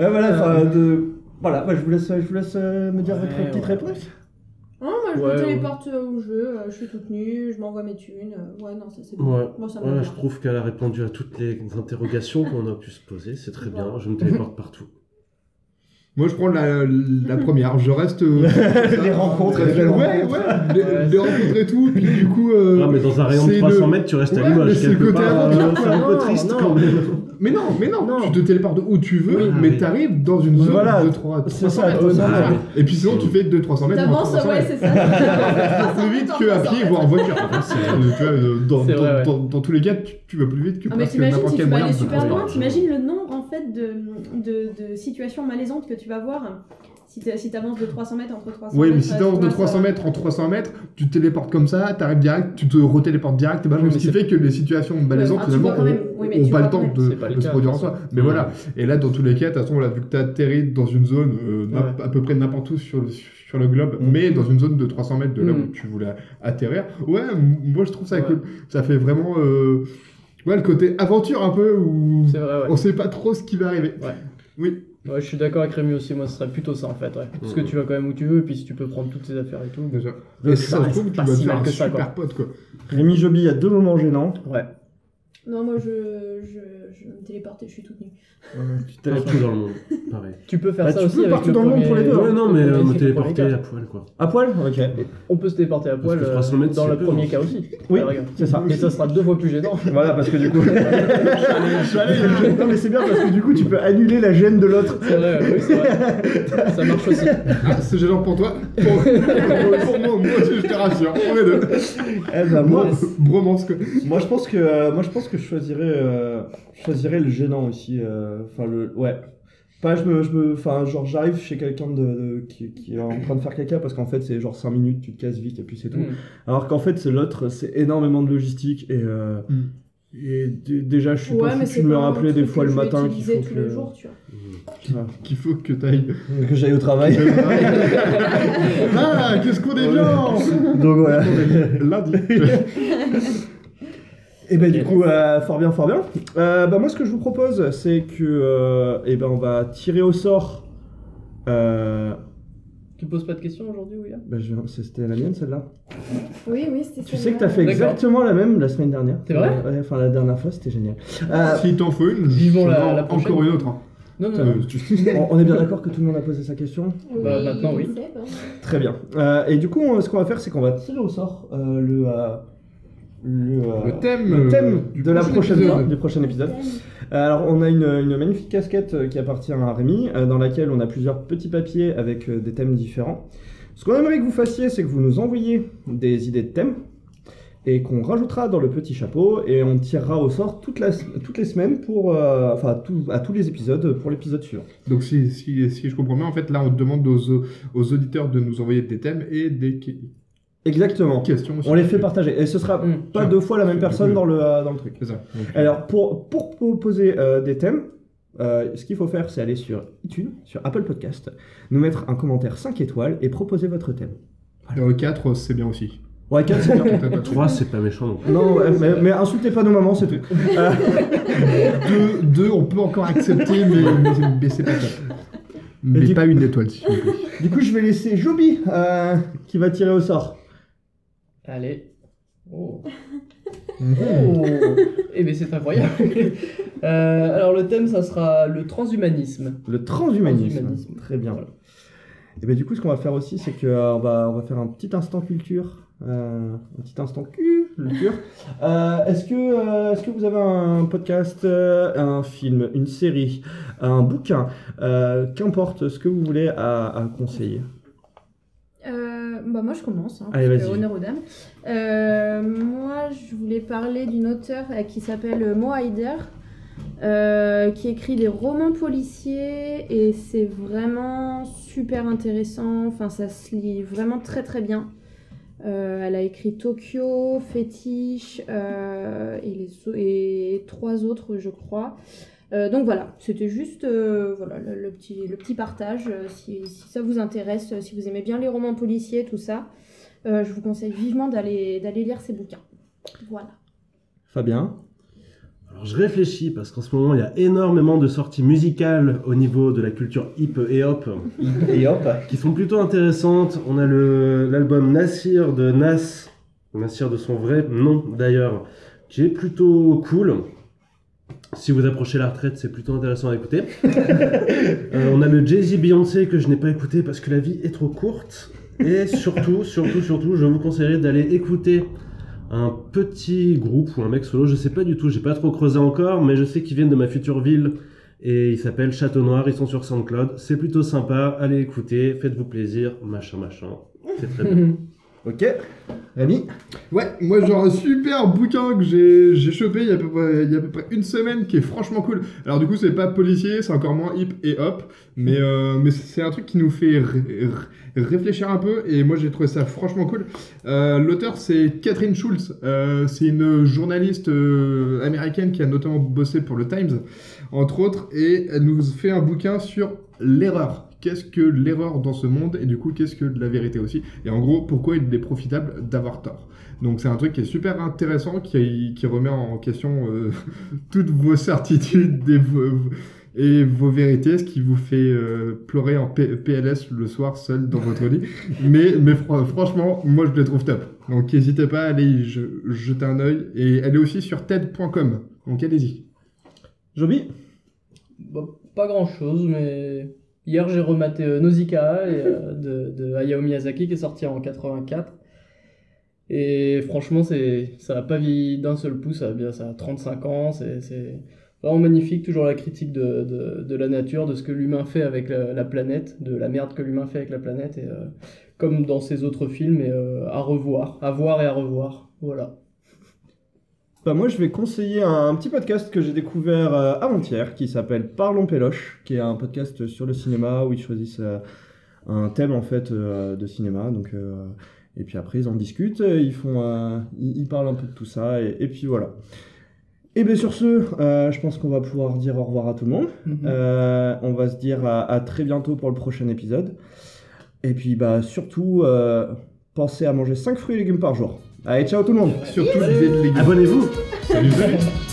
Speaker 2: Euh, voilà. enfin, de... Voilà. bah, je vous laisse, je vous laisse euh, me dire
Speaker 3: Ouais,
Speaker 2: votre
Speaker 3: ouais,
Speaker 2: petite
Speaker 3: ouais.
Speaker 2: réponse.
Speaker 7: Hein, moi je
Speaker 3: Ouais,
Speaker 7: me
Speaker 3: ouais.
Speaker 7: téléporte euh, où je veux, euh, je suis toute nue, je m'envoie mes thunes. euh, ouais, non, ça c'est bon.
Speaker 4: Ouais.
Speaker 7: Moi ça me
Speaker 4: Ouais,
Speaker 7: va
Speaker 4: je
Speaker 7: bien.
Speaker 4: trouve qu'elle a répondu à toutes les interrogations qu'on a pu se poser. C'est très bien. Je me téléporte partout.
Speaker 5: Moi, je prends la, la première. Je reste. euh,
Speaker 3: (laughs)
Speaker 2: Les rencontres, les
Speaker 5: Ouais,
Speaker 2: belles
Speaker 5: ouais.
Speaker 2: rencontres.
Speaker 5: Les,
Speaker 3: Ouais,
Speaker 5: les rencontres et tout. Puis du coup. euh,
Speaker 4: Ah, mais dans un rayon de
Speaker 5: c'est
Speaker 4: 300
Speaker 5: le-
Speaker 4: mètres, tu restes à
Speaker 5: Ouais, mais
Speaker 4: l'image
Speaker 5: c'est le
Speaker 4: quelque
Speaker 5: côté
Speaker 4: part.
Speaker 5: aventure,
Speaker 4: euh,
Speaker 5: quoi.
Speaker 4: C'est un peu
Speaker 5: Non,
Speaker 4: triste
Speaker 5: non.
Speaker 4: quand même.
Speaker 5: Mais non, mais non,
Speaker 4: Non.
Speaker 5: Tu te téléportes où tu veux,
Speaker 4: Oui,
Speaker 5: mais
Speaker 4: mais-
Speaker 5: t'arrives dans une zone
Speaker 2: Voilà,
Speaker 5: de 3,
Speaker 2: c'est
Speaker 5: 300
Speaker 2: ça,
Speaker 5: mètres.
Speaker 2: ouais,
Speaker 5: voilà.
Speaker 4: ouais.
Speaker 5: Et puis sinon, tu fais de 300 mètres.
Speaker 7: T'avances,
Speaker 5: dans 300
Speaker 7: ouais,
Speaker 5: mètres.
Speaker 7: c'est ça. T'avances
Speaker 5: (laughs) Plus vite que à pied, voire en voiture. Tu vois, euh, dans,
Speaker 3: C'est vrai,
Speaker 5: dans-
Speaker 3: ouais.
Speaker 5: dans- dans tous les cas, tu, tu vas plus vite que
Speaker 7: Ah, mais
Speaker 5: presque
Speaker 7: t'imagines
Speaker 5: n'importe
Speaker 7: si tu
Speaker 5: quel
Speaker 7: vas
Speaker 5: moyen.
Speaker 7: aller
Speaker 5: de se
Speaker 7: super loin,
Speaker 5: transporter.
Speaker 7: t'imagines le nombre en fait de, de, de situations malaisantes que tu vas voir si t'es- si t'avances de 300 mètres entre 300
Speaker 5: Oui,
Speaker 7: mètres.
Speaker 5: mais si
Speaker 7: euh,
Speaker 5: t'avances
Speaker 7: tu
Speaker 5: de
Speaker 7: vois,
Speaker 5: 300
Speaker 7: ça-
Speaker 5: mètres en 300 mètres, tu te téléportes comme ça, t'arrives direct, tu te retéléportes direct, et ben,
Speaker 3: Oui,
Speaker 5: ce
Speaker 3: mais
Speaker 5: qui
Speaker 3: c'est-
Speaker 5: fait que les situations
Speaker 7: ah,
Speaker 5: malaisantes,
Speaker 7: tu
Speaker 5: finalement,
Speaker 7: vois quand même. Oui, mais
Speaker 5: n'ont
Speaker 7: tu
Speaker 5: pas
Speaker 7: vois
Speaker 5: le temps
Speaker 7: quand même.
Speaker 5: de,
Speaker 3: C'est pas
Speaker 5: de
Speaker 3: le
Speaker 5: se
Speaker 3: cas,
Speaker 5: produire
Speaker 3: de
Speaker 5: en
Speaker 3: toute
Speaker 5: soi. Mais
Speaker 4: Mm.
Speaker 5: voilà. Et là, dans tous les cas, de toute façon, là, vu que t'atterris dans une zone euh, n'im- à peu près n'importe où sur le, sur le globe,
Speaker 2: Mm.
Speaker 5: mais dans une zone de 300 mètres de là
Speaker 3: Mm.
Speaker 5: où tu voulais atterrir, ouais, m- moi je trouve ça
Speaker 3: Ouais.
Speaker 5: cool. Ça fait vraiment. euh, Ouais, le côté aventure un peu où
Speaker 3: C'est vrai, ouais.
Speaker 5: on sait pas trop ce qui va arriver.
Speaker 3: Ouais, je suis d'accord avec Rémi aussi. Moi, ce serait plutôt ça en fait, ouais. Parce que
Speaker 2: Mm.
Speaker 4: Mhm.
Speaker 3: tu vas quand même où tu veux, et puis si tu peux prendre toutes tes affaires et tout.
Speaker 5: Déjà.
Speaker 3: Donc,
Speaker 5: Et ça,
Speaker 3: ça
Speaker 5: je
Speaker 3: reste
Speaker 5: trouve que tu
Speaker 3: pas
Speaker 5: vas te
Speaker 3: si
Speaker 5: faire
Speaker 3: mal
Speaker 5: un
Speaker 3: que ça,
Speaker 5: super
Speaker 3: quoi.
Speaker 5: pote quoi.
Speaker 2: Rémi Joby, il y a deux moments gênants.
Speaker 3: Ouais.
Speaker 7: Non, moi je, je, je vais me téléportais, je suis toute nue.
Speaker 4: Tu t'as tout dans le monde. Pareil.
Speaker 3: Tu peux faire
Speaker 2: Bah,
Speaker 3: ça
Speaker 2: tu
Speaker 3: aussi
Speaker 2: peux
Speaker 3: avec
Speaker 2: partout
Speaker 3: le
Speaker 2: dans le monde
Speaker 3: premier...
Speaker 2: pour les deux, hein.
Speaker 4: Ouais, non, mais
Speaker 3: le
Speaker 4: euh, me
Speaker 3: premier- le premier
Speaker 4: téléporter à
Speaker 3: cas.
Speaker 4: poil, quoi.
Speaker 2: À poil Ok.
Speaker 3: On peut se téléporter à
Speaker 4: Parce
Speaker 3: poil
Speaker 4: que
Speaker 3: euh,
Speaker 4: 300 mètres,
Speaker 3: dans
Speaker 4: c'est
Speaker 3: le
Speaker 4: peu,
Speaker 3: premier
Speaker 4: hein.
Speaker 3: cas aussi.
Speaker 2: Oui,
Speaker 3: Ah, regarde.
Speaker 2: c'est ça.
Speaker 3: Mais ça sera deux fois
Speaker 2: (laughs)
Speaker 3: plus gênant.
Speaker 2: Voilà, parce que du coup. Ah non, mais c'est bien parce que du coup, tu peux annuler la gêne de l'autre.
Speaker 3: C'est vrai, oui,
Speaker 2: (laughs)
Speaker 3: c'est vrai. Ça marche aussi.
Speaker 5: Ah, c'est gênant pour toi. Pour, pour moi, pour moi, moi, je te rassure. On est deux.
Speaker 2: Eh ben, moi,
Speaker 5: bromance que.
Speaker 2: moi, je pense que, euh, moi, je pense que je choisirais, euh, je choisirais le gênant aussi. euh, Enfin, le. Ouais. Pas, je me. je me- Enfin, genre, j'arrive chez quelqu'un de, de- qui, qui est en train de faire caca parce qu'en fait, c'est genre 5 minutes, tu te casses vite et puis c'est tout.
Speaker 3: Mm.
Speaker 2: Alors qu'en fait, c'est l'autre, c'est énormément de logistique et. euh,
Speaker 5: Mm.
Speaker 2: et d- déjà, je suis pas foutu de me
Speaker 7: pas un
Speaker 2: rappeler des
Speaker 7: truc
Speaker 2: fois
Speaker 7: que
Speaker 2: le
Speaker 7: je vais
Speaker 2: matin qu'il
Speaker 7: utiliser
Speaker 2: faut
Speaker 7: tous
Speaker 2: que,
Speaker 7: les jours, tu vois.
Speaker 5: Qu'il faut
Speaker 2: (laughs)
Speaker 5: que t'ailles.
Speaker 2: que j'aille au travail.
Speaker 5: ah, qu'est-ce qu'on est
Speaker 2: (laughs)
Speaker 5: bien
Speaker 2: Donc
Speaker 7: (laughs)
Speaker 2: voilà.
Speaker 5: bah, Lundi.
Speaker 2: Et ben du coup, euh, fort bien, fort bien. Euh, bah, moi, ce que je vous propose, c'est que, euh, eh ben, on va tirer au sort. Euh,
Speaker 3: Tu poses pas de questions aujourd'hui, William
Speaker 2: bah, je- c'était la mienne celle-là.
Speaker 7: Oui, oui, c'était
Speaker 2: Tu
Speaker 7: ça,
Speaker 2: sais que
Speaker 7: là.
Speaker 2: t'as fait
Speaker 3: D'accord.
Speaker 2: exactement la même la semaine dernière.
Speaker 3: C'est vrai
Speaker 2: Ouais, Enfin la dernière fois, c'était génial. Euh,
Speaker 5: S'il t'en faut une,
Speaker 3: Vivons la-
Speaker 5: j'en ai
Speaker 3: la prochaine.
Speaker 5: encore une autre. hein.
Speaker 3: Non, non, non.
Speaker 5: Euh, tu-
Speaker 2: on, on est bien d'accord que tout le monde a posé sa question.
Speaker 7: Oui,
Speaker 3: Bah, maintenant, oui.
Speaker 7: je sais pas.
Speaker 2: Très bien. Euh, et du coup, on- ce qu'on va faire, c'est qu'on va tirer au sort euh, le euh, le, euh,
Speaker 5: Le thème,
Speaker 2: le thème
Speaker 5: euh, du
Speaker 2: de la
Speaker 5: prochain
Speaker 2: prochaine
Speaker 5: épisode.
Speaker 2: fois, du prochain épisode. Euh, Alors, on a une, une magnifique casquette euh, qui appartient à Rémi, euh, dans laquelle on a plusieurs petits papiers avec euh, des thèmes différents. Ce qu'on aimerait que vous fassiez, c'est que vous nous envoyiez des idées de thèmes et qu'on rajoutera dans le petit chapeau et on tirera au sort toute la, toutes les semaines pour, euh, enfin, tout- à tous les épisodes pour l'épisode suivant.
Speaker 5: Donc si, si, si je comprends bien, en fait, là, on demande aux, au- aux auditeurs de nous envoyer des thèmes et des que-
Speaker 2: Exactement.
Speaker 5: questions. aussi.
Speaker 2: On les fait partager et ce sera
Speaker 3: Mm.
Speaker 2: pas deux fois la même personne dans le, euh, dans le truc.
Speaker 5: C'est ça. Donc,
Speaker 2: Alors, pour, pour proposer euh, des thèmes, euh, ce qu'il faut faire, c'est aller sur iTunes, sur Apple Podcast, nous mettre un commentaire 5 étoiles et proposer votre thème.
Speaker 5: euh, 4, c'est bien aussi.
Speaker 2: Ouais, 4,
Speaker 5: (laughs)
Speaker 2: c'est bien.
Speaker 4: 3, c'est pas méchant non plus.
Speaker 2: Non, ouais, mais, mais insultez pas nos mamans, c'est tout. Euh,
Speaker 5: 2, on peut encore accepter, mais, mais, mais c'est pas quatre. Mais
Speaker 2: du-
Speaker 5: pas une étoile, s'il vous plaît.
Speaker 2: du coup, je vais laisser Joby euh, qui va tirer au sort.
Speaker 3: Allez. Oh. Oh. Eh bien, c'est
Speaker 2: (laughs)
Speaker 3: incroyable. Euh, alors, le thème, ça sera le transhumanisme.
Speaker 2: Le transhumanisme.
Speaker 3: Transhumanisme.
Speaker 2: Très bien.
Speaker 3: Voilà. (laughs)
Speaker 2: Et bien, du coup, ce qu'on va faire aussi, c'est qu'on va, on va faire un petit instant culture. euh, un petit instant (laughs) culture. Euh, est-ce, que, euh, est-ce que vous avez un podcast, euh, un film, une série, un bouquin, euh, qu'importe ce que vous voulez à, à conseiller
Speaker 7: Euh, bah moi je commence, hein,
Speaker 2: Allez,
Speaker 7: parce que
Speaker 2: vas-y.
Speaker 7: honneur aux dames. Euh, moi je voulais parler d'une auteure euh, qui s'appelle euh, Mo Haider, euh, qui écrit des romans policiers et c'est vraiment super intéressant, enfin ça se lit vraiment très très bien. Euh, elle a écrit Tokyo, Fétiche euh, et, les au- et trois autres je crois. Euh, donc voilà, c'était juste euh, voilà, le, le petit, le petit partage. euh, si, si ça vous intéresse, euh, si vous aimez bien les romans policiers, tout ça, euh, je vous conseille vivement d'aller d'aller lire ces bouquins. Voilà.
Speaker 2: Fabien
Speaker 4: Alors je réfléchis parce qu'en ce moment il y a énormément de sorties musicales au niveau de la culture hip et hop
Speaker 2: Et hop
Speaker 4: qui sont plutôt intéressantes. On a le- l'album Nassir de Nas, Nassir de son vrai nom d'ailleurs, qui est plutôt cool. Si vous approchez la retraite, c'est plutôt intéressant à écouter. Euh, on a le Jay-Z Beyoncé que je n'ai pas écouté parce que la vie est trop courte. Et surtout, surtout, surtout, je vous conseillerais d'aller écouter un petit groupe ou un mec solo. Je sais pas du tout, j'ai pas trop creusé encore, mais je sais qu'ils viennent de ma future ville et ils s'appellent Château Noir, ils sont sur SoundCloud, c'est plutôt sympa, allez écouter, faites-vous plaisir, machin machin, c'est
Speaker 3: (laughs)
Speaker 4: très bien.
Speaker 2: Ok. Rémi
Speaker 5: Ouais, moi genre un super bouquin que j'ai j'ai chopé il y, a à peu près, il y a à peu près une semaine qui est franchement cool. Alors du coup c'est pas policier, c'est encore moins hip et hop, mais, euh, mais c'est un truc qui nous fait ré- ré- réfléchir un peu et moi j'ai trouvé ça franchement cool. Euh, L'auteur c'est Catherine Schultz, Euh, c'est une journaliste euh, américaine qui a notamment bossé pour le Times entre autres et elle nous fait un bouquin sur l'erreur. Qu'est-ce que l'erreur dans ce monde et du coup qu'est-ce que de la vérité aussi et en gros pourquoi il est profitable d'avoir tort. Donc c'est un truc qui est super (laughs) intéressant, qui, qui remet en question euh, toutes vos certitudes et vos, et vos vérités, ce qui vous fait euh, pleurer en P- PLS le soir seul dans votre lit. mais mais fr- franchement, moi je les trouve top. Donc n'hésitez pas à aller y je- jeter un œil et elle est aussi sur TED.com. Donc allez-y.
Speaker 2: Joby
Speaker 3: Bah, pas grand chose, mais hier j'ai rematé euh, Nausicaa et, euh, de, de Hayao Miyazaki qui est sorti en 84. Et franchement, c'est, ça a pas vieilli d'un seul pouce, ça a, bien, ça a 35 ans, c'est, c'est vraiment magnifique. Toujours la critique de, de, de la nature, de ce que l'humain fait avec la, la planète, de la merde que l'humain fait avec la planète, et, euh, comme dans ses autres films, et euh, à revoir, à voir et à revoir. Voilà.
Speaker 2: Bah moi je vais conseiller un, un petit podcast que j'ai découvert euh, avant-hier qui s'appelle Parlons Péloche, qui est un podcast sur le cinéma où ils choisissent euh, un thème en fait euh, de cinéma. Donc, euh, et puis après ils en discutent, euh, ils, font, euh, ils, ils parlent un peu de tout ça et, et puis voilà. Et bien sur ce, euh, je pense qu'on va pouvoir dire au revoir à tout le monde.
Speaker 3: Mm.
Speaker 2: Euh, on va se dire à, à très bientôt pour le prochain épisode. Et puis bah surtout, euh, pensez à manger 5 fruits et légumes par jour. Allez, ciao tout le monde
Speaker 4: Ah,
Speaker 5: Surtout l'idée de légumes.
Speaker 4: Abonnez-vous
Speaker 5: Salut, salut.